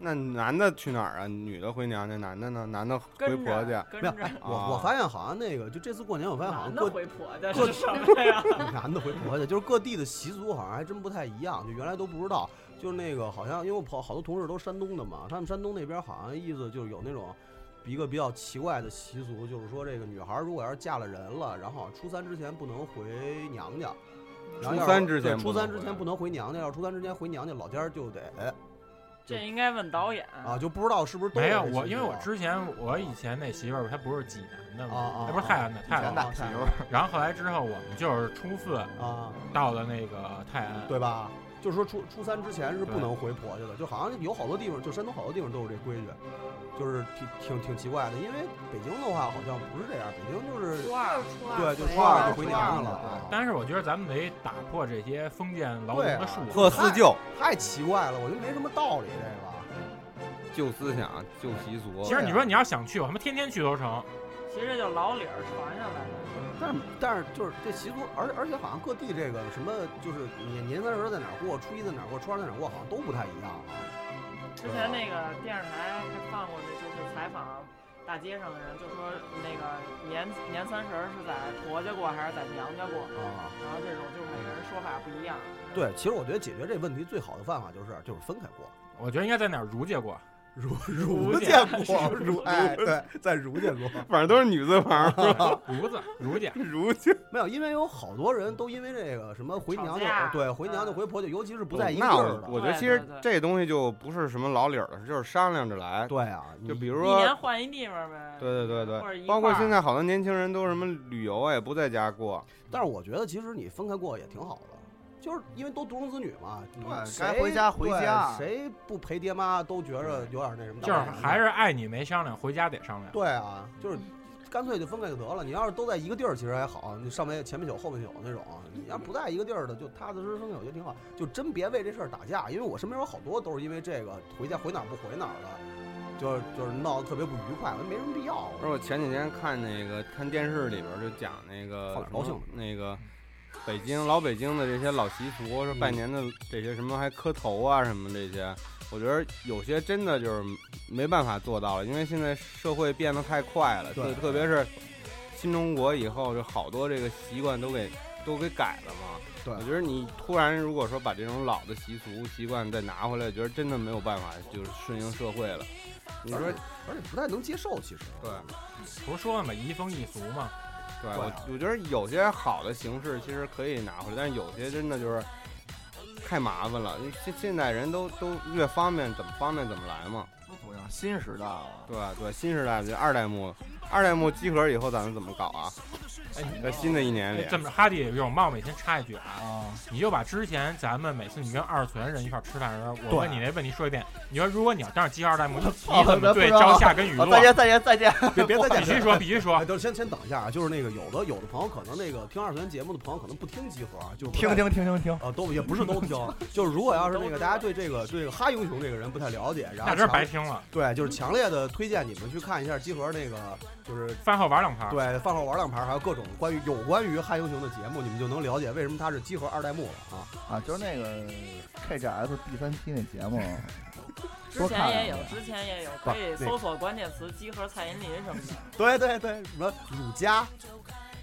S1: 那男的去哪儿啊？女的回娘家，男的呢？男的回
S5: 跟着
S1: 婆家。
S5: 跟着没有哎
S2: 我我发现好像那个，就这次过年，我发现好像
S5: 男
S2: 各
S5: 的回婆家
S2: 各
S5: 是什么呀？
S2: 男的回婆家，就是各地的习俗好像还真不太一样，就原来都不知道。就是那个好像，因为我朋好多同事都是山东的嘛，他们山东那边好像意思就是有那种一个比较奇怪的习俗，就是说这个女孩如果要是嫁了人了，然后好像初三之前不能回娘家。然后要是
S1: 初三之前不
S2: 对初
S1: 能
S2: 三
S1: 回
S2: 之前不能回娘家，要是初三之前回娘家，老家就得
S5: 这应该问导演。
S2: 啊，就不知道是不是都
S7: 没有
S2: 这
S7: 我，
S2: 习
S7: 因为
S2: 俗
S7: 我
S2: 啊
S7: 之前我以前那媳妇儿她不是济南的
S2: 啊啊
S7: 嘛，她不是泰安的
S2: 啊，
S7: 泰
S2: 以前
S7: 安
S2: 的媳妇儿
S7: 然后后来之后，我们就是初四
S2: 啊
S7: 到了那个泰安，
S2: 对吧？就是说初初三之前是不
S7: 对
S2: 能回婆家的，就好像有好多地方，就山东好多地方都有这规矩，就是挺挺挺奇怪的。因为北京的话好像不是这样，北京就是
S5: 初二
S2: 对，就初
S5: 初
S2: 二
S5: 二
S2: 就回娘家了。
S7: 但是我觉得咱们得打破这些封建牢笼
S2: 对
S7: 的
S2: 啊
S7: 束缚，，
S2: 太太奇怪了，我觉得没什么道理这
S1: 旧思想、旧习俗。
S7: 其实你说你要想去，我他妈天天去都成。
S5: 其实就老理儿传下来的。
S2: 个。但是但是就是这习俗，而而且好像各地这个什么，就是年年三十在哪儿过，初一在哪儿过，初二在哪儿过，好像都不太一样啊。
S5: 之前那个电视台还放过，那就是采访大街上的人，就说那个年年三十儿是在婆家过还是在娘家过，
S2: 啊
S5: 然后这种就是每个人说法不一样。
S2: 对，其实我觉得解决这问题最好的办法就是就是分开过。
S7: 我觉得应该在哪儿儒家过，
S2: 儒
S7: 儒
S2: 家
S7: 过，
S2: 儒哎对，在儒家过，
S1: 反正都是女字旁，
S7: 儒字 儒家
S1: 儒家
S2: 没有，因为有好多人都因为这个什么回
S5: 吵
S2: 娘家，
S5: 架嗯
S2: 对回娘家回婆家，尤其是不在一个地
S1: 哦那
S2: 儿
S1: 我
S2: 的，
S1: 我觉得其实这东西就不是什么老理儿了，就是商量着来。
S2: 对啊，
S1: 就比如
S5: 一年
S1: 说，
S5: 换一地方呗。
S1: 对对对
S5: 或者
S1: 对，
S5: 一
S1: 包
S5: 块
S1: 括
S5: 儿
S1: 现在好多年轻人都什么旅游啊，也不在家过。
S2: 但是我觉得其实你分开过也挺好的，就是因为都独生子女嘛，你
S3: 对
S2: 谁
S3: 该回家回
S2: 对
S3: 家
S2: 谁不陪爹妈都觉着有点那什么，
S7: 就是还是爱你没商量，回家得商量。
S2: 对啊，
S7: 嗯
S2: 就是干脆就分开就得了。你要是都在一个地儿，其实还好，你上面前面有后面有那种。你要不在一个地儿的，就踏踏实实分开，我觉得挺好。就真别为这事儿打架，因为我身边有好多都是因为这个回家回哪儿不回哪儿的，就是就是闹得特别不愉快，我觉得没什么必要。
S1: 不是我前几天看那个看电视里边儿就讲那个
S2: 放点
S1: 什
S2: 高
S1: 么
S2: 兴啊的
S1: 那个北京老北京的这些老习俗，是
S2: 嗯
S1: 拜年的这些什么还磕头啊什么这些，我觉得有些真的就是没办法做到了，因为现在社会变得太快了，
S2: 对
S1: 特特别是新中国以后，就好多这个习惯都给都给改了嘛。
S2: 对
S1: 我觉得你突然如果说把这种老的习俗习惯再拿回来，觉得真的没有办法，就是顺应社会了。你说
S2: 而且而且不太能接受，其实
S1: 对，
S7: 不是说了吗？移风易俗嘛。
S1: 对，
S3: 啊
S1: 我我觉得有些好的形式其实可以拿回来，但是有些真的就是太麻烦了。因为现现在人都都越方便，怎么方便怎么来嘛。啊
S3: 新时代了，
S1: 对对，新时代这二代目，二代目集合以后咱们怎么搞啊？在新的一年里
S7: 哎这么着，哈迪有冒每天插一句啊，你就把之前咱们每次你跟二次元人一块儿吃饭的时候，我
S3: 对
S7: 问你那问题说一遍。你说如果你要当着集 号弹幕，
S3: 操
S2: 啊
S7: 你怎
S3: 咱
S7: 么对
S3: 不知道
S7: 朝夏跟雨落？
S2: 哦
S3: 啊再见再见再见
S7: 别 别 再见必须说必须说。
S2: 等哎先先等一下啊，就是那个有的有的朋友可能那个听二次元节目的朋友可能不听集合啊，就是不太
S3: 听听听听听
S2: 啊，都也不 是都听， 就是如果要是那个大家对这个对这个哈英雄这个人不太了解，然后
S7: 那真是
S2: 强
S7: 白听了
S2: 对，就是强烈的推荐你们去看一下集合那个就是
S7: 饭后玩两盘。
S2: 对，饭后玩两盘，还有各种关于有关于哈英雄的节目，你们就能了解为什么他是集合二代目了啊。
S3: 啊，就是那个 KGS 第三期那节目，
S5: 之
S3: 多看
S5: 前
S3: 两
S5: 也有
S3: 眼，
S5: 之前也有，
S3: 不
S5: 可以
S3: 那
S5: 搜索关键词“集合蔡依林”什么的。
S2: 对对对，什么儒家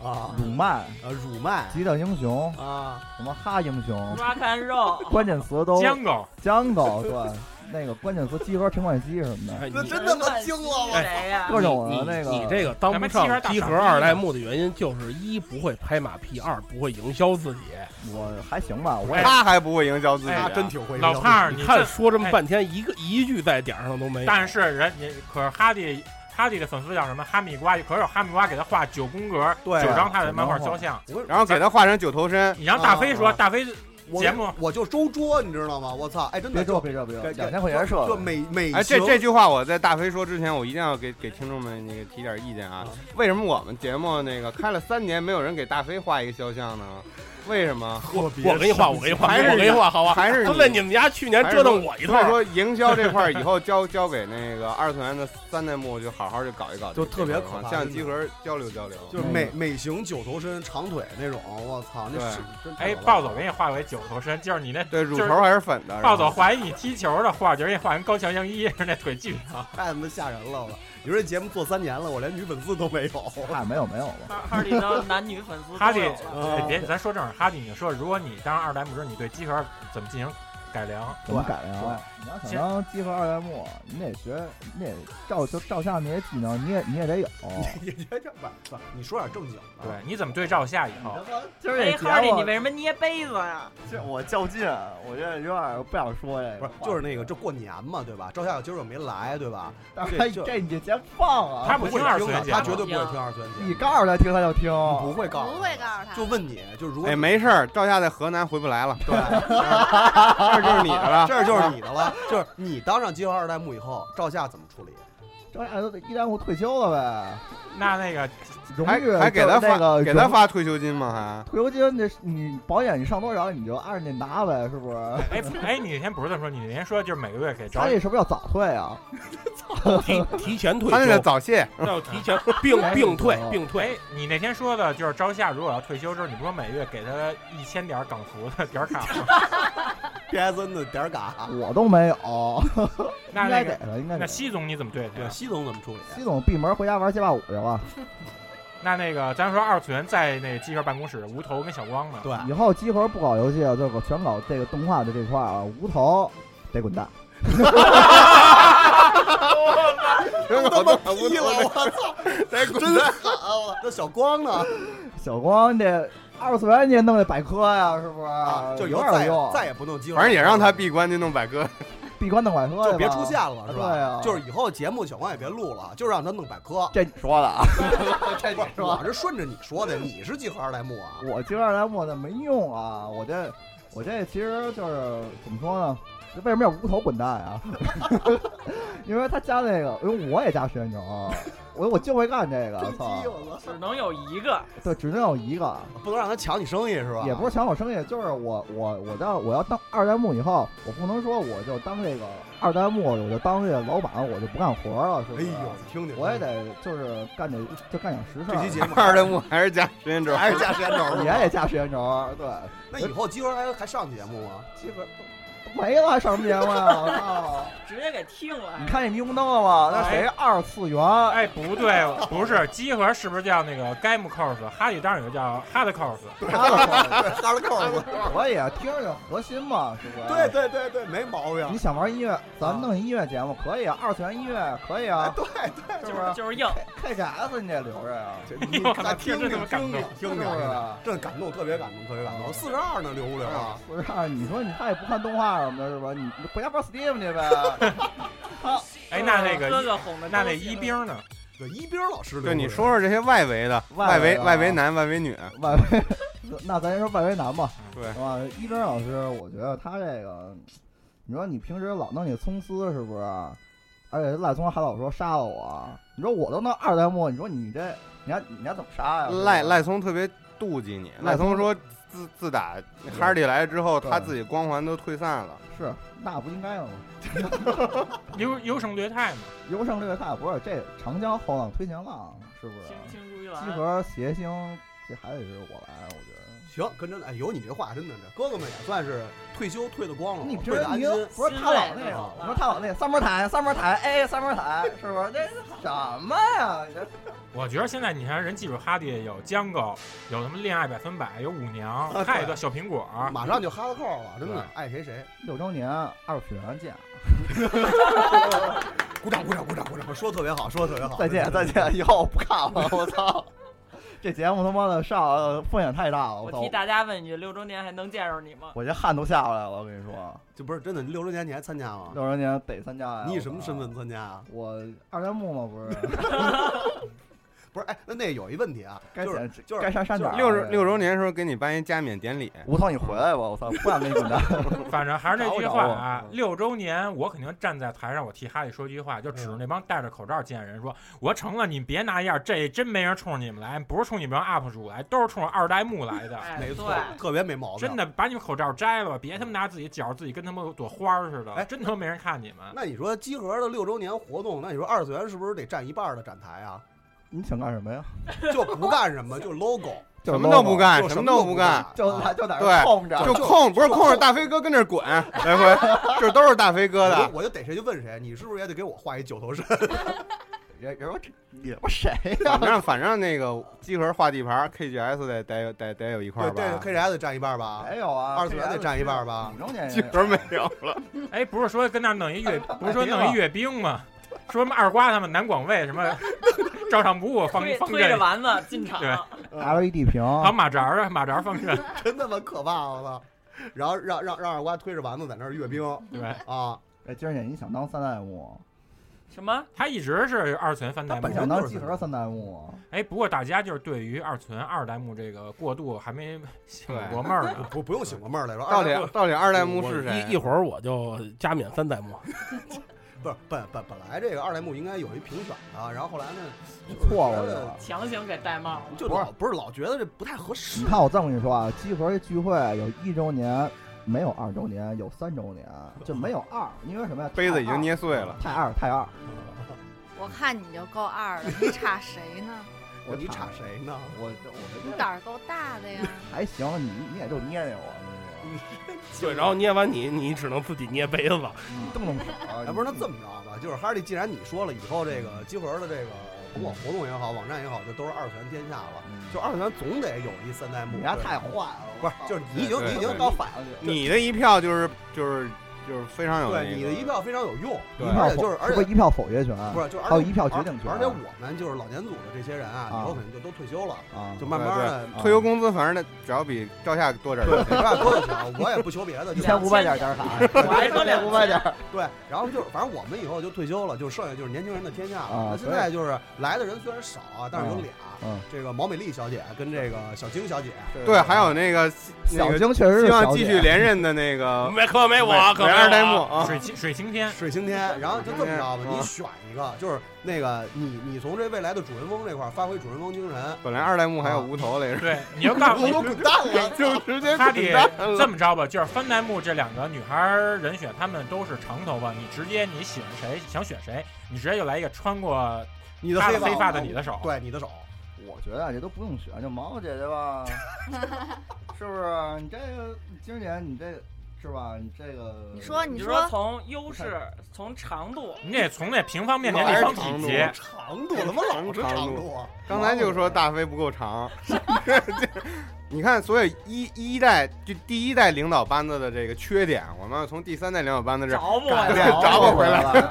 S2: 啊，
S3: 辱曼
S2: 呃，辱曼、
S3: 极道英雄
S2: 啊，
S3: 什么哈英雄，
S5: 抓看肉，
S3: 关键词都
S7: Django
S3: 江狗对，那个关键词集合平快机什么的，
S4: 那真
S2: 他妈惊了
S4: 我
S5: 谁哎呀？
S3: 各种的
S4: 哎你
S3: 那个
S4: 你这个当不上集合二代目的原因，就是一不会拍马屁，二不会营销自己。哎
S3: 我还行吧，我
S1: 他还不会营销自己、啊，
S7: 老胖儿，
S4: 你
S7: 这
S4: 看说这么半
S7: 哎
S4: 天，一个一句在点儿上都没有。
S7: 但是人家可是哈迪，哈迪的粉丝叫什么？哈密瓜，可是有哈密瓜给他画九宫格，
S1: 对
S7: 九张他的漫画肖像。
S1: 然后给他画成九头身。啊
S7: 你让大飞说，大飞
S2: 啊我
S7: 节目
S2: 我就周桌，你知道吗？我操！哎，真的
S1: 别
S3: 说别说别
S2: 说
S3: 两千块钱设
S2: 就
S3: 备
S2: 每每
S1: 哎，这
S2: 行
S1: 这句话我在大飞说之前，我一定要给给听众们那个提点意见啊！
S3: 嗯
S1: 为什么我们节目那个开了三年，没有人给大飞画一个肖像呢？为什么？
S4: 我我给你画，我给你画，
S1: 还是
S4: 我给你画，好吧？
S1: 还是
S4: 他问你们家去年折腾我
S1: 还是
S4: 一趟，
S1: 说营销这块儿以后交 交给那个二次元的三代目，就好好就搞一搞这
S2: 就
S1: 个地方啊，
S2: 特别可怕
S1: 向集合交流交流。
S3: 嗯
S1: 嗯
S2: 就是美美型九头身、长腿那种，我操，那是真太
S7: 哎，
S2: 可怕
S7: 暴
S2: 了
S7: 走给你画为九头身，就是你那
S1: 对乳
S7: 就是
S1: 头还是粉的
S7: 暴走怀疑你踢球的画，就是给你画成高桥阳一，那腿巨长。
S2: 太他妈吓人了！我，你说这节目做三年了，我连女粉丝都没有。
S3: 嗨，啊没有没有
S5: 哈哈里的男女粉丝
S7: 哈
S5: 都
S7: 迪
S5: 有，
S7: 哎
S5: 了。
S7: 别，咱说正事儿，哈迪，你说如果你当二代目之后，你对集合怎么进行改良？
S3: 怎么改良啊？你要想当集合二代目，你得学，你得照就照相那些技能，你也 你也得有。
S2: 你这这晚上，你说点正经的。
S7: 对，你怎么对照下以后？
S3: 就是
S5: 哎，
S3: 这
S5: 哈里，
S3: 节目
S5: 你为什么捏杯子呀？
S3: 这 我较劲，啊我这有点不想说这
S2: 不
S3: 个
S2: 是，就是那个，这过年嘛，对吧？赵夏今儿又没来，对吧？
S3: 但是
S2: 这
S3: 他
S2: 这
S3: 这你就先放啊！
S2: 他不听二次元节目他绝对不会听二次元节目
S3: 你告诉他听他就听，不
S2: 会告
S9: 不会告诉他，
S2: 就问你，就是如果
S1: 哎，没事儿，赵夏在河南回不来了。
S2: 对，
S1: 这儿就是你的了，
S2: 这儿就是你的了，就是你当上集合二代目以后，赵夏怎么处理？
S3: 这二代一代目退休了呗？
S7: 那那个
S3: 荣
S1: 还
S3: 誉
S1: 还给他
S3: 就是那
S1: 发
S3: 个
S1: 给他
S3: 荣
S1: 发退休金吗？
S3: 退休金，那是你保险你上多少你就按着那拿呗，是不是？
S7: 哎哎，你那天不是这么说，你那天说就是每个月 给
S3: 他
S7: 照
S3: 这是不是要早退啊？
S4: 提提前退休，
S1: 他那叫早 泄
S4: 要提 前 病病退病退。
S7: 哎，你那天说的就是朝夏，如果要退休之后，你不说每月给他一千点港服的点儿卡吗？
S2: ，PSN 的点儿嘎，
S3: 我都没有，
S7: 那
S3: 应
S7: 那
S3: 该
S7: 个
S3: 给了，应该给
S7: 那
S3: 了。
S7: 西总你怎么对他呀？
S2: 西总怎么处理？啊
S3: 西总闭门回家玩街霸五去了。
S7: 那那个咱说二次元在那个集合办公室，无头跟小光呢？
S2: 对，
S3: 以后集合不搞游戏了，就搞全搞这个动画的这块儿啊，无头得滚蛋。
S1: 真
S2: 他妈踢了， 我操！真狠啊！那小光呢？
S3: 小光这二次元你也弄这百科呀，是不是？
S2: 啊就以
S3: 啊有
S2: 后
S3: 点
S2: 再
S3: 用，
S2: 再也不弄集合，
S1: 反正也让他闭关就弄百科。
S3: 闭关弄百科去吧，
S2: 就别出现了，是吧？
S3: 对啊，
S2: 就是以后节目小黄也别录了，就让他弄百科。
S3: 这你说的啊，
S2: 这你说，我是顺着你说的，你是集合二代目啊？
S3: 我今儿二代目那没用啊，我这我这其实就是怎么说呢？为什么要无头滚蛋啊？ 因为他加那个，因为我也加石原牛，啊我我就会干 这个，操，
S5: 只能有一个，
S3: 对，只能有一个。啊
S2: 不能让他抢你生意是吧？
S3: 也不是抢我生意，就是我我我到我要当二代目以后，我不能说我就当这个二代目，我就当这个老板，我就不干活了，是不
S2: 哎
S3: 是？
S2: 呦，听听，
S3: 我也得就是干点就干点实事儿。
S2: 这期节 目
S1: 二代目还是加时间轴，
S2: 还是加时间轴是吧
S3: 也得加时间轴，对，
S2: 那以后集合还还上节目吗？
S3: 基本没了还上什么节目呀？我操！
S5: 直接给听了。
S3: 你看那迷宫灯了吗？那谁二次元？
S7: 哎，不对，不是 集合是不是叫那个 Game Cos？哈利当然有叫哈的 Cos。
S3: 哈了扣
S2: 对，哈 了扣子，
S3: 我也啊听着核心嘛，是不是？
S2: 对对对对，没毛病。啊
S3: 你想玩音乐，咱们弄音乐节目可以啊，二次元音乐可以啊。
S2: 哎对对，
S3: 是不是？
S5: 就是硬。
S3: KGS 你得留着呀。
S2: 你咱听听听听听听
S3: 是不是，
S2: 这感动，特别感动，特别感动。四十二呢，留不留啊？
S3: 不是啊，你说你他也不看动画什么的，是吧？你回家玩 Steam 去呗。
S7: 哎，那那个
S5: 哥哥哄的
S7: 那那一兵呢？
S2: 对，一兵老师留
S1: 对，
S2: 过
S1: 你
S2: 人
S1: 说说这些外围的，
S3: 外围
S1: 围
S3: 的啊
S1: 外围男、外围女，
S3: 外围，那咱先说外围男吧。
S1: 对
S7: 嗯
S3: 啊，一真老师，我觉得他这个，你说你平时老弄你葱丝是不是？而且赖聪还老说杀了我，啊你说我都弄二代目，你说你这你还你还怎么杀呀？
S1: 赖赖聪特别妒忌你。
S3: 赖
S1: 赖
S3: 聪
S1: 聪说自自打哈利来之后，他自己光环都退散了。
S3: 是，那不应该吗？
S7: 优优胜劣 汰嘛。
S3: 优胜劣汰不是这长江后浪推前浪，是不是？啊
S5: 青出于
S3: 集合谐星，这还得是我来，我觉得。
S2: 行，跟真的，哎，有你这话真的，这哥哥们也算是退休退的光了，
S3: 你平
S2: 退
S3: 时
S2: 的安
S3: 你
S2: 心
S3: 又。不是他老那个，不是他老那个三门坦，三门坦，哎，三门坦，是不是？这是什么呀？这
S7: 我觉得现在你看人记住哈迪有江狗，有什么恋爱百分百，有舞娘，
S2: 啊
S7: 还有一
S2: 对
S7: 个小苹果，
S2: 马上就哈拉扣了，真的，爱谁谁。
S3: 六周年二次元见，
S2: 鼓掌鼓掌鼓掌鼓掌，说得特别好，说得特别好。
S3: 再见再见，以后我不看了，我操！这节目他妈的上风险太大了，
S5: 我
S3: 我操
S5: 替！大家问一句，六周年还能见着你吗？
S3: 我这汗都下来了，我跟你说，
S2: 就不是真的，六周年你还参加吗？
S3: 六周年得参加呀！
S2: 你以
S3: 我
S2: 什么身份参加啊？
S3: 我二代目嘛，不是？
S2: 不是，哎，那那有一问题啊，
S3: 该
S2: 就是
S3: 剪
S2: 就是
S3: 该删删哪儿啊
S2: 就是
S1: 六十六周年的时候给你办一加冕典礼。
S3: 吴涛，你回来吧！我操，不想跟你滚蛋。
S7: 反正还是那句
S3: 找
S7: 话
S3: 我
S7: 啊，
S2: 嗯
S7: 六周年我肯定站在台上，我替哈利说句话，就
S2: 嗯
S7: 指着那帮戴着口罩见人说：“我成了，你别拿样，这真没人冲着你们来，不是冲你们这帮 UP 主来，都是冲着二代目来的。
S5: 哎
S2: 没错，特别没毛病。
S7: 真的，把你们口罩摘了吧，别他妈拿自己觉着自己跟他们朵花儿似的，真他妈没人看你
S1: 啊
S7: 们。
S2: 哎那你说集合的六周年活动，那你说二次元是不是得占一半的展台啊？
S3: 你想干什么呀？
S2: 就不干什么，就 logo，啊
S1: 就什么都不干
S2: 就
S1: 什么
S2: 都
S1: 都不
S2: 干
S1: 干，啊
S3: 就就在
S1: 对，就空，不是空着大飞哥跟这儿 滚，来回，这都是大飞哥
S2: 我
S1: 的
S2: 就。我就逮谁就问谁，你是不是也得给我画一九头身？
S3: 人人说这你他妈谁呀
S1: 反？正反正那个集合画地盘，KGS 得得有得得有一块儿
S2: 对对
S1: 吧。
S2: ，KGS 占一半吧？
S3: 没有啊
S2: 二次元得占一半吧？
S3: 五周年
S1: 集合没有了。
S7: 哎，不是说跟那儿弄一 阅，不是
S2: 哎
S7: 说弄一阅兵吗？说什么二瓜他们南广卫什么 照常不误放
S5: 推
S7: 放
S5: 推
S7: 这
S5: 着，丸子 进场，
S7: 对，
S3: LED 屏，
S7: 还有马扎儿啊，马扎儿放这。
S2: 真他妈可怕，我操！然后让让让二瓜推着丸子在那儿阅兵，
S7: 对
S2: 啊，
S3: 哎，今儿姐，你想当三代目，
S5: 什么？
S7: 他一直是二次元翻代目
S3: 你，想当集合三代目啊？
S7: 哎，不过大家就是对于二次元二代目这个过渡还没醒过闷儿呢，
S2: 不不用醒过闷儿来说，
S1: 到底
S2: 二代目
S1: 到底二代目是谁？啊
S13: 一一会儿我就加冕三代 目，
S2: 不是本本本来这个二代目应该有一评选的，然后后来呢，
S3: 错
S2: 了
S3: 了
S2: 就
S3: 就
S5: 强行给戴帽
S2: 就老不是老觉得这不太合适。
S3: 你看我这么跟你说啊，集合这聚会有一周年，没有二周年，有三周年，就没有二，因为什么呀？
S1: 杯子已
S3: 太二
S1: 经捏碎了。
S3: 太二太二，
S9: 我看你就够二了，你差谁 呢？
S2: 我你插谁呢？
S3: 我我
S9: 你胆儿够大 的呀！
S3: 还行，你你也就捏捏我，
S4: 对，然后捏完你，你只能自己捏杯子。
S3: 动动手。啊
S2: 哎，不是，那这么着吧，就是哈利，既然你说了，以后这个集合的这个甭管活动也好，网站也好，这都是二次元天下了，就二次元总得有一三代目。
S3: 你丫
S2: 对
S3: 嗯太坏了，
S2: 不是，就是你已经
S1: 对
S2: 你已经
S1: 啊对
S2: 搞反了，
S1: 你的一票就是就是就是非常有那个
S2: 对你的一票非常有用，
S1: 对
S3: 一
S2: 而
S3: 票
S2: 且
S3: 否
S2: 就是而
S3: 不
S2: 且
S3: 是一票否决权，
S2: 不是，就是而
S3: 还有
S2: 且
S3: 一票
S2: 而
S3: 决定权，
S2: 而且我们就是老年组的这些人啊，
S3: 啊
S2: 以后可能就都退休了，
S3: 啊
S2: 就慢嗯慢的
S1: 对对退休工资反正得只要比照下多点儿就行。
S2: 不要多就行，我也不求别的，就
S3: 一千五百点点卡，一千五百 点。
S2: 对，然后就是反正我们以后就退休了，就剩下就是年轻人的天下了
S3: 啊。
S2: 那现在就是来的人虽然少啊，但是有俩
S3: 嗯，
S2: 这个毛美丽小姐跟这个小晶小姐，
S1: 对，还有那个
S3: 小晶确实是
S1: 希望
S3: 小
S1: 继
S3: 姐
S1: 续连任的那 个，
S2: 没可没我可没
S1: 没
S2: 我
S1: 二代目啊，
S7: 水清水晴天，
S2: 水晴天，然后就这么着吧，
S1: 嗯
S2: 你选一个，就是那个你你从这未来的主人翁这块儿发挥主人翁精神。
S1: 本来二代目还有无头来着，
S7: 对，你就告诉
S2: 我
S7: 你
S2: 都滚蛋 了，
S1: 就直接
S7: 哈
S1: 滚
S7: 迪
S1: 蛋了
S7: 这么着吧，就是翻代目这两个女孩儿人选，她们都是长头发，你直接你喜欢谁想选谁，你直接就来一个穿过
S2: 你的
S7: 她
S2: 黑发
S7: 黑发的
S2: 我
S7: 你的手，
S2: 对你的手，
S3: 我觉得这都不用选，就毛毛姐姐吧，是不是？你这个今儿姐，你这是吧？你这个
S9: 你说
S5: 你
S9: 你
S5: 说从优势，从长度，
S7: 你得从那平方面
S1: 还
S7: 点立
S1: 是
S7: 方
S1: 长
S7: 体
S1: 度
S7: 节，
S2: 长度怎 么老是
S1: 长
S2: 长度啊？
S1: 刚才就说大飞不够长， 你看，所以一一代就第一代领导班子的这个缺点，我们要从第三代领导班子这儿
S5: 找我
S1: 改变
S2: 呀
S1: 找我回来。
S2: 对，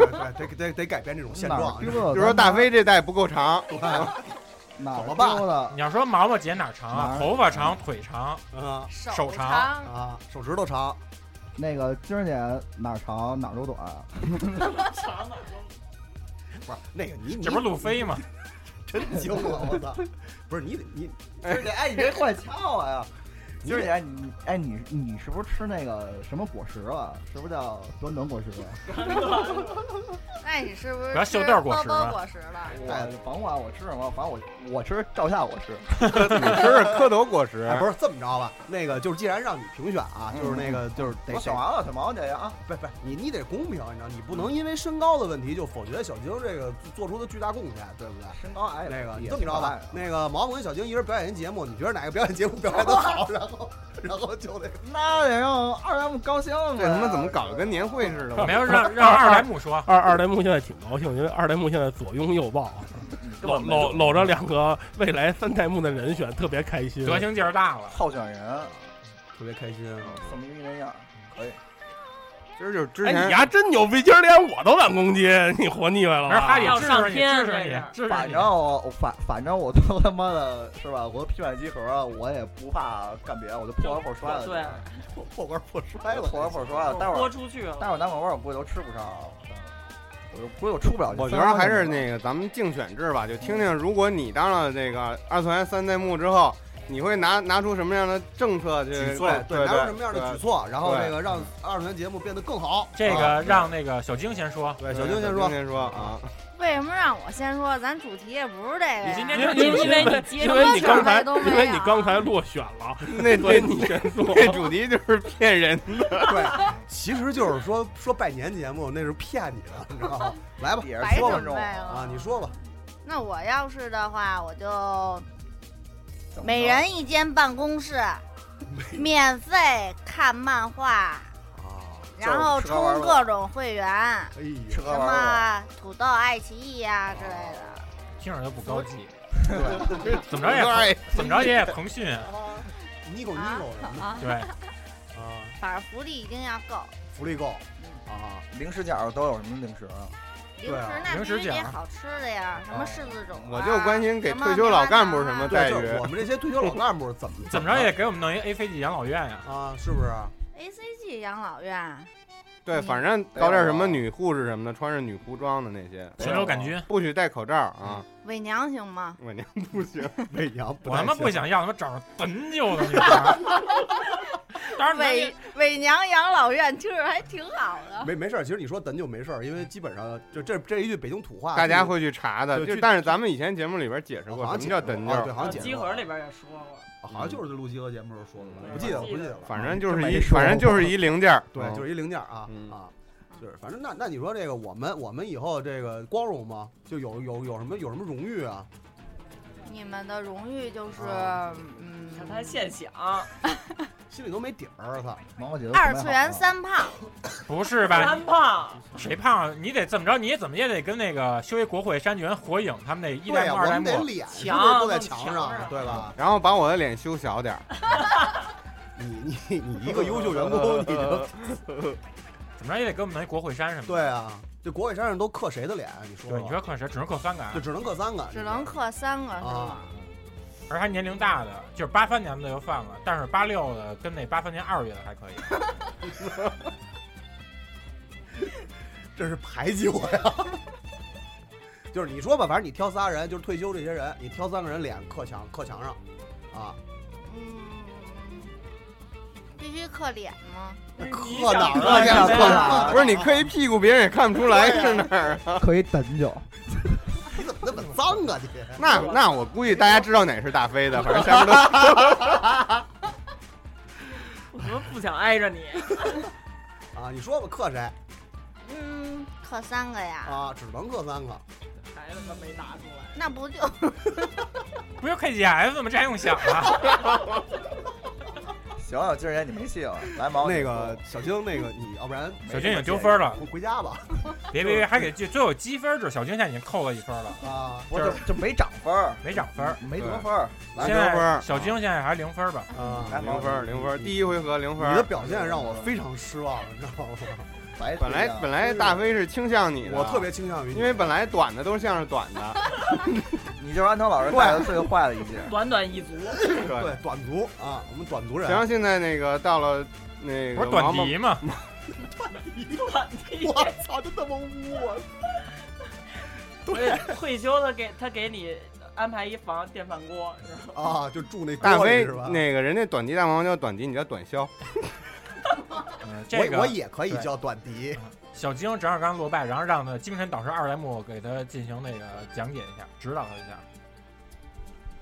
S2: 得得得改变这种 现状。啊
S3: 哪儿
S1: 就说大飞这代不够长，
S3: 哪
S2: 怎么
S3: 儿
S2: 办
S3: 丢的？
S7: 你要说毛毛姐哪儿长
S3: 哪
S7: 啊？
S3: 儿
S7: 头发长，腿长，
S2: 啊，
S7: 手长
S2: 啊，手指头长，
S3: 那个今儿姐哪儿长哪儿都短，
S2: 不是那个你，你
S7: 这不是路飞 吗？
S2: 真惊了，我 操！不是你得你，
S3: 就是你哎，你这坏窍啊呀！
S14: 今儿姐，你哎，你你是不是吃那个什么果实了？是不是叫短短果实？
S9: 那你是不是
S14: 我要
S9: 吃
S14: 秀豆果
S9: 波
S4: 啊
S14: 实
S9: 波
S14: 了
S9: 果实了？
S14: 哎，甭管我吃什么，反正我我吃照下我吃。 哎
S2: 你
S1: 吃蝌蚪果实
S2: 哎，不是这么着吧？那个就是，既然让你评选啊，就是那个就是得
S3: 我选完了，选完了姐姐啊，
S2: 不是不是，你你得公平，你知道，你不能因为身高的问题就否决小晶这个做出的巨大贡献，对不对？
S3: 身高矮
S2: 那个，
S3: 哎也
S2: 你这么着吧
S3: 挺矮的，
S2: 那个毛毛跟小晶一人表演一节目，你觉得哪个表演节目表现的好？然后然后就那个，
S14: 那得让二 M 高兴呗。
S1: 这他妈怎么搞得跟年会似的？
S4: 二二代目现在挺高兴，因为二代目现在左拥右抱，啊搂搂搂着两个未来三代目的人选，特别开心。
S7: 德行劲儿大了，
S3: 候选人
S2: 特别开心，
S3: 这么一人样，可以。
S1: 今儿就是之
S4: 哎，你丫真牛逼，今儿连我都两公斤，你活腻歪了吧？
S14: 反正我我反反正我都他妈的是吧？我劈满集合啊，我也不怕干别的，我就破罐破摔了。
S5: 对，
S2: 破罐破摔
S3: 了，破罐破摔了。待会儿
S5: 豁出去了
S3: 待会儿南广味儿我估计都吃不上，我就估计我出不了。
S1: 我觉得还是那个咱们竞选制吧，就听听，如果你当了这个二次元三代目之后，你会拿拿出什么样的政策去哦
S2: 举措
S1: 对，
S2: 拿出什么样的举措，然后
S1: 这
S2: 那个让二次元节目变得更好。
S7: 这
S2: 啊
S7: 个呃让那个小晶先说，对
S1: 小晶先说小晶先说啊，
S9: 为什么让我先说？咱主题也不是这个呀。
S7: 今
S4: 因为因为因为你刚才因为你刚才落选 了，
S1: 那
S4: 所以你先说。
S1: 这主题就是骗人的，
S2: 对，其实就是说说拜年节目那是骗你的，你知道吗？来吧，也
S9: 白
S2: 说吧
S9: 准备了
S2: 啊，你说吧，
S10: 那我要是的话，我就每人一间办公 室，免费看漫画，
S1: 哦
S10: 然后
S3: 吃喝玩
S10: 充
S3: 乐
S10: 各种会员，
S2: 哎呀，
S3: 吃喝
S10: 什
S3: 玩
S10: 么土豆、爱奇艺呀、之类的。
S7: 听着就不高级，
S3: 对
S7: 哦 怎 么着也怎么着也腾讯啊，
S2: 尼狗尼狗什么
S7: 对，
S2: 的啊，
S10: 啊 反正福利一定要够。
S2: 福利够
S5: 嗯
S2: 啊，
S3: 乐，零食角都有什么零食啊？
S10: 零食那必须得好吃的呀，什么柿子种、啊
S1: 哦我就关心给退休老干部什么待
S2: 对，
S1: 遇
S2: 就是我们这些退休老干部怎么
S7: 怎么着也给我们弄一 A C G 养老院呀，
S2: 啊，是不是？
S10: A C G 养老院，
S9: 嗯
S10: 嗯
S1: 对，反正搞点什
S2: 啊
S1: 么女护士什么的，穿着女服装的那些，
S7: 禽流感菌
S1: 不许戴口罩啊，
S10: 伪娘行 吗？
S2: 嗯
S1: 伪娘不 行，
S2: 伪娘
S7: 我他妈不想要他妈找着本就的女
S10: 伪伪娘养老院听着还挺好的。
S2: 没没事儿，其实你说咱就没事儿，因为基本上就这这一句北京土话，
S1: 大家会去查的。
S2: 对
S1: 就
S2: 去
S1: 但是咱们以前节目里边解释过，
S2: 好
S1: 什
S2: 像
S1: 么叫
S2: 解释
S1: 等
S2: 过
S1: 就，
S2: 啊对好像解释
S5: 集合里边也说过，
S2: 好像就是录集合节目时候说的吧，不记得了，不记得了，
S1: 反正就是
S2: 这么
S1: 一，
S2: 说
S1: 反正就是一零件儿，
S2: 对，就是一零件儿啊啊，就是反正那那你说这个我们我们以后这个光荣吗？就有有有什么有什么荣誉啊？
S9: 你们的荣誉就是，
S5: 啊
S9: 嗯，
S5: 看他现想，
S2: 心里都没底儿，操！
S14: 毛毛姐
S10: 二次
S9: 啊
S10: 元三胖，
S7: 不是吧？
S5: 三胖，
S7: 谁胖？你得怎么着？你也怎么也得跟那个修一国会山泉火影他们那一代
S2: 对呀
S7: 目、二代目
S2: 我们得脸
S7: 强
S2: 是不是都在墙上对吧？
S1: 然后把我的脸修小点儿。
S2: 你你你一个优秀员工，你就
S7: 怎么着也得给我们那国会山什么的。
S2: 对啊，这国会山上都刻谁的脸啊？你说
S7: 对，你
S2: 说
S7: 说克谁？只能克三个啊，
S2: 就只能刻三个，
S9: 只能刻三个是
S5: 啊
S2: 啊
S9: 吗？
S7: 而还年龄大的，就是八三年的就犯了，但是八六的跟那八三年二月的还可以。
S2: 这是排挤我呀！ 就是你说吧，反正你挑仨人，就是退休这些人，你挑三个人脸刻墙刻墙上，啊，
S10: 嗯必须刻脸吗？
S2: 刻哪儿
S1: 刻
S2: 啊？刻哪儿？
S1: 不是你磕一屁股，别人也看 不出 来是哪儿啊。
S14: 可以等就。
S2: 你怎么那么脏啊你？
S1: 那那我估计大家知道哪是大飞的，反正下面 都。
S5: 我怎么不想挨着你？
S2: 啊，你说吧，刻谁
S10: 嗯，刻三个呀，
S2: 啊？只能刻三个。
S5: 孩子哎都没拿出来，
S10: 那不就
S7: 不是 KGF 吗？这还用想啊？
S3: 行了，今儿姐你没戏了，来毛
S2: 那个小晶，那个你要不然
S7: 小晶已经丢分了
S2: 回回家 吧。
S7: 别别别，还给就最后积分制，小金现在已经扣了一分了，
S2: 啊，
S3: 不是就就没涨分儿，
S7: 没涨分，
S3: 没得分儿，来
S7: 现
S3: 得分
S7: 在
S3: 儿，
S7: 小金现在还零分吧？
S2: 啊
S3: 来
S1: 零分零分，第一回合零分。
S2: 你的表现让我非常失望，你知道吗？ 啊
S3: 白
S1: 本来本来大飞是倾向你的，
S2: 我特别倾向于你
S1: 因为本来短的都像是 短的，
S3: 你就是安藤老师带的最坏的一届。
S5: 短短一族，
S2: 对，短足啊，我们短足人。
S1: 然后现在那个到了那个
S7: 不是短 笛吗？
S2: 我操，真他妈污啊！
S5: 对，退休的给他给你安排一房电饭锅，是吧？
S2: 啊，就住那
S1: 大
S2: 锅里
S1: 飞
S2: 是吧？
S1: 那个人家短笛大王叫短笛，你叫短箫。
S7: 这个
S2: 我我也可以
S7: 对嗯
S2: 叫短笛。
S7: 小晶正好刚落败，然后让他精神导师二代目给他进行那个讲解一下，指导他一下。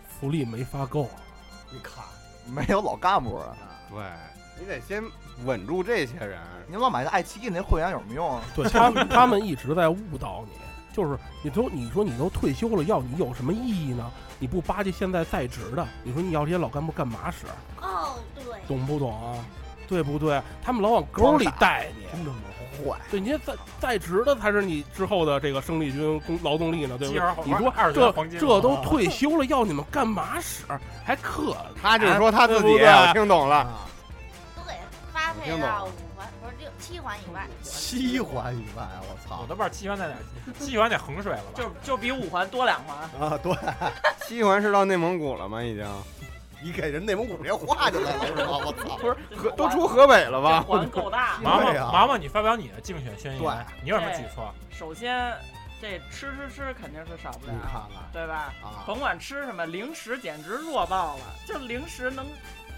S4: 福利没发够，
S2: 你看，
S14: 没有老干部啊，
S1: 对，你得先稳住这些人。
S14: 你老买那爱奇艺那会员有什么用啊？
S4: 对他们，他们一直在误导你。就是你都你说你都退休了，要你有什么意义呢？你不巴结现在在职的，你说你要这些老干部干嘛使？
S10: 哦，对，
S4: 懂不懂啊？对不对？他们老往沟里带你，
S2: 真他妈坏。
S4: 对，你这在在职的才是你之后的这个生力军工劳动力呢，对不
S7: 继
S4: 对
S7: 而后？
S4: 你说
S7: 二二
S4: 这
S7: 黄金
S4: 这都
S7: 啊
S4: 退休了，要你们干嘛使？还可
S1: 他就是说他自己，
S4: 对不啊对
S1: 我听懂了。
S10: 都给他发配到五环，不是六七环以外。
S2: 七环以外，我操！
S7: 我都不知道七环在哪儿，七环得衡水了吧？
S5: 就就比五环多两环。
S2: 啊， 对，
S1: 西环是到内蒙古了吗？已经
S2: 你给人内蒙古人画去来了是吧？我操！
S1: 不是河都出河北了
S2: 啊
S1: 吧？
S5: 环够大。
S7: 毛毛
S1: 对呀
S7: 毛毛，你发表你的竞选宣言，你有什么举措？
S5: 首先，这吃吃吃肯定是少不了，
S7: 你看看
S5: 对吧？
S2: 嗯啊
S5: 甭管吃什么，零食简直弱爆了，就零食能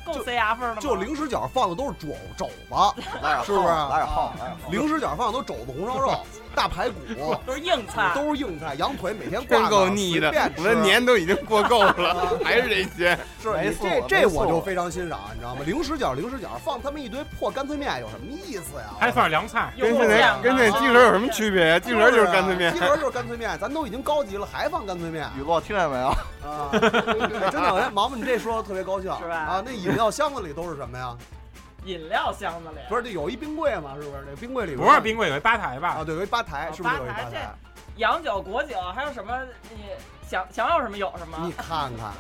S5: 够 C R 分的吗？
S2: 就零食角放的都是肘肘子，是不是？
S7: 啊
S2: 啊
S5: 来点耗来点耗
S2: 零食角放的都是肘子、红 烧肉、大排骨，
S5: 都是硬菜，
S2: 都是硬菜，羊腿每天挂
S1: 真
S2: 那儿
S1: 够腻的
S2: 随便，吃
S1: 我的年都已经过够 了，还是这些。
S2: 是你这这我就非常欣赏，啊你知道吗？零食角零食角放他们一堆破干脆面有什么意思呀？
S7: 还放点凉菜，
S1: 跟现在跟那鸡腿有什么 区别呀？鸡腿就是干脆面
S2: 鸡。腿就是干脆面，咱都已经高级了，还放干脆面？
S14: 雨落听见没有？
S2: 啊，哎真的，我觉得毛毛你这说的特别高兴，
S5: 是吧
S2: 啊，那饮料箱子里都是什么呀？
S5: 饮料箱子里。
S2: 不是，这有一冰柜嘛，是不是？这冰柜里
S7: 不是冰柜有一吧台吧？
S2: 啊，对，有一吧台，是不是有一吧
S5: 哦吧台这？洋酒、果酒，还有什么？你想想有什么有什么？
S2: 你看看，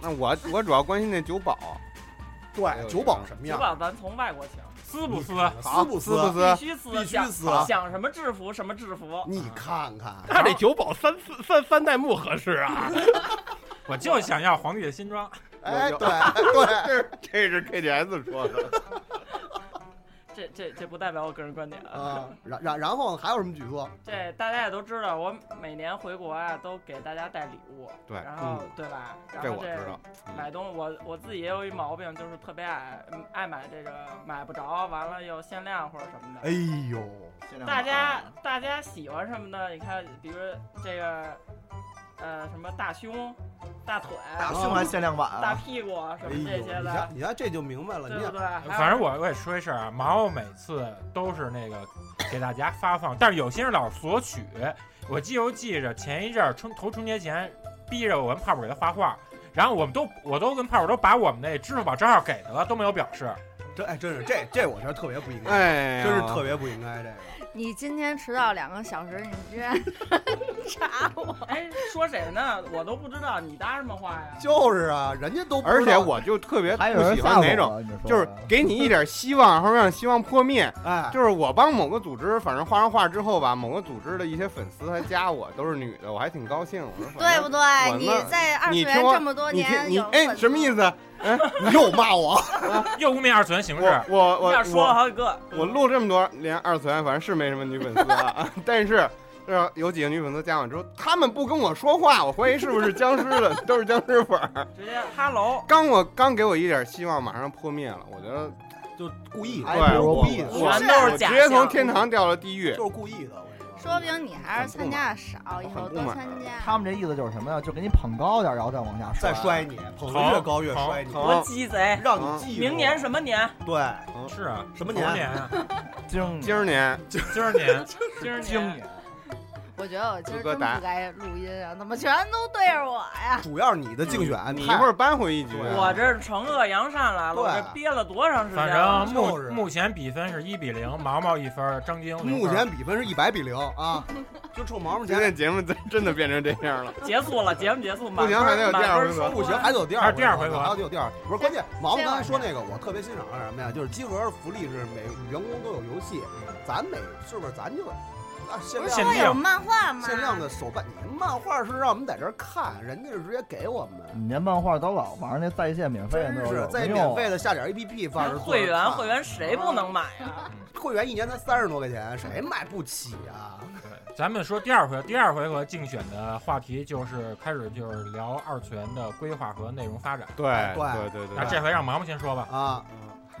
S1: 那我我主要关心那酒保。哎
S2: 对，酒保什么
S5: 酒
S1: 啊
S2: 样？
S5: 保咱从外国请，
S7: 撕
S2: 不
S7: 撕
S2: 撕不
S1: 撕不撕
S5: 必须撕，
S2: 必须
S5: 想
S2: 撕啊
S5: 想什么制服什么制服。
S2: 你看看，
S4: 那这酒保三四三三代目合适啊？
S7: 我就想要皇帝的新装。
S2: 哎
S1: 有有
S2: 对
S1: 这
S2: 对
S1: 这是 KDS 说的。
S5: 这这这不代表我个人观点
S2: 啊。然然然后还有什么举措？
S5: 这大家也都知道，我每年回国啊，都给大家带礼物。
S1: 对
S5: 然后、
S1: 嗯
S5: 对吧？然
S1: 这
S5: 后
S1: 我知道嗯
S5: 买东西，我我自己也有一毛病，就是特别爱嗯爱买这个买不着，完了又限量或者什么的。
S2: 哎呦，
S5: 大
S1: 啊
S5: 家大家喜欢什么呢？你看，比如这个，呃，什么大胸、大腿、
S14: 大胸还限量版啊
S5: 大屁股什么这些的，
S2: 哎你看这就明白了，
S5: 对
S2: 你
S5: 不
S2: 看
S5: 对？还有
S7: 反正我我也说一事儿啊，毛毛每次都是那个给大家发放，但是有些人老是索取。我记我记着前一阵儿春头春节前，逼着我跟泡泡给他画画，然后我们都我都跟泡泡都把我们那支付宝账号给他了，都没有表示。
S2: 这哎，真是这这我觉得特别不应该，
S1: 哎呀
S2: 真是特别不应该这个。
S9: 你今天迟到两个小时，你居然 查我？
S5: 哎，说谁呢？我都不知道，你搭什么话呀？
S2: 就是啊，人家都不知道
S1: 而且我就特别不喜欢哪
S7: 啊
S1: 种，就是给你一点希望， 然后让希望破灭。
S2: 哎，
S1: 就是我帮某个组织，反正画上画之后吧，某个组织的一些粉丝还加我，都是女的，我还挺高兴。我说反
S9: 对
S1: 正
S9: 不对
S1: 我？
S9: 你
S1: 们
S9: 在二次
S1: 你
S9: 元
S1: 听我
S9: 这么多
S1: 你听
S9: 年
S1: 你
S9: 有
S1: 哎，什么意思？哎，
S2: 又骂我，
S7: 又污蔑二次元形式。
S1: 我我
S5: 要说了
S1: 我
S5: 好几个，
S1: 我录这么多连二次元，反正是没什么女粉丝啊， 但是。这有几个女粉丝加我之后，她们不跟我说话，我怀疑是不是僵尸的，都是僵尸粉儿。
S5: 直接哈喽，
S1: 刚我刚给我一点希望，马上破灭了。我觉得
S2: 就故意
S1: 对，
S2: 哎
S1: 我
S2: 故意的
S1: 我
S2: 全都是
S1: 我
S2: 假
S1: 直接从
S2: 象
S1: 天堂掉到地狱。
S2: 就是故意的，
S9: 说不定你还是参加的少，以
S14: 不
S9: 后多
S14: 满
S9: 参加。
S14: 他们这意思就是什么呀？就给你捧高点儿，然后再往下
S2: 再摔你，捧得
S14: 疼
S2: 越高越
S14: 疼
S2: 摔你，
S14: 疼
S5: 多鸡贼，
S2: 让你记住
S5: 明年什么年？
S2: 对，
S7: 是啊，
S2: 什么
S7: 猴
S2: 年
S7: 年啊？
S14: 今
S1: 今儿年，
S7: 今儿年，
S5: 今儿
S7: 今儿
S5: 年，
S9: 我觉得我今儿
S1: 朱哥
S9: 真
S1: 答
S9: 不该录音啊，怎么全都对着我 呀？
S2: 主要是你的竞选，
S1: 你一会儿扳回一局。
S5: 我这是惩恶扬善来了，
S2: 啊对啊
S5: 我这憋了多长时间
S7: 反
S5: 了？
S7: 正啊目目前比分是一比零，毛毛一分，张晶
S2: 目前比分是一百比零 啊，就冲毛毛
S1: 今
S2: 钱。
S1: 天节目真真的变成这样了。
S5: 结束了，节目结束，满
S1: 不行
S5: 分
S1: 还得有
S5: 满
S1: 第
S5: 分
S1: 二回合
S5: 输
S2: 不行，还得有第二，
S7: 还有第二回合
S2: 还得有第二。不是关键，毛毛刚才说那个，我特别欣赏是什么呀？就是集合福利是每员工都有游戏，咱每是不是咱就啊限
S10: 嗯不
S2: 量
S10: 是说
S2: 的
S10: 有漫画吗？
S2: 限量的手办，你漫画是让我们在这儿看，人家是直接给我们的。
S14: 你那漫画都老玩那在线免费
S2: 真
S14: 那
S2: 是
S14: 种，
S2: 再免费的下点 APP 放着
S5: 会员会员
S2: 谁
S5: 不能买
S2: 啊？
S7: 嗯
S2: 会员一年才三十多块钱，谁买不起啊？
S7: 咱们说第二回，第二回合竞选的话题就是开始就是聊二次元的规划和内容发展。哎
S1: 对对对对
S7: 那这回让毛毛先说吧。
S2: 啊，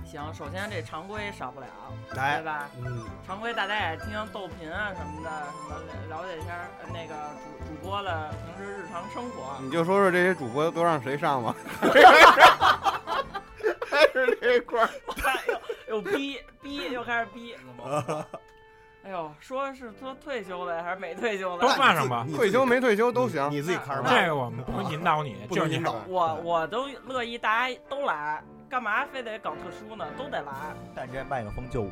S5: 行，首先这常规少不了，
S7: 来
S5: 对吧？
S2: 嗯，
S5: 常规大家也听听逗贫啊什么的，什么了解一下呃那个主主播的平时日常生活。啊
S1: 你就说说这些主播都让谁上吧。
S5: 开始这一块儿，又又逼逼又开始逼，哎呦，说是说退休的还是没退休的，
S7: 都骂上吧，
S1: 退休没退休都行，哎
S7: 你
S2: 自己开
S1: 始骂
S7: 这个我们不能引导你，
S1: 不
S7: 就
S1: 能
S7: 是嗯
S1: 引导
S5: 我我都乐意，大家都来，干嘛非得搞特殊呢？都得来，
S11: 但这麦克风就我，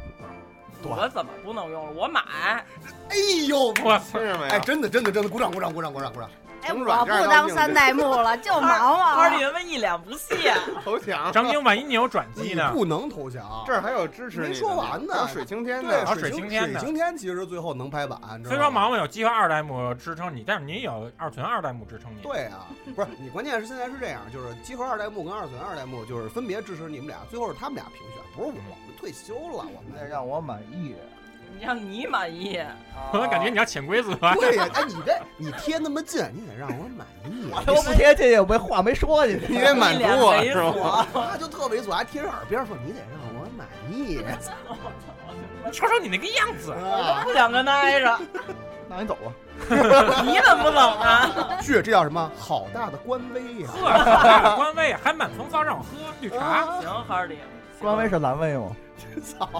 S5: 我怎么不能用？我买，
S2: 哎呦，
S7: 我
S1: 听着没
S2: 哎，真的真的真的，鼓掌鼓掌鼓掌鼓掌鼓掌！
S10: 哎，我不当三代目了，就毛毛。
S5: 二弟们一脸不 屑，
S1: 投降。
S7: 张晶，万一你有转机呢？
S2: 你不能投降，
S1: 这儿还有支持你的
S2: 没说完呢
S1: 有。水
S2: 晴
S1: 天
S7: 的
S2: 对，
S7: 有
S2: 水
S7: 啊水晴天的
S2: 水晴天其实最后能拍板，
S7: 虽说毛毛有机会二代目支撑你，但是你有二存二代目支撑你。
S2: 对啊，不是你，关键是现在是这样，就是集合二代目跟二次元二代目就是分别支持你们俩，最后是他们俩评选，不是我
S7: 嗯
S2: 们退休了，我们
S14: 那让我满意。
S1: 啊
S5: 你让你满意，
S7: 我怎么感觉你要潜规则？
S2: 对呀，哎，你这你贴那么近，你得让我满 意。啊
S14: 我不贴进去，我没话没说进去，
S2: 你得满足我
S1: 是吗？
S2: 他 就特猥琐，还贴着耳边说你得让我满意。啊
S7: 瞅瞅你那个样子，
S5: 我不想跟他挨 着。
S14: 那你走吧。
S5: 你怎么不走呢？
S2: 去，这叫什么？好大的官威呀！
S7: 呵，官威还满风骚让我喝绿
S2: 啊
S7: 茶。
S5: 行，哈里，
S14: 官威是蓝威吗？
S2: 操，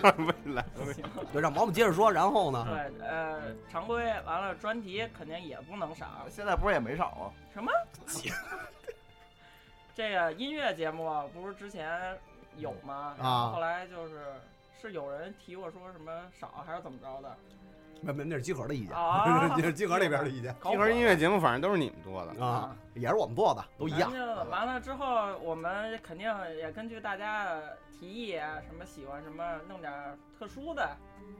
S1: 官威蓝威。
S2: 就让毛姆接着说，然后呢？
S5: 对，呃，常规完了，专题肯定也不能少。
S14: 现在不是也没少吗？
S5: 什么？这个音乐节目啊不是之前有吗？
S2: 嗯啊
S5: 然后后来就是是有人提过说什么少还是怎么着的？
S2: 没 没，那是集合的意见
S5: 啊，
S2: 那是集合那边的 意见。
S1: 集合音乐节目反正都是你们做的
S2: 啊，也是我们做的，都一样
S5: 咱。就完了之后，我们肯定也根据大家的提议啊，什么喜欢什么，弄点儿特殊的，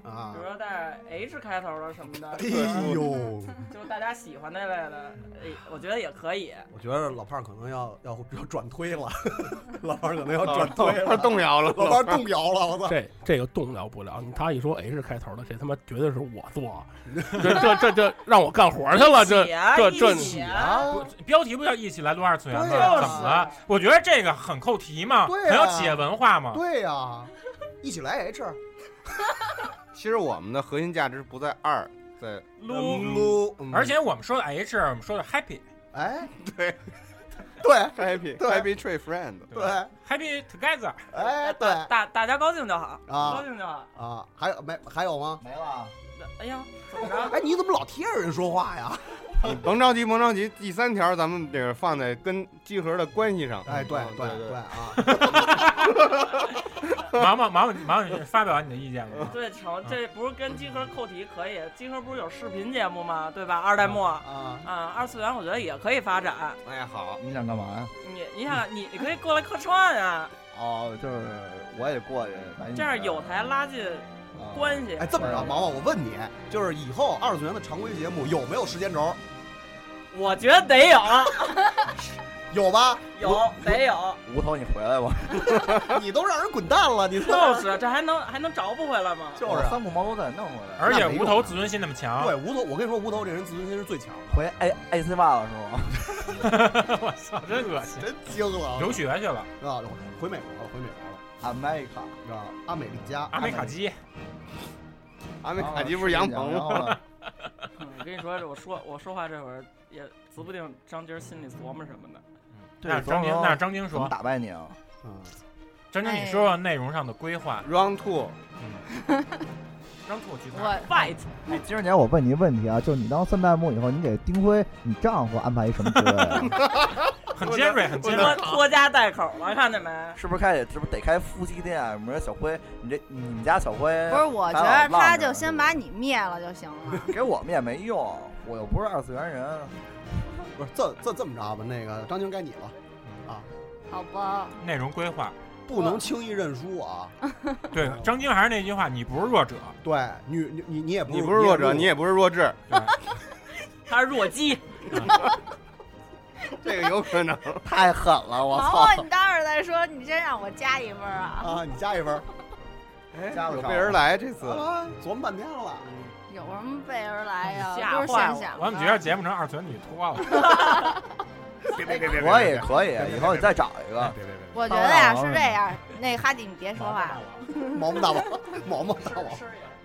S2: 啊
S5: 比如说带 H 开头的什么的。
S2: 哎呦，
S5: 就是大家喜欢那类的，哎，我觉得也可以。
S2: 我觉得老胖可能要要要转推了， 老胖可能要转推了，老胖动摇了，我操！
S4: 这这个动摇不了。你他一说 H 开头的，这他妈绝对是我做，这
S2: 这
S4: 这这这让我干活去了，这
S2: 啊
S7: 啊
S4: 这啊这
S7: 不标题不叫一起来撸二次元吗？
S2: 对啊
S7: 怎么了？我觉得这个很扣题嘛，
S2: 对
S7: 很
S2: 啊
S7: 有企业文化嘛。
S2: 对呀、一起来 H，
S1: 其实我们的核心价值不在二，在
S7: 撸嗯
S2: 撸
S4: 嗯
S7: 而且我们说的 H，我们说的 happy，
S2: 哎，
S1: 对
S2: 对
S1: happy
S2: 对
S1: happy tree friend，
S2: 对
S7: ，happy together，
S2: 哎，对
S5: 大大家高兴就好，
S2: 啊
S5: 高兴就好。
S2: 啊，还有没还有吗？
S14: 没了。
S5: 哎呀，怎么着？
S2: 哎，你怎么老贴着人说话呀？
S1: 你甭着急，甭着急，第三条咱们这个放在跟集合的关系上。
S2: 哎，对
S1: 嗯
S2: 对
S1: 对
S2: 对啊，
S1: 啊
S7: 毛毛毛毛，你发表完你的意见了吗？
S5: 对，成，这不是跟集合扣题可以？集合不是有视频节目吗？对吧？二代目
S2: 啊
S5: 二次元我觉得也可以发展。
S1: 哎，好，
S14: 你想干嘛呀？
S5: 你你想你你可以过来客串啊，
S14: 哦，就是我也过去，咱一
S5: 这样有台拉近关系。
S2: 哎，这么着，毛毛，我问你，就是以后二次元的常规节目有没有时间轴？
S5: 我觉得得有，
S2: 有吧？
S5: 有得有。
S2: 吴头，你回 来吧！你 都让人滚蛋了，你
S5: 就是这还能还能找不回来吗？
S2: 就是啊
S14: 三顾茅庐再弄回来。
S7: 而且无头自尊心那么强，
S2: 对，无头，我跟你说，无头这人自尊心是最强的。
S14: 回 A A C 爸了是吗？
S7: 我操，真恶心，
S2: 真惊了，
S7: 留学去了，
S2: 啊，回美国了，回美国
S14: 了。America，
S2: 知道吧阿美利加，
S7: 阿美卡基，
S1: 阿美卡基不是杨鹏吗？
S5: 嗯我跟你说，我说我说话这会儿也指不定张军心里琢磨什么呢。
S14: 对
S7: 那张晶
S14: 说
S7: 那张晶说
S14: 怎么打败你啊？
S2: 嗯
S7: 张
S2: 哎
S7: 晶，你说说内容上的规划。嗯
S1: Round two，
S7: 张拓去
S5: 我 fight，
S14: 哎，今儿年我问你一问题啊，就是你当三代目以后，你给丁辉你丈夫安排一什么职位 啊？
S7: 很尖锐，很
S14: 尖锐
S5: 拖拖家带口了，看见没？
S11: 是不是开始是不是得开夫妻
S14: 啊
S11: 店？我说小辉，你这你们家小辉
S9: 不是，我觉得他就先把你灭了就 行了。
S11: 给我们也没
S14: 没用，我又不是二次元人。
S2: 不是这这这么着吧？那个张晶该你了啊，
S9: 好吧，
S7: 内容规划，
S2: 不能轻易认输啊！
S7: 对，张晶还是那句话，你不是弱者，
S2: 对，你你你你也不
S1: 你不是弱者，你也不是弱智，
S5: 他是弱 鸡，
S1: 这个有可能
S3: 太狠了，我
S9: 毛毛，你待会儿再说，你真让我加一分啊！
S2: 啊！你加一分，加
S1: 哎有备而来这次
S2: 啊，琢磨半天了，
S9: 有什么备而来呀？
S5: 吓
S9: 都是现
S5: 坏我
S9: 想
S7: 我怎么觉
S9: 的啊
S7: 得节目成二次元女脱了？别别别别
S3: 可以可以，哎以后你再找
S2: 哎
S3: 一个。
S9: 我觉得呀是这样，那哈迪你别说话了，
S2: 毛毛 大王，毛毛大王，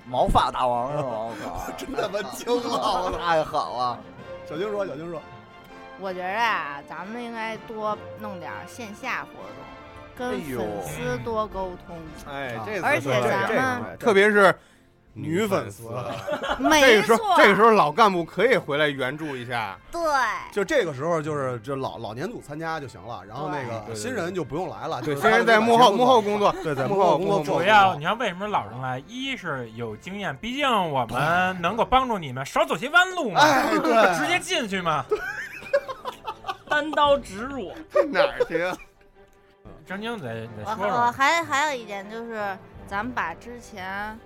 S3: 毛发大王是吗？ 我靠，
S2: 真他妈惊 了！我操！
S3: 太狠了！
S2: 小金说，小金说，
S9: 我觉着啊，咱们应该多弄点儿线下活动，跟
S1: 哎呦
S9: 粉丝多沟通。
S2: 啊
S1: 哎，这次
S9: 而且
S1: 对
S9: 咱
S1: 这
S9: 们
S1: 个特别是女粉丝，
S9: 没
S1: 这个时
S9: 错
S1: 候这个时候老干部可以回来援助一下，
S10: 对，
S2: 就这个时候就是就老老年组参加就行了，然后那个
S1: 对
S2: 新人就不用来了，
S1: 对
S2: 就是
S1: 新人在幕后
S2: 把节目做好
S1: 幕后工作
S2: 对，在
S1: 幕
S2: 幕
S1: 后
S2: 后工作
S1: 工作
S2: 做
S7: 主
S2: 好
S7: 啊要你看为什么老人来？一是有经验，毕竟我们能够帮助你们少走些弯路嘛，
S2: 哎对
S7: 直接进去 嘛。
S5: 单刀直入。
S1: 哪儿去啊？
S7: 张晶得得
S9: 我
S7: 说
S9: 我
S7: 说，
S9: 还还有一点就是，咱们把之前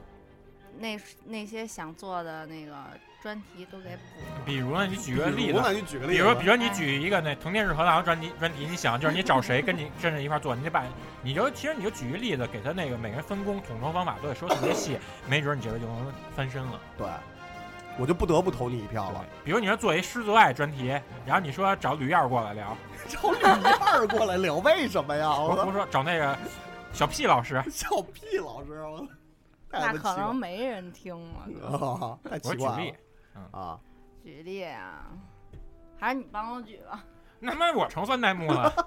S9: 那那些想做的那个专题都给补了。
S7: 比如呢，你举个
S2: 比
S7: 例
S2: 如
S7: 子
S2: 呢，你举个例子
S7: 比如比如你举一个那《藤田日和堂》专题专题，你想就是你找谁跟你 跟着一块儿做，你得把你就其实你就举一例子，给他那个每个人分工，统筹方法都得说特别细，没准你觉得就能翻身了。
S2: 对，我就不得不投你一票了。
S7: 比如你说做一失足爱专题，然后你说找吕燕儿过来聊，
S2: 找李燕儿过来聊，为什么呀？
S7: 我
S2: 我操，
S7: 不说找那个小屁 老师，
S2: 小屁老师，我操太
S9: 那
S2: 他
S9: 可能
S2: 妈
S9: 没人听了。
S2: 奇怪了，哦太
S7: 我
S2: 奇
S7: 举
S2: 怪
S7: 例嗯
S2: 了，
S1: 嗯
S2: 啊！
S9: 举例啊，还是你帮我举吧。
S7: 那妈我成酸弹幕了。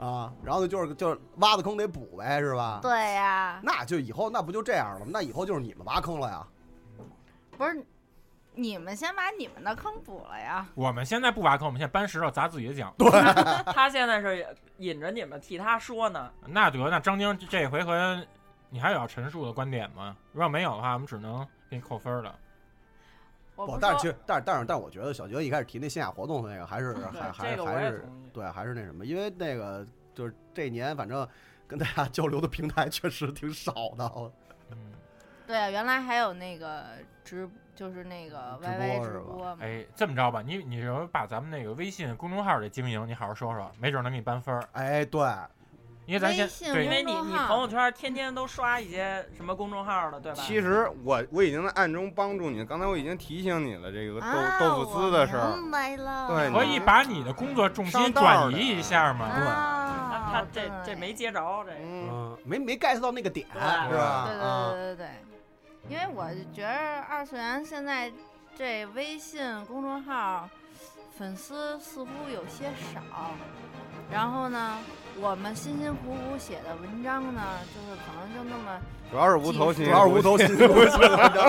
S2: 啊，然后呢，就是就是挖的坑得补呗，是吧？
S9: 对啊呀、
S2: 啊那就以后那不就这样了吗？那以后就是你们挖坑了呀？
S9: 不是你们先把你们的坑补了呀。
S7: 我们现在不挖坑，我们现在搬石头砸自己的脚。
S5: 他现在是引着你们替他说呢，
S7: 啊那得，那张晶这回合你还有要陈述的观点吗？如果没有的话，我们只能给你扣分了。
S9: 我
S2: 不
S9: 不，
S2: 但是
S9: 说
S2: 其实，但是但是但是，我觉得小杰一开始提那线下活动的那个 还是
S5: 对
S2: 还还
S5: 这个我
S2: 还
S5: 也
S2: 是
S5: 同意
S2: 对，还是那什么，因为那个就是这年反正跟大家交流的平台确实挺少的，我
S9: 对啊，原来还有那个直，就是那个
S2: 直播
S9: YY
S2: 是
S9: 直
S2: 吧
S9: 播嘛。
S7: 哎，这么着吧，你你就把咱们那个微信公众号的经营，你好好说说，没准能给你扳分。
S2: 哎，对，
S7: 因为咱
S9: 微
S7: 先
S9: 信
S7: 对
S5: 因为你
S9: 公众
S5: 你
S9: 号
S5: 朋友圈天天都刷一些什么公众号的，对吧？
S1: 其实我我已经在暗中帮助你，刚才我已经提醒你了，这个豆、
S10: 啊
S1: 豆腐丝的事儿，
S10: 明白了。
S1: 对，
S7: 可以把你的工作重心转移一下嘛。
S10: 啊，
S5: 他这这没接着这个，
S2: 嗯，没没 get 到那个点，是吧？
S9: 对
S2: 啊，
S9: 对对对对，因为我就觉着二次元现在这微信公众号粉丝似乎有些少，然后呢，我们辛辛苦苦写的文章呢，就是可能就那么
S1: 主要是无头
S2: 主
S1: 心，
S2: 要是无头心，无头心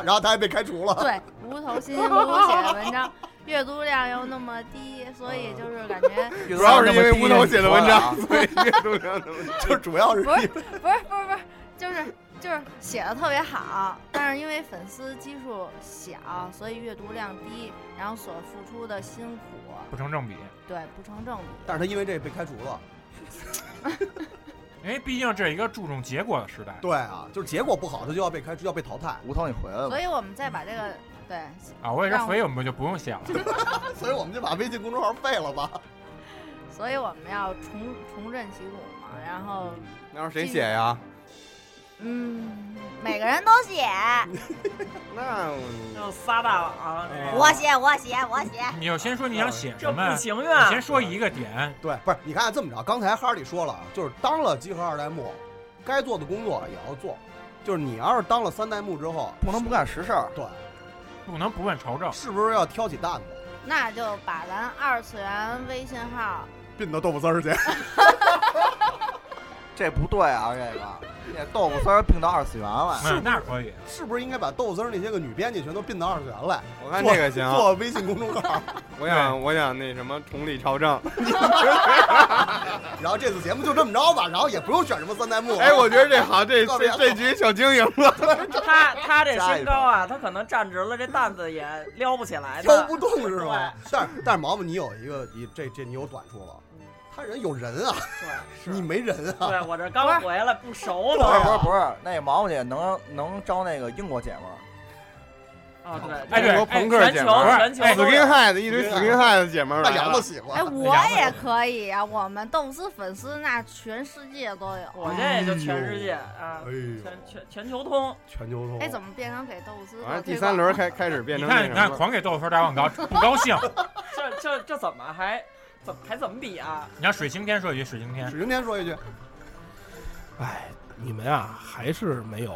S2: 然后他还被开除了，
S9: 对，无头辛辛苦苦写的文章，阅读量又那么低，所以就是感觉
S1: 主要是因为无头写的啊文章，所以阅读量那么低
S2: 就主要是
S9: 不是不是不是不是，就是就是写的特别好，但是因为粉丝基数小，所以阅读量低，然后所付出的辛苦，
S7: 不成正比，
S9: 对不成正比。
S2: 但是他因为这被开除 了，
S7: 因为毕竟这是一个注重结果的时代。
S2: 对啊，就是结果不好，他就要被开除，要被淘汰。
S14: 吴涛，你回来
S2: 嗯
S14: 吧
S9: 所。以我们再把这个对
S7: 啊，我也是，
S9: 让
S7: 所以我们就不用写了。
S2: 所以我们就把微信公众号废了吧。
S9: 所以我们要重重振旗鼓嘛，然后
S1: 那是谁写呀？
S9: 嗯，
S10: 每个人 都写，
S1: 那
S5: 就仨大网，这
S10: 我写，我写，我写。
S7: 你就先说你想写
S5: 这
S7: 什么
S5: 不，情
S9: 啊
S7: 你
S5: 愿啊
S7: 先。说一个点。
S2: 对，不是，你看啊这么着，刚才哈里说了啊，就是当了集合二代目，该做的工作也要做。就是你要是当了三代目之后，
S3: 不能不干实事儿。
S2: 对，
S7: 不能不问朝政。
S2: 是不是要挑起担子，
S9: 那就把咱二次元微信号
S2: 并到豆腐丝 儿去？
S3: 这不对啊，这个这豆腐丝儿并到二次元了。
S7: 嗯，那可以。
S2: 是不是应该把豆腐丝儿那些个女编辑全都并到二次元来？
S1: 我看这个
S2: 做
S1: 行
S2: 做微信公众号，
S1: 我想我想那什么重理朝政。
S2: 然后这次节目就这么着吧，然后也不用选什么三代目 了。
S1: 哎，我觉得这 好，这
S2: 告别
S1: 这
S2: 了
S1: 这局小精赢 了。
S5: 他他这身高啊，他可能站直了，这担子也撩不起来
S2: 挑
S5: 的
S2: 不。动是吧？但是但是毛毛，你有一个，你这这你有短处了，他他人有人啊，你没人啊。
S5: 对我这刚回来不熟
S3: 不是不是
S5: 呢。
S3: 不是，那毛毛姐能能招那个英国姐们儿，
S5: 哦，对，
S3: 哎对
S1: 英国朋克姐们儿哎
S5: 全球全球都有
S1: skinhead 一堆 skinhead 姐们儿来了，
S3: 大洋子喜欢
S9: 哎，我也可以呀、我们豆丝粉丝那全世界都有。
S5: 我这也就全世界啊，
S1: 哎呦
S5: 全全全球通。
S1: 全球
S9: 哎，怎么变成给豆丝做推广
S1: 完
S9: 了？
S1: 了第三轮开开始变
S7: 你
S1: 成
S7: 看你
S1: 那什
S7: 看，
S1: 么
S7: 狂给豆腐打广告，不高兴。
S5: 这这这怎么还怎么还怎么比啊？
S7: 你让水星天说一句，水星天，
S2: 水星天说一句，
S4: 你们啊，还是没有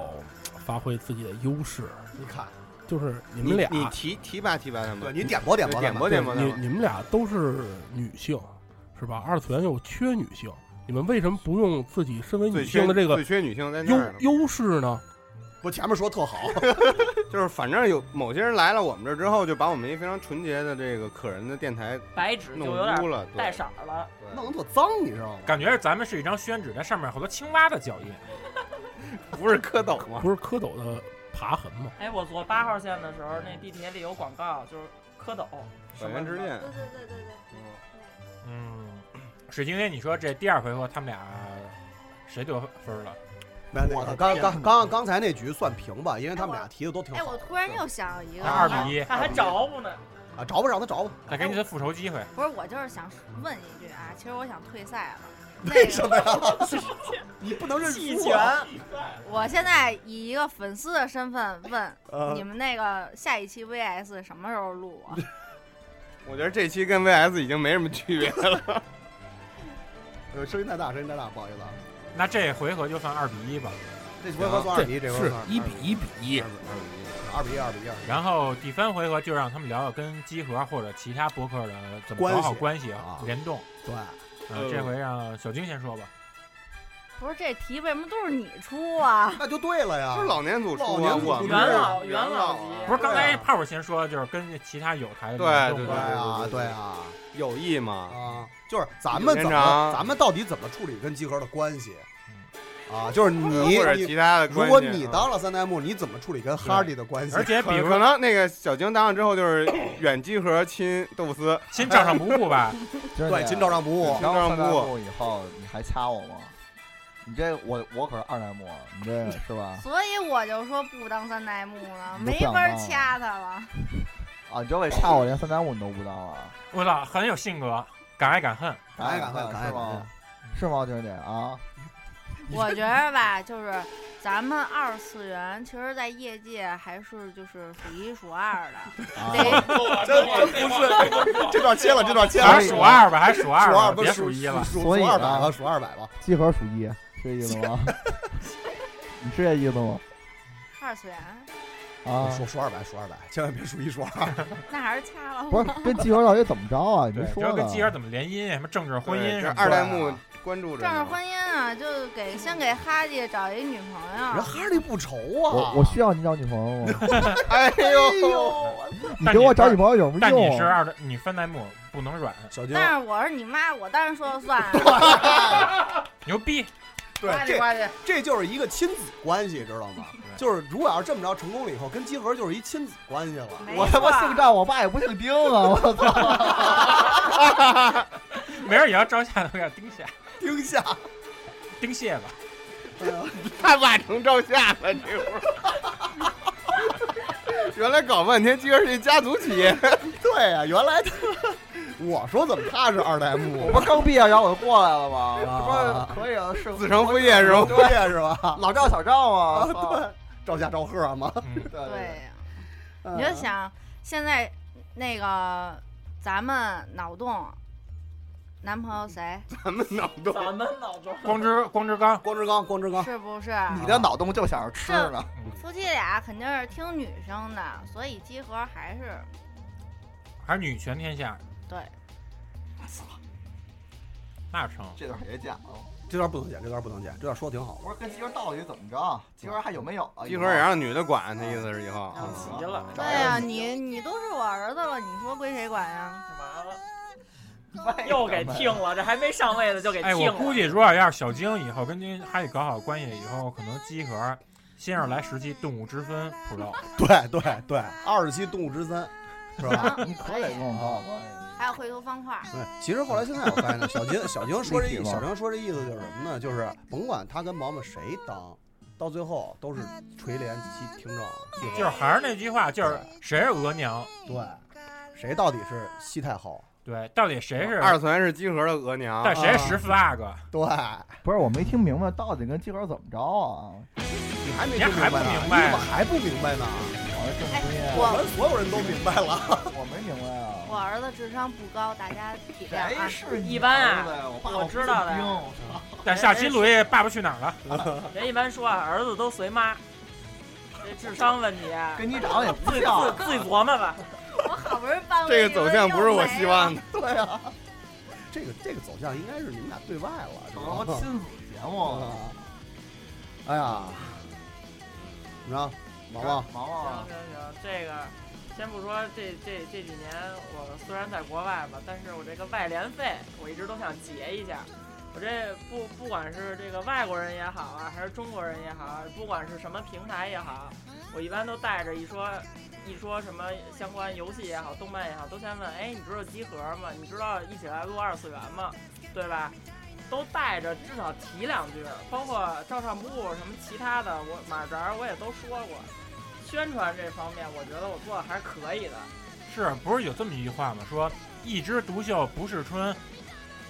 S4: 发挥自己的优势。
S2: 你看，
S4: 就是你们俩，
S1: 你你提提拔提拔他们，
S2: 对你点拨点拨他们
S1: 点拨点拨他
S4: 你
S1: 们。
S4: 你们俩都是女性，是吧？二次元又缺女性，你们为什么不用自己身为女
S1: 最缺
S4: 性的这个
S1: 最缺女性在那
S4: 优
S1: 儿呢，
S4: 优势呢？
S2: 不前面说 特好，
S1: 就是反正有某些人来了我们这儿之后，就把我们一非常纯洁的这个可人的电台
S5: 白纸就
S1: 弄
S5: 有点
S1: 污了，对
S5: 带色儿了，
S2: 弄得特脏，啊你知道吗？
S7: 感觉咱们是一张宣纸，在上面好多青蛙的 脚印，
S1: 不是蝌蚪吗
S4: 不是蝌蚪的爬痕吗？
S5: 哎，我坐八号线的时候，那地铁里有广告，就是蝌蚪。
S1: 本源之恋。
S9: 对对对
S7: 嗯，水晶天，你说这第二回合他们俩谁得分了？
S2: 我操，刚刚刚刚才那局算平吧，因为他们俩提的都挺
S9: 哎，
S2: 好
S9: 我突然又想一个，啊
S7: 那二比一
S5: 他还着不呢。
S2: 啊，找吧，让他找吧。
S7: 再给你次复仇机会。
S9: 不是，我就是想问一句啊，其实我想退赛了。
S2: 为什 么呀？你不能认
S5: 弃
S2: 输
S5: 权
S2: 啊！
S9: 我现在以一个粉丝的身份问、
S1: 呃
S9: 你们那个下一期 VS 什么时候录啊？
S1: 我觉得这期跟 VS 已经没什么区别 了。
S2: 呃，声音太大，声音太大，不好意思啊。
S7: 那这回合就算二比一吧。
S2: 这回合算二比一，这回合算
S7: 一比
S4: 一比一，
S2: 二比一，二比一，二比一。
S7: 然后第三回合就让他们聊聊跟集合或者其他博客的怎么搞好关系
S2: 啊
S7: 联动。
S2: 对，
S7: 呃，这回让小晶先说吧。
S9: 不是这题为什么都是你出啊？
S2: 那就对了呀
S1: 不是老年组出啊
S2: 老年组
S1: 我们
S2: 元
S1: 老啊
S5: 元老级
S7: 不是刚才泡泡先说，就是跟其他有台的
S1: 对
S7: 联
S1: 对
S7: 动
S1: 对
S2: 啊，对啊，
S1: 友谊嘛，
S2: 啊，就是咱们
S1: 延
S2: 怎么，
S1: 长
S2: 咱们到底怎么处理跟集合的关系？啊，就是你，
S1: 或者
S2: 你
S1: 其他的关系啊
S2: 如果你当了三代目，你怎么处理跟哈迪的关系？
S7: 而且比如
S1: 可能那个小晶当了之后就是 远集合亲豆腐丝，
S7: 亲照上不误吧？
S3: 就 是
S2: 对
S3: 你
S2: 金照让不误
S3: 你
S1: 金
S3: 当
S1: 照让
S3: 三
S1: 不
S3: 代
S1: 误
S3: 目以后，你还掐我吗？你这我我可是二代目，啊你这是吧？
S9: 所以我就说不当三代目了，
S3: 啊你都
S9: 没
S3: 不想
S9: 法
S3: 当了
S9: 掐他 了。
S3: 啊，你这为掐我连三代目你都不当啊？
S7: 我操，很有性格，敢爱敢恨。
S3: 敢
S2: 敢
S3: 恨
S2: 恨敢爱
S3: 哎
S2: 敢恨
S3: 是吗？是吗，娟姐啊？
S9: 我觉 着吧，就是咱们二次元，其实，在业界还是就是数一数二
S3: 啊
S9: 的。得
S2: 真真不是， 这段切了，这段切了。
S7: 还是数二吧还是数二吧
S2: 数二不
S7: 别
S2: 是
S7: 数一了
S2: 数
S3: 所以
S2: 数
S3: 呢
S2: 二百吧，数二百吧。
S3: 集合数一，是这意思吗？ 你是这意思吗？
S9: 二次元，
S3: 啊，
S2: 数数二百，数二百，千万别数一数二。
S9: 那还是掐了。
S3: 不是 跟集合到底怎么着啊？你没
S7: 对，
S3: 说
S7: 知道
S3: 呢
S7: 跟集合怎么联姻，什么政治婚姻
S1: 对这
S7: 什么啊
S1: 二代目关注着
S9: 正式
S1: 呢。
S9: 婚姻啊，就给先给哈迪找一女朋
S2: 人
S9: 友。
S2: 哈利不愁
S3: 我
S2: 啊，
S3: 我需要你找女朋友吗？
S1: 哎呦，
S3: 你给我找女朋友有什么
S7: 但
S3: 用
S7: 你
S3: 啊？
S7: 是二代，你三代目不能软，
S2: 小 晶
S9: 但是我是你妈，我当然说了算啊。
S7: 牛逼，
S2: 对
S9: 呱唧呱唧
S2: 这这就是一个亲子关系，知道吗？就是如果要是这么着成功了以后，跟集合就是一亲子关系了。
S9: 没
S3: 我他妈
S9: 错
S3: 姓赵，我爸也不姓丁啊！我操！
S7: 明儿也要照下都要丁下
S2: 丁下，
S7: 丁蟹吧。
S1: 他爸成照下了，这会儿。原来搞半天，居然是一家族企业。
S2: 对啊，原来他我说怎么他是二代目
S3: 我不是刚毕业，然后我就过来了吗？
S2: 啊
S3: 这不是可以啊？是
S1: 子承父业是吧
S2: 对呀，是 吧？
S3: 老赵小赵
S2: 啊，
S3: 吗？
S2: 对，赵家赵贺嘛，
S3: 对对
S9: 对呀、
S2: 嗯
S9: 你就想现在那个咱们脑洞，男朋友谁？
S1: 咱们脑洞，
S5: 咱们脑中
S7: 光之光之刚，
S2: 光之刚，光之刚，
S9: 是不是？
S3: 你的脑洞就想着吃呢。
S9: 夫妻俩肯定是听女生的，所以集合还是
S7: 还是女权天下，
S9: 对。
S7: 那成。
S3: 这段别讲了，
S2: 这段不能剪，这段不能剪，这段说挺好。
S3: 我说跟集合到底怎么着？集合还有没有啊？
S1: 集合也让女的管，他意思是以后。嗯
S5: 急啊了，
S9: 对呀、你你都是我儿子了，你说归谁管呀？
S5: 完 了，又给听了，这还没上位的就给
S7: 哎，
S5: 听
S7: 我
S5: 了。
S7: 估计如果要是小晶以后跟您哈利搞好关系以后，可能集合先是来十期《动物之森》Pro，
S2: 对对对，二十期《动物之森》是吧？
S14: 你可得跟我搞好关系。
S9: 还有绘图方块，
S2: 对，其实后来现在我发现呢，小金小金说这
S14: 立体
S2: 意，
S14: 嘛
S2: 小金说这意思就是什么呢？就是甭管他跟毛毛谁当，到最后都是垂帘听听政，记
S7: 就是还是那句话，就是谁是额娘？
S2: 对，谁到底是西太后？
S7: 对，到底谁是
S1: 二次元是集合的额娘，
S7: 但谁是十 flag？
S2: 啊对，
S14: 不是我没听明白到底跟鸡儿怎么着啊？
S2: 你还没
S14: 你
S2: 听明
S14: 还不
S2: 白呢？
S14: 明
S2: 你
S14: 白
S2: 怎么还不明白呢？
S9: 哎我
S2: 们所有人都明白了，
S14: 我没明白啊。
S9: 我儿子智商不高，大家体谅啊。
S14: 谁是
S5: 一般啊，
S14: 我
S5: 我知道的呀。
S7: 但下期录一《爸爸去哪儿》 了，
S5: 人一般说啊，儿子都随妈，这智商问题啊，
S14: 跟你长得也不
S5: 自
S14: 对
S5: 己
S14: 道
S5: 自己琢磨吧。
S9: 我好不容易办
S1: 这个走向不是我希望的。
S2: 对 啊， 这个这个走向应该是你们俩对外了，是吧
S14: 我哦亲子节目
S2: 啊 哎呀，怎么着，毛毛？
S14: 毛
S5: 行行行，这个先不说这这这几年，我虽然在国外吧，但是我这个外联费我一直都想结一下。我这不不管是这个外国人也好啊，还是中国人也好啊，不管是什么平台也好，我一般都带着一说一说什么相关游戏也好，动漫也好，都先问，哎，你知道集合吗？你知道一起来录二次元吗？对吧？都带着至少提两句，包括照上不误什么其他的，我马扎我也都说过。宣传这方面，我觉得我做的还是可以的。
S7: 是不是有这么一句话吗？说一枝独秀不是春，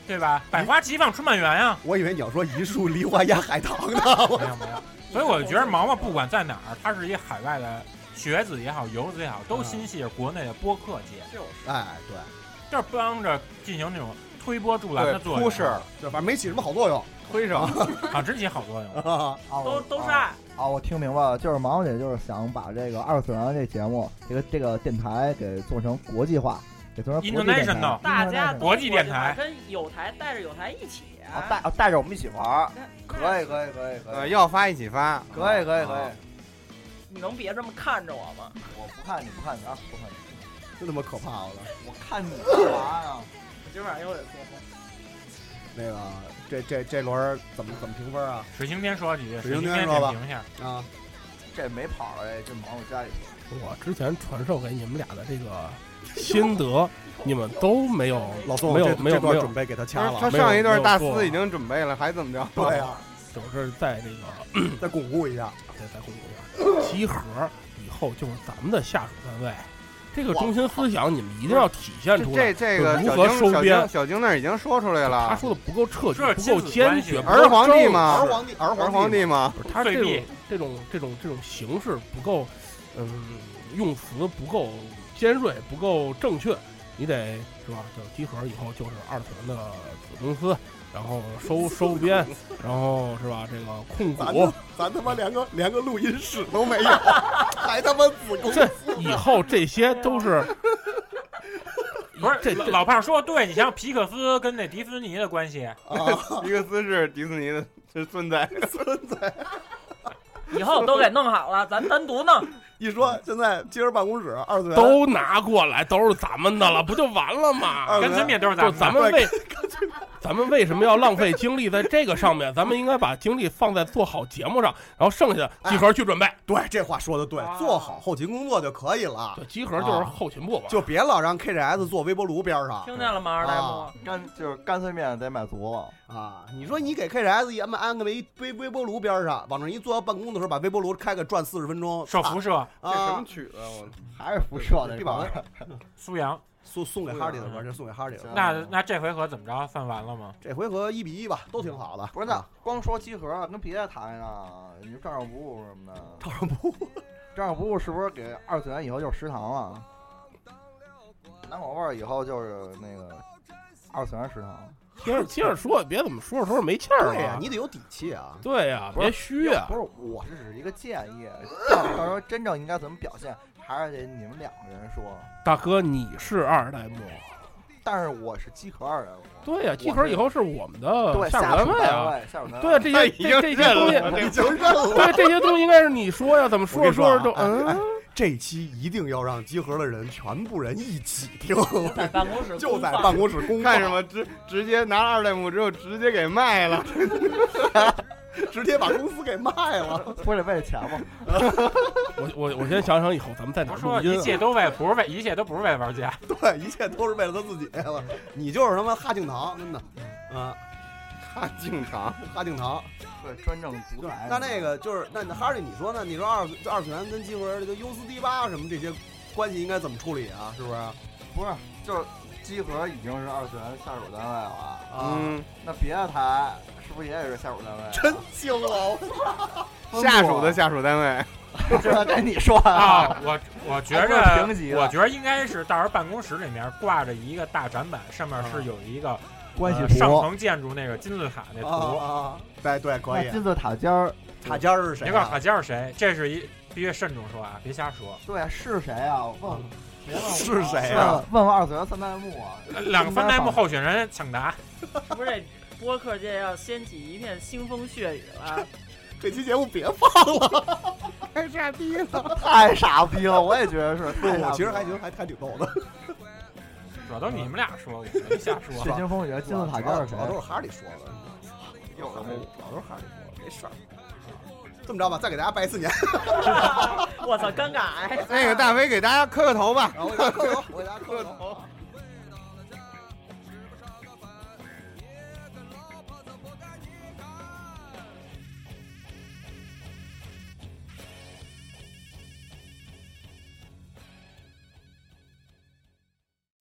S7: 对吧？百花齐放春满园呀。
S2: 我以为你要说一树梨花压海棠呢，我
S7: 没有没有。所以我觉得毛毛不管在哪儿，他是一海外的学子也好，游子也好，都心系着国内的播客界，
S2: 嗯哎，对，
S7: 就是帮着进行这种推波助澜的作用。
S2: 出事儿，对，反正没起什么好作用，
S1: 推上
S7: 啊，真起好作用。
S2: 啊，
S5: 都都是爱。
S14: 啊，我听明白了，就是毛毛姐就是想把这个二次元这节目，这个这个电台给做成国际化，给做成国际电台
S2: 哦
S7: International
S5: 大家都
S7: 国际电台
S5: 跟友台带着友台一起。啊
S3: 带哦带着我们一起玩儿，可以可以可以可
S1: 呃，
S3: 以，
S1: 要发一起发，
S3: 可以可以可以
S1: 啊，
S5: 你能别这么看着我吗？
S3: 我不看你不看你啊，不看你，
S2: 真他妈可怕，我操！
S3: 我 看你干嘛呀？
S5: 我今
S14: 哎
S5: 晚又得做梦。
S2: 那个这这这轮儿怎么怎么评分啊？
S7: 水星天说几句，
S2: 水
S7: 水
S2: 晶
S7: 晶
S2: 天
S7: 天
S2: 说吧
S7: 点评一下。
S2: 啊，
S3: 这没跑了，这忙我家里去。
S4: 我之前传授给你们俩的这个心得，你们都没有，
S2: 老宋
S4: 没有
S2: 这
S4: 没有
S2: 这段
S4: 没有
S2: 准备给他掐
S4: 没有
S2: 了
S1: 他
S4: 没有
S1: 上一
S4: 没
S1: 段
S4: 有
S1: 大
S4: 做
S1: 四已经准备了，还怎么着？
S2: 对呀，
S4: 我啊是在这个
S2: 再巩固一下，
S4: 再再巩固一下，集合以后就是咱们的下属单位，这个中心思想你们一定要体现出来，
S1: 这这个
S4: 就
S1: 小
S4: 如何
S1: 京
S4: 收
S1: 小
S4: 编
S1: 京，小京那儿已经说出来了，
S4: 他说的不够彻底
S7: 这，是
S4: 不
S7: 亲
S4: 够
S7: 子
S4: 坚
S7: 关系
S4: 决，不够
S1: 儿皇帝嘛，
S4: 正式
S1: 帝，儿皇帝嘛，
S4: 不是他这
S7: 对
S4: 种
S7: 立
S4: 这种这种这种形式不够，嗯，用词不够尖锐，不够正确，你得是吧？就是集合以后就是二次元的子公司，然后 收收编，然后是吧？这个控
S2: 咱
S4: 股
S2: 他，咱他妈连个连个录音室都没有，还他妈子宫
S4: 这以后这些都是
S7: 不是
S4: 这
S7: 老
S4: 这
S7: 老胖说对，你像皮克斯跟那迪士尼的关系，
S2: 啊
S1: 皮克斯是迪士尼的，是孙子，
S2: 孙子。
S5: 以后都给弄好了，咱单独弄。
S2: 一说现在今儿办公室二次元
S4: 都拿过来，都是咱们的了，不就完 了吗？
S2: 二次元
S7: 干脆面都是咱
S4: 就
S7: 们的
S4: 咱们为 咱们为什么要浪费精力在这个上面？咱们应该把精力放在做好节目上，然后剩下集合去准备。
S2: 哎对，这话说的对，做好后勤工作就可以了。
S4: 对，集合
S2: 啊
S4: 就是后勤部吧。
S2: 就别老让 KGS 坐微波炉边上
S5: 听见了吗，二代目？
S3: 干就是干脆面得买足了，
S2: 啊！你说你给 KGS 也安排安个微微微波炉边上，往那一坐到办公的时候，把微波炉开个转四十分钟，
S7: 受辐射，
S1: 这什么
S2: 啊！
S1: 曲子？我
S3: 还是辐射的
S2: 这帮人
S7: 苏阳。
S2: 送送给哈利的歌，这送给哈
S4: 嗯
S2: 利的歌。
S7: 那那这回合怎么着？算完了吗？
S2: 这回合一比一吧，都挺好的。
S3: 不是那光说集合啊跟别的谈呢，你说照上不误什么的，
S2: 照上不误，
S3: 照上不误是不是给二次元以后就是食堂
S2: 啊
S3: 了？南广味儿以后就是那个二次元食堂，
S4: 接着接着说，别怎么说着说着没气儿啊
S2: 对呀
S4: 了，。
S2: 你得有底气啊！
S4: 对呀，
S3: 不是
S4: 别虚啊
S3: 不！是，我是只是一个建议，到到时候真正应该怎么表现，还是得你们两个人说。
S4: 大哥，你是二代目，
S3: 但是我是集合二人，我
S4: 对呀，集合以 后是我们的
S3: 对
S4: 下
S3: 属
S4: 属单
S3: 位
S4: 位啊。
S3: 下属单
S4: 对啊，这些这这些东西，
S2: 哎已经认了。
S4: 对这些东西应该是你说呀，怎么
S2: 我跟
S4: 说着
S2: 你说
S4: 说
S2: 啊
S4: 着就嗯。
S2: 哎这期一定要让集合的人全部人一起听，
S5: 在办公室
S2: 就在
S5: 公放
S2: 办公室公
S1: 干
S2: 干
S1: 什么？直直接拿二代目之后直接给卖了，
S2: 直接把公司给卖了，
S3: 不是为了钱吗？
S2: 嗯
S4: 我我 我先想想以后咱们在哪
S7: 他
S4: 儿
S7: 说
S4: 录音
S7: 一切
S4: 啊。
S7: 都为 不是为一切都不是为 玩家，
S2: 对，一切都是为了他自己。 我你就是他妈哈敬堂，真的，
S5: 嗯
S2: 啊，哈
S1: 敬堂，
S2: 哈敬堂。
S3: 对，专政独
S5: 哎
S3: 裁。
S2: 那那个就是，那那哈利，你说呢？你说二次二次元跟机器人这个优斯迪巴什么这些关系应该怎么处理啊？是不是？
S3: 不是，就是集合已经是二次元下属单位了
S2: 啊嗯，
S3: 那别的台是不是也得是下属单位啊？
S2: 真惊了， 我
S3: 分
S1: 下
S3: 部
S1: 属的下属单 位，
S3: 这该你说啊
S7: 啊，我我觉
S3: 还不
S7: 着
S3: 是评
S2: 啊
S3: 级，的
S7: 我觉得应该是到时候办公室里面挂着一个大展板，上面是有
S2: 嗯
S7: 一个
S14: 关系
S7: 呃
S14: 图
S7: 上层建筑那个金字塔那
S2: 啊啊
S7: 图，
S2: 啊！
S7: 哎
S2: 对对，可以
S14: 那。金字塔尖儿，
S2: 塔尖儿是谁
S7: 你
S2: 啊？
S7: 告诉塔尖是谁？这是一必须慎重说啊，别瞎 说。
S3: 对啊，是谁啊？我问问谁问我
S2: 是谁啊？
S3: 问问二次元三代目啊？
S7: 两个翻代目候选人抢答，
S5: 是不是这播客界要掀起一片腥风血雨了？
S2: 这期节目别放了， 太傻逼了，
S3: 太傻逼了，我也觉得是。太傻
S2: 我
S3: 逼
S2: 其实还
S3: 了
S2: 觉得还还挺逗的。
S7: 主要都是你们俩说，我没瞎说。
S14: 血腥风雨金字塔尖儿是
S2: 主
S14: 谁
S2: 要都是哈利说的，
S3: 有什么？
S2: 主要都是哈利说的，没事儿。这么着吧，再给大家拜四年。
S5: 我操，尴尬哎！ 啊
S1: 那个大飞给大家磕个头吧，
S2: 然后我给大家磕头，我给大家磕个头。